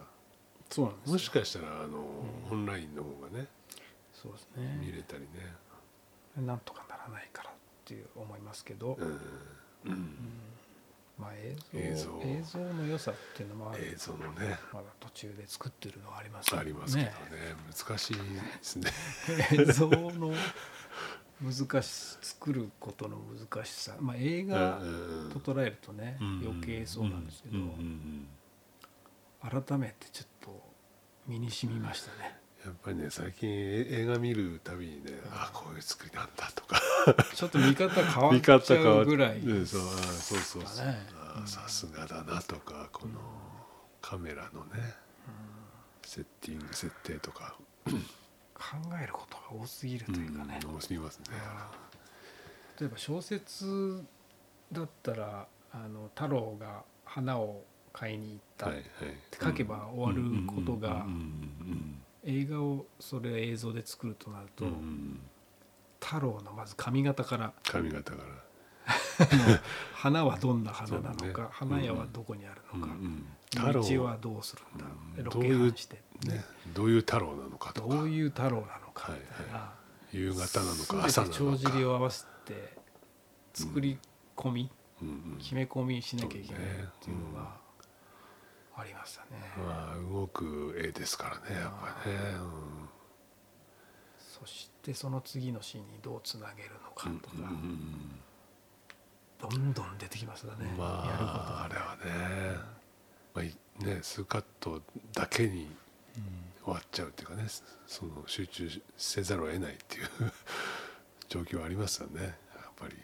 A: そうなんですよ
B: もしかしたらあのオンラインの方がね
A: そうです
B: 見
A: ね
B: れたりね
A: なんとかならないからっていう思いますけど、
B: うん
A: まあ映像
B: 映像
A: 映像の良さっていうのもあ
B: 映
A: る
B: 像のね
A: まだ途中で作ってるのはあります
B: ありますけどね難しいですね
A: 映像の難し作ることの難しさ、まあ、映画と捉えるとね
B: うん
A: 余計そうなんですけど
B: うんうんうん
A: 改めてちょっと身に染みましたね
B: やっぱりね最近え映画見るたびにねあこういう作りなんだとか
A: ちょっと見方変わ
B: 見
A: っちゃ
B: 方変わ
A: う
B: っ
A: ぐらい
B: うんそうあそうそうそう
A: だね
B: あさすがだなとかこのカメラのねセッティング設定とか
A: 考えることが多すぎるというかね、
B: 面白いますね
A: 例えば小説だったらあの太郎が花を買いに行った、
B: はいはい
A: 書けば終わることが
B: うんうん
A: 映画をそれ映像で作るとなると、
B: うんうんうん
A: 太郎のまず髪型から
B: 髪型から
A: 花はどんな花なのか、
B: そうだね
A: 花屋はどこにあるのか、
B: 太郎
A: 道はどうするんだ、
B: うん
A: ロケハンして
B: ねどういう太郎なのかと
A: ど
B: か
A: ういう太郎なのかみたいな、
B: 夕方なの
A: 全
B: か朝な
A: て
B: の
A: 帳尻
B: か
A: を合わせて作り込み、
B: うんうん
A: 決め込みしなきゃいけないっていうのがありましたね、
B: まあ動く絵ですからねやっぱりね
A: そしてその次のシーンにどうつなげるのかと
B: うんう
A: か、
B: ん
A: どんどん出てきますだね、
B: ま
A: やること
B: ああ
A: が
B: れはねまあいね数カットだけに終わっちゃうっていうかねその集中せざるを得ないっていう 状況はありますよねやっぱり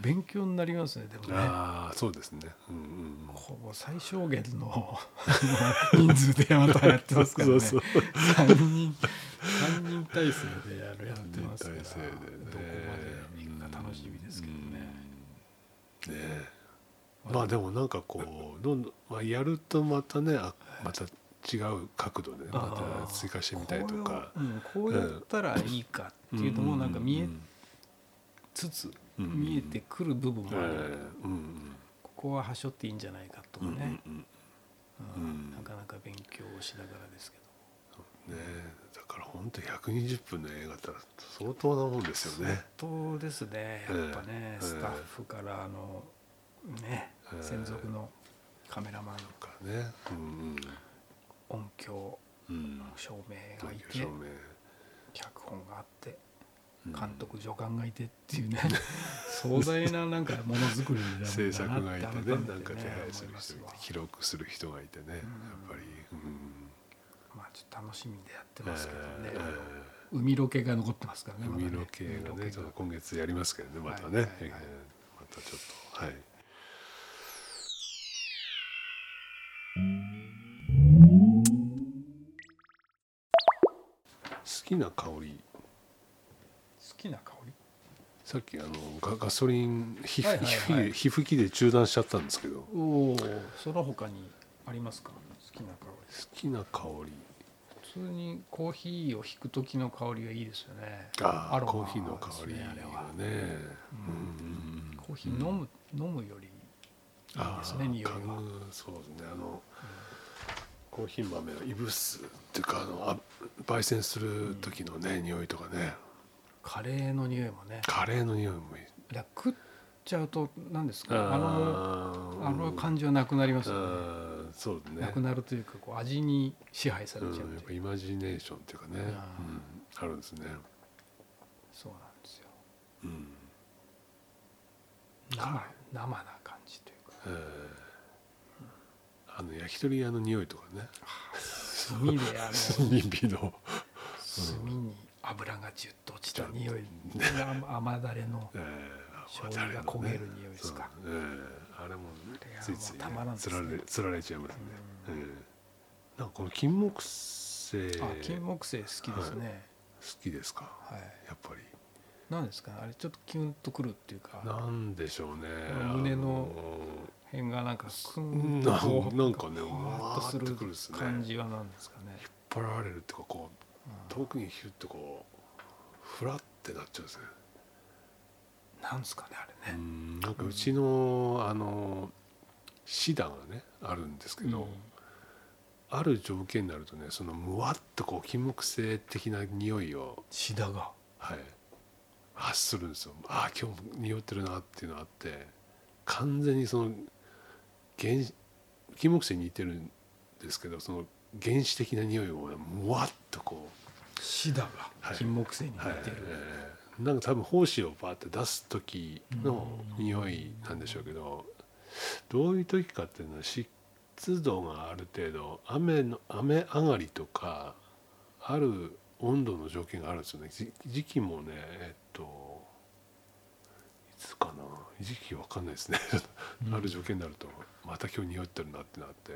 A: 勉強になりますねでもね
B: ああそうですねうんうんうん
A: ほぼ最小限の あの人数でまたやってますからね
B: そうそ
A: 3人3人体制でやるやってますから、
B: 三人体制でね
A: どこまでいくか楽しみですけどね、
B: ねえまあでもなんかこうどんどん、まあ、やるとまたねあまた違う角度でねま
A: あー
B: た追加してみたりとか
A: これをうんこうやったらいいかっていうのもなんか見えつつ
B: うんうん
A: 見えてくる部分も
B: うん
A: あ
B: うん
A: る、
B: うんうん
A: ここははしょっていいんじゃないかとか
B: うんうん
A: ね、
B: うん
A: うん
B: うん
A: なかなか勉強をしながらですけど
B: ねえだから本当120分の映画ってのは相当なもんですよね。
A: 本当ですねやっぱね、
B: ええ
A: スタッフからあのね、
B: ええ
A: 専属のカメラマン
B: だからね、うん
A: 音響
B: うんうん、
A: 照明がい
B: 照
A: て
B: 明
A: 脚本があって
B: うん
A: 監督助監がいてっていうね 壮大ななんかものづくりなんだなって
B: 制作がいてね
A: 改め
B: なんか手配する
A: 思いま
B: 人
A: す
B: がい
A: わ
B: て記録する人がいてね、やっぱり、うん、
A: まあちょっと楽しみでやってますけどね、
B: え
A: あの
B: え
A: 海ロケが残ってますからね,、まだね
B: 海ロケが
A: 海
B: ね、
A: ロ
B: ちょっと今月やりますけどね、また
A: は
B: ね、
A: いはい
B: えー
A: はい
B: またちょっと、はい。好きな香り、
A: 好きな香り
B: さっきあのガガソリン皮膚、
A: はいはいはい
B: 皮膚皮膚機で中断しちゃったんですけど、好
A: おおその他にありますか好きな香り
B: きな香り、
A: 普通にコーヒーを引く時の香りがいいですよね
B: あー
A: アロマ
B: コーヒーの香り
A: ですね
B: が
A: あ
B: ね
A: れは、
B: うん
A: コーヒー飲む、飲むよりいいですね
B: あー
A: 匂いが
B: 嗅ぐそうですねあの、コーヒー豆をいぶすっていうかあのあ焙煎する時のね、匂いとかね
A: カレーの匂いもね
B: カレーの匂いもいい
A: だから食っちゃうと何ですかあの
B: の
A: あの感じはなくなりますよね
B: そうね
A: なくなるというかこう味に支配され
B: う
A: ちゃ
B: ん、
A: う
B: やっ
A: と
B: ぱ
A: いう、
B: イマジネーションっていうかね、うん
A: あ
B: あるんですね、
A: そうなんですよ
B: うん
A: 生生な感じというか
B: えーあの焼き鳥屋の匂いとかね
A: 炭で あの
B: 炭火の
A: 炭に油がジュッと落ちた匂いあ甘だれの
B: えー
A: 醤油が焦げる匂いですか、
B: そうええあれも
A: れは
B: ついつい、
A: もうたまらんです
B: つ
A: ね
B: られつられちゃいますね、ええなんかこの金木犀
A: あ金木犀好きですね
B: 好きですか
A: はい、
B: やっぱり
A: なんですかねあれちょっとキュンとくるっていうか
B: なんでしょうね
A: 胸の
B: あ
A: 辺がなんかク
B: の
A: ン
B: な
A: とこう
B: なんかね
A: ふわ
B: わ
A: っとす
B: ーって
A: る
B: くるですね
A: 感じはなんですかね
B: 引っ張られるっていうかこう遠くにヒュッとこうフラってなっちゃうんですね
A: なんですかねあ
B: う
A: れね
B: んなんかうちのあのシダがねあるんですけど、
A: うん
B: ある条件になるとねそのむわっとこう金木犀的な匂いを、
A: シダが
B: はい、発するんですよああ今日も匂ってるなっていうのがあって完全にその原始金木犀に似てるんですけどその原始的な匂いをむわっとこう
A: シダが
B: はい
A: 金木犀に似
B: はい
A: てる、
B: えーなんか多分胞子をバーって出す時の匂いなんでしょうけどどういう時かっていうのは湿度がある程度雨の雨上がりとかある温度の条件があるんですよねじ時期もねえっといつかな時期わかんないですね ある条件になるとまた今日匂ってるなってなって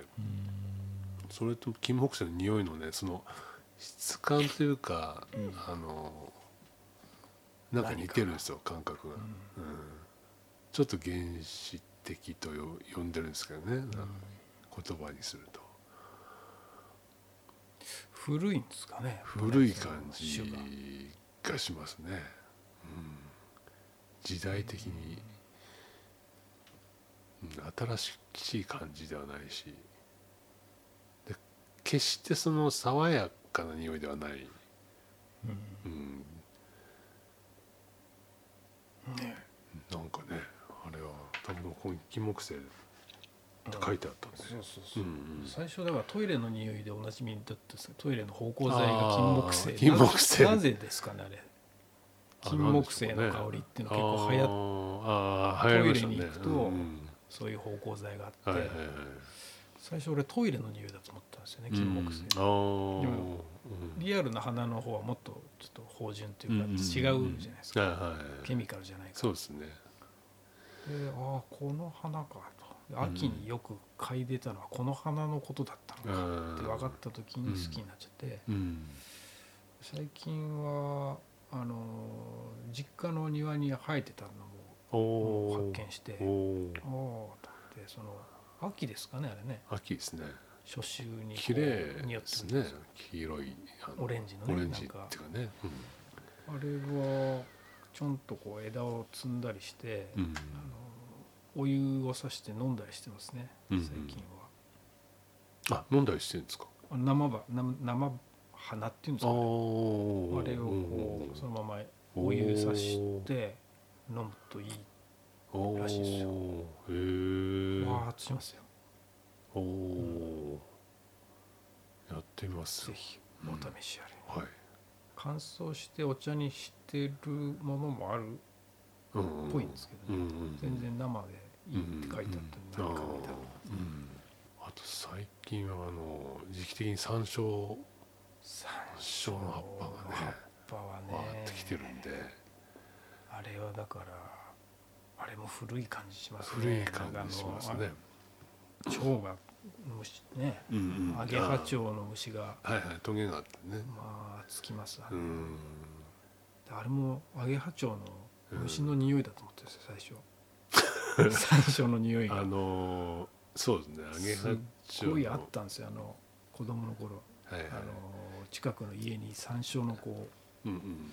B: それと金木犀の匂いのねその質感というか、
A: うん
B: あのなんか似てるんですよ感覚が、うんちょっと原始的とよ呼んでるんですけどね、なんか言葉にすると
A: 古いんですかね
B: 古い感じ
A: 種が
B: がしますね、うん、時代的に、うん、新しい感じではないしで決してその爽やかな匂いではない、うん
A: ね
B: なんかねあれは多分ここに金木犀って書いてあったんで、
A: そうそうそう、
B: うんうん
A: 最初だからトイレの匂いでおなじみだったんですけどトイレの芳香剤が金木
B: あ
A: 犀
B: ー金木犀
A: ななぜですかねあれ金木犀の香りっていうのは結構流行っ
B: あーあー流行りました
A: ト
B: ね
A: イレに行くと
B: うん
A: そういう芳香剤があって、
B: はいはいはい
A: 最初俺トイレの匂いだと思ったんですよね
B: う
A: 金
B: ん
A: 木犀、
B: あー
A: で
B: う
A: も
B: ん
A: リアルな花の方はもっとちょっと芳醇というか
B: ん
A: 違
B: ん
A: うじゃないですか、
B: はいはい
A: ケミカルじゃないか
B: そ
A: ら
B: うですね
A: でああこの花かとで秋によく嗅いでたのはこの花のことだったのかって分かった時に好きになっちゃって、
B: うん
A: 最近はあのー実家の庭に生えてたの
B: お
A: を
B: お
A: 発見して
B: お
A: お
B: おー
A: おーと思ってその秋ですかねあれね
B: 秋ですね
A: 初秋にこう
B: 綺麗
A: 匂っ
B: で
A: て
B: す
A: るん
B: ね
A: ですよ
B: 黄色いあ
A: オレンジの
B: オ
A: ね
B: レンジっ
A: なんか
B: ていうかね
A: あれはちょんとこう枝を摘んだりして、
B: うんう
A: あ
B: ん
A: のお湯をさして飲んだりしてますね
B: うん
A: 最
B: うん
A: 近は、
B: あ飲んだりしてるんですか
A: あ生ば生生花っていうんです
B: あ
A: か
B: あ
A: ねあ
B: あ
A: れをこうそのままお湯さして飲むといい
B: お
A: らしいですよ
B: おーへえ
A: わーっとしますよ
B: おおーやってみます
A: ぜひお試しあれ、
B: はい
A: 乾燥してお茶にしてるものもある
B: うんうん
A: っぽいんですけ
B: う
A: ど、
B: ん
A: ね
B: うん
A: 全然生でいいって書いてあったんで何か見たら
B: あーうんあと最近はあの時期的に山椒
A: 山
B: 椒の葉っぱがね
A: 葉っぱ
B: わ
A: はね
B: ーってきてるんで
A: あれはだからあれも古い感じしますね
B: 古い感じしますね
A: 蝶が虫ね
B: うんうん
A: アゲハチョウの虫が
B: はいはいトゲがあってね
A: まあつきますあ
B: う
A: れ,、
B: ん
A: あれもアゲハチョウの虫の匂いだと思ってたんですよ 最初山椒の匂い
B: あ
A: が
B: のーそうですねアゲハチ
A: す
B: ョ
A: っ
B: ウ
A: ごい
B: の
A: あったんですよあの子供の頃
B: はいはい
A: あの近くの家に山椒のこ
B: うんうんうん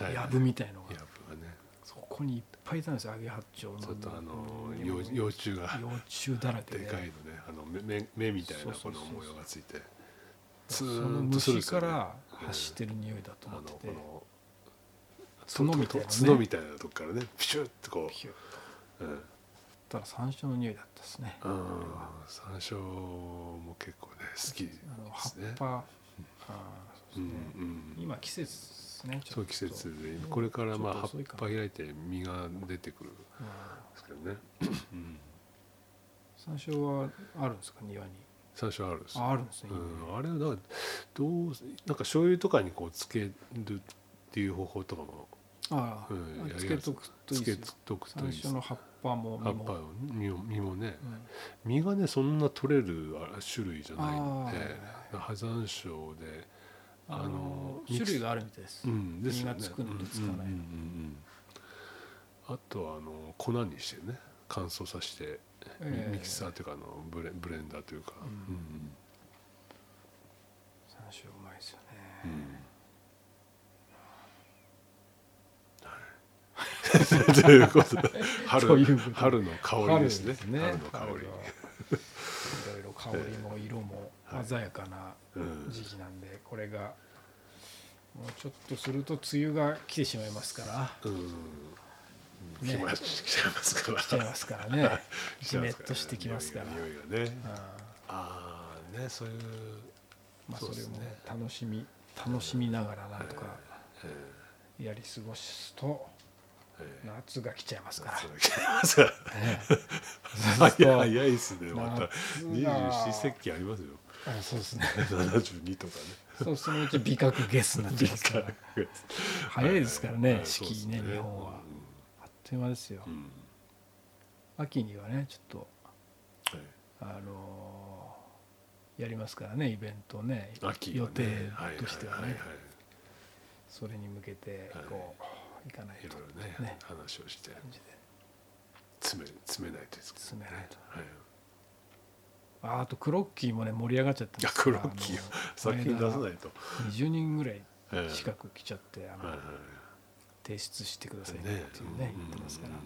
A: う
B: はい
A: 藪みたいの
B: や
A: が
B: ぶがね
A: そこにいっぱいいたんですよアゲハチョウの
B: ちょっとあの
A: うん
B: 幼幼虫が
A: 幼虫だらけ
B: で
A: で
B: かいのねあの目目目みたいな
A: そ
B: こ
A: う
B: の
A: そうそう
B: 模様がついて
A: そ
B: ツ
A: の
B: ーンとす
A: 虫
B: るんですよ
A: か
B: ね
A: ら発してる匂いだと
B: あ
A: 思
B: の
A: って
B: こ
A: て
B: の
A: 角みたいなね
B: 角みたいなとこからねピシュッとこ
A: ピュッと
B: う、うん、
A: たら山椒の匂いだったですね
B: あー山椒も結構ね好きで
A: あの葉っ
B: すね
A: ぱ、あーそううんですね
B: うん
A: 今季節ですねちょっと
B: そう季節でこれからまあ
A: ちょ
B: 葉
A: と遅
B: っ
A: いか
B: ぱ開いて実が出てくるんで
A: うん
B: すけど ね、うん、
A: 山椒はあるんですか庭に
B: 山椒あるんですよ
A: ああるんですね、
B: うん、あれはだからどうなんか醤油とかにこうつけるっていう方法とかも
A: ああ、
B: うん
A: あ
B: やりやす
A: つ
B: い
A: けとくとい
B: つ
A: いで
B: け
A: すよ
B: とくとい
A: 最
B: いです
A: 初の葉っぱも
B: 葉
A: 実
B: っぱ
A: も、
B: を実も実もね
A: うん
B: 実がねそんな取れるあ種類じゃないんで
A: あ
B: 破山椒であ
A: あの
B: の
A: 種類があるみたいです、
B: うんですよね
A: 実がつくのとつかない
B: うんうんうんうんあとはあの粉にしてね乾燥させてミ
A: ええ
B: ミキサーというかあのブレブレンダーというか、うん
A: 山椒うまいですよ
B: う
A: ね、
B: ん はいということで
A: と
B: 春
A: いうことで
B: 春の香りですね
A: 春で
B: 春の香
A: 春
B: り
A: はいろいろ香りも色も
B: はい
A: 鮮やかな
B: うん
A: 時期なんで、これがもうちょっとすると梅雨が来てしまいますから
B: うん
A: ね
B: 来まし 来ちゃいますから
A: 来ちゃいますからね
B: 来ち
A: ジ
B: ゃい
A: メ
B: ま
A: ッ
B: すから
A: としてきますから、
B: 匂いが匂いがね
A: うん
B: ああねそういう
A: まあ
B: そう
A: そ
B: で
A: れ
B: す
A: も
B: ね
A: 楽しみ楽しみながらなんとか
B: え
A: やり過ごすと
B: ーえー
A: 夏が来ちゃいますから
B: そう来ちゃいます から
A: ねそうすると
B: 早い早いですねまた
A: 夏
B: 二十
A: が
B: 四節気ありますよ
A: あそうですね
B: 七十二とかね
A: そうそのうち美覚ゲスになってますから 早いですからね四季ね日本はあっという間ですよ
B: うんうん
A: 秋にはねちょっと
B: はい
A: あのーやりますからねイベントね
B: 秋
A: 予
B: がね
A: 定としてはね
B: いい
A: それに向けてこういかない
B: い
A: と
B: ろいろね
A: ね
B: 話をして
A: 感じで
B: 詰め詰めないとですけど
A: 進めないと
B: はい
A: ああとクロッキーもね盛り上がっちゃったん
B: いや
A: です
B: クロッキーを先に出さないと
A: 20人ぐらい
B: ええ
A: 近く来ちゃってあの
B: はいはい
A: 提出してください
B: ね
A: ねっていうね
B: うん
A: 言ってますから
B: うん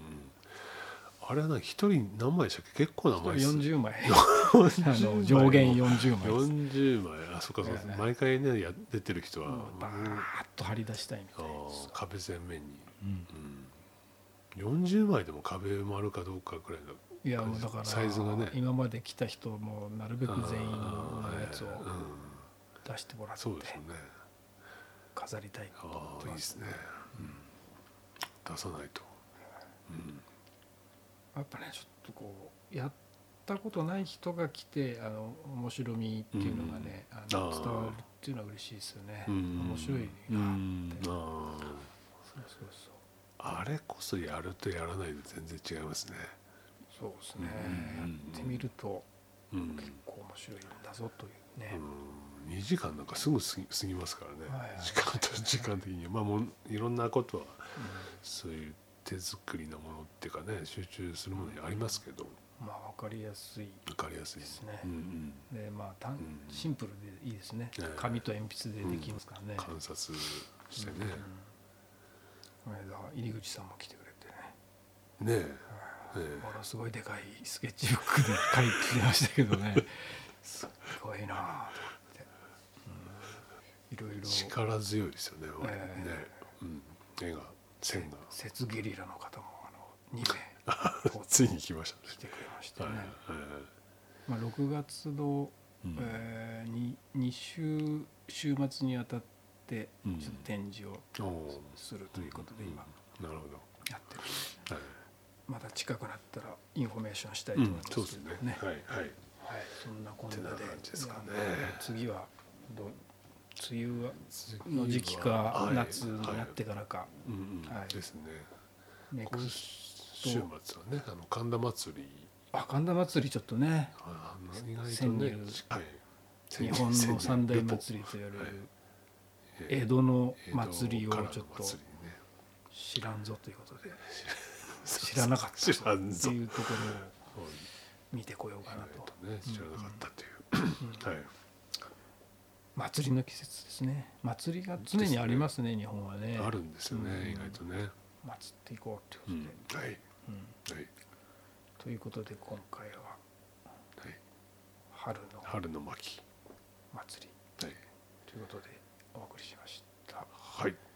B: あれはなんか一人何枚でしたっけ結構な枚です
A: 40枚
B: 40
A: あの上限40枚です
B: 40枚あそっかそうか
A: ええ
B: 毎回ねや出てる人は
A: もうバー
B: うん
A: ッと張り出したいみ
B: あ
A: たいです
B: ー壁全面に、うん、40枚でも壁埋まるかどうかくらいの
A: いやもうだから
B: サイズがね
A: 今まで来た人もなるべく全員の
B: あー
A: やつを
B: ええうん
A: 出してもらって
B: そうですよね
A: 飾りたいと思
B: あ
A: っ
B: あ
A: て
B: いい
A: ま
B: ですすね、うん、出さないと、うん、
A: やっぱねちょっとこうやったことない人が来てあの面白みっていうのがね、
B: うん
A: あの
B: あー
A: 伝わるっていうのは嬉しいですよね、
B: うん
A: 面白いなって、
B: うん
A: そう
B: あ
A: そうそう
B: ああれこそやるとやらないで全然違いますね、
A: そうですね、
B: うん
A: やってみると
B: うん
A: 結構面白いんだぞというね、
B: うん、2時間なんかすぐ過ぎ過ぎますからね、
A: はいはい
B: 時間と時間的にまあもういろんなことはそういう手作りのものっていうかね集中するものにありますけど
A: まあ分かりやすい
B: 分かりやすい
A: ですね
B: うんうん
A: でまあ単
B: ん
A: シンプルでいいですね、
B: ええ
A: 紙と鉛筆でできますからね、
B: 観察してね、
A: この間入口さんも来てくれてね
B: ねええ
A: ものすごいでかいスケッチブックで書いてましたけどねすっごいなあと思って、うんいろい
B: え
A: ろ
B: 力強いですよね、割とね
A: え
B: うん、絵が線が
A: 雪ゲリラの方もあの2名
B: ついに来まし
A: 来てくれましたた
B: ね
A: ね、
B: はい、
A: まあ、6月の、
B: うん
A: えーに2週週末にあたって
B: うん
A: ちょっと展示を
B: おお
A: するということで今
B: なるほ
A: やってる、
B: ど、はい
A: また近くなったらインフォメーションしたいと
B: う
A: 思いま
B: ん
A: す、け
B: そう
A: ど
B: ですね
A: ね
B: はいはい
A: はい、そんなこんなで
B: てな感じですかね
A: あの次はどう梅雨はの時期か
B: はい
A: 夏になってからか、
B: うんうん
A: はい
B: ですね
A: ね
B: 今週末はねあの神田祭り
A: あ神田祭りちょっとね
B: あの意外と
A: 千
B: ね
A: 里
B: 近い
A: 日本の三大祭
B: り
A: りと言われる江
B: 江
A: 戸の
B: 戸
A: 祭りを
B: からの
A: ちょっと
B: 祭りね
A: 知らんぞということで知らなかった
B: 知らん
A: って
B: ぞ
A: いうところを
B: はい
A: 見てこようかな
B: えっ
A: と
B: とね知らなかったというはい
A: 祭りの季節ですね祭りが常にありますね日本はね
B: あるんですよ
A: う
B: ね
A: ん
B: 意外とね
A: 祭っていこうというこ
B: う
A: とで、
B: んはいはい
A: うんということで今回は
B: はい
A: 春の
B: 春の巻
A: 祭り
B: はい
A: ということでお送りしました。
B: はい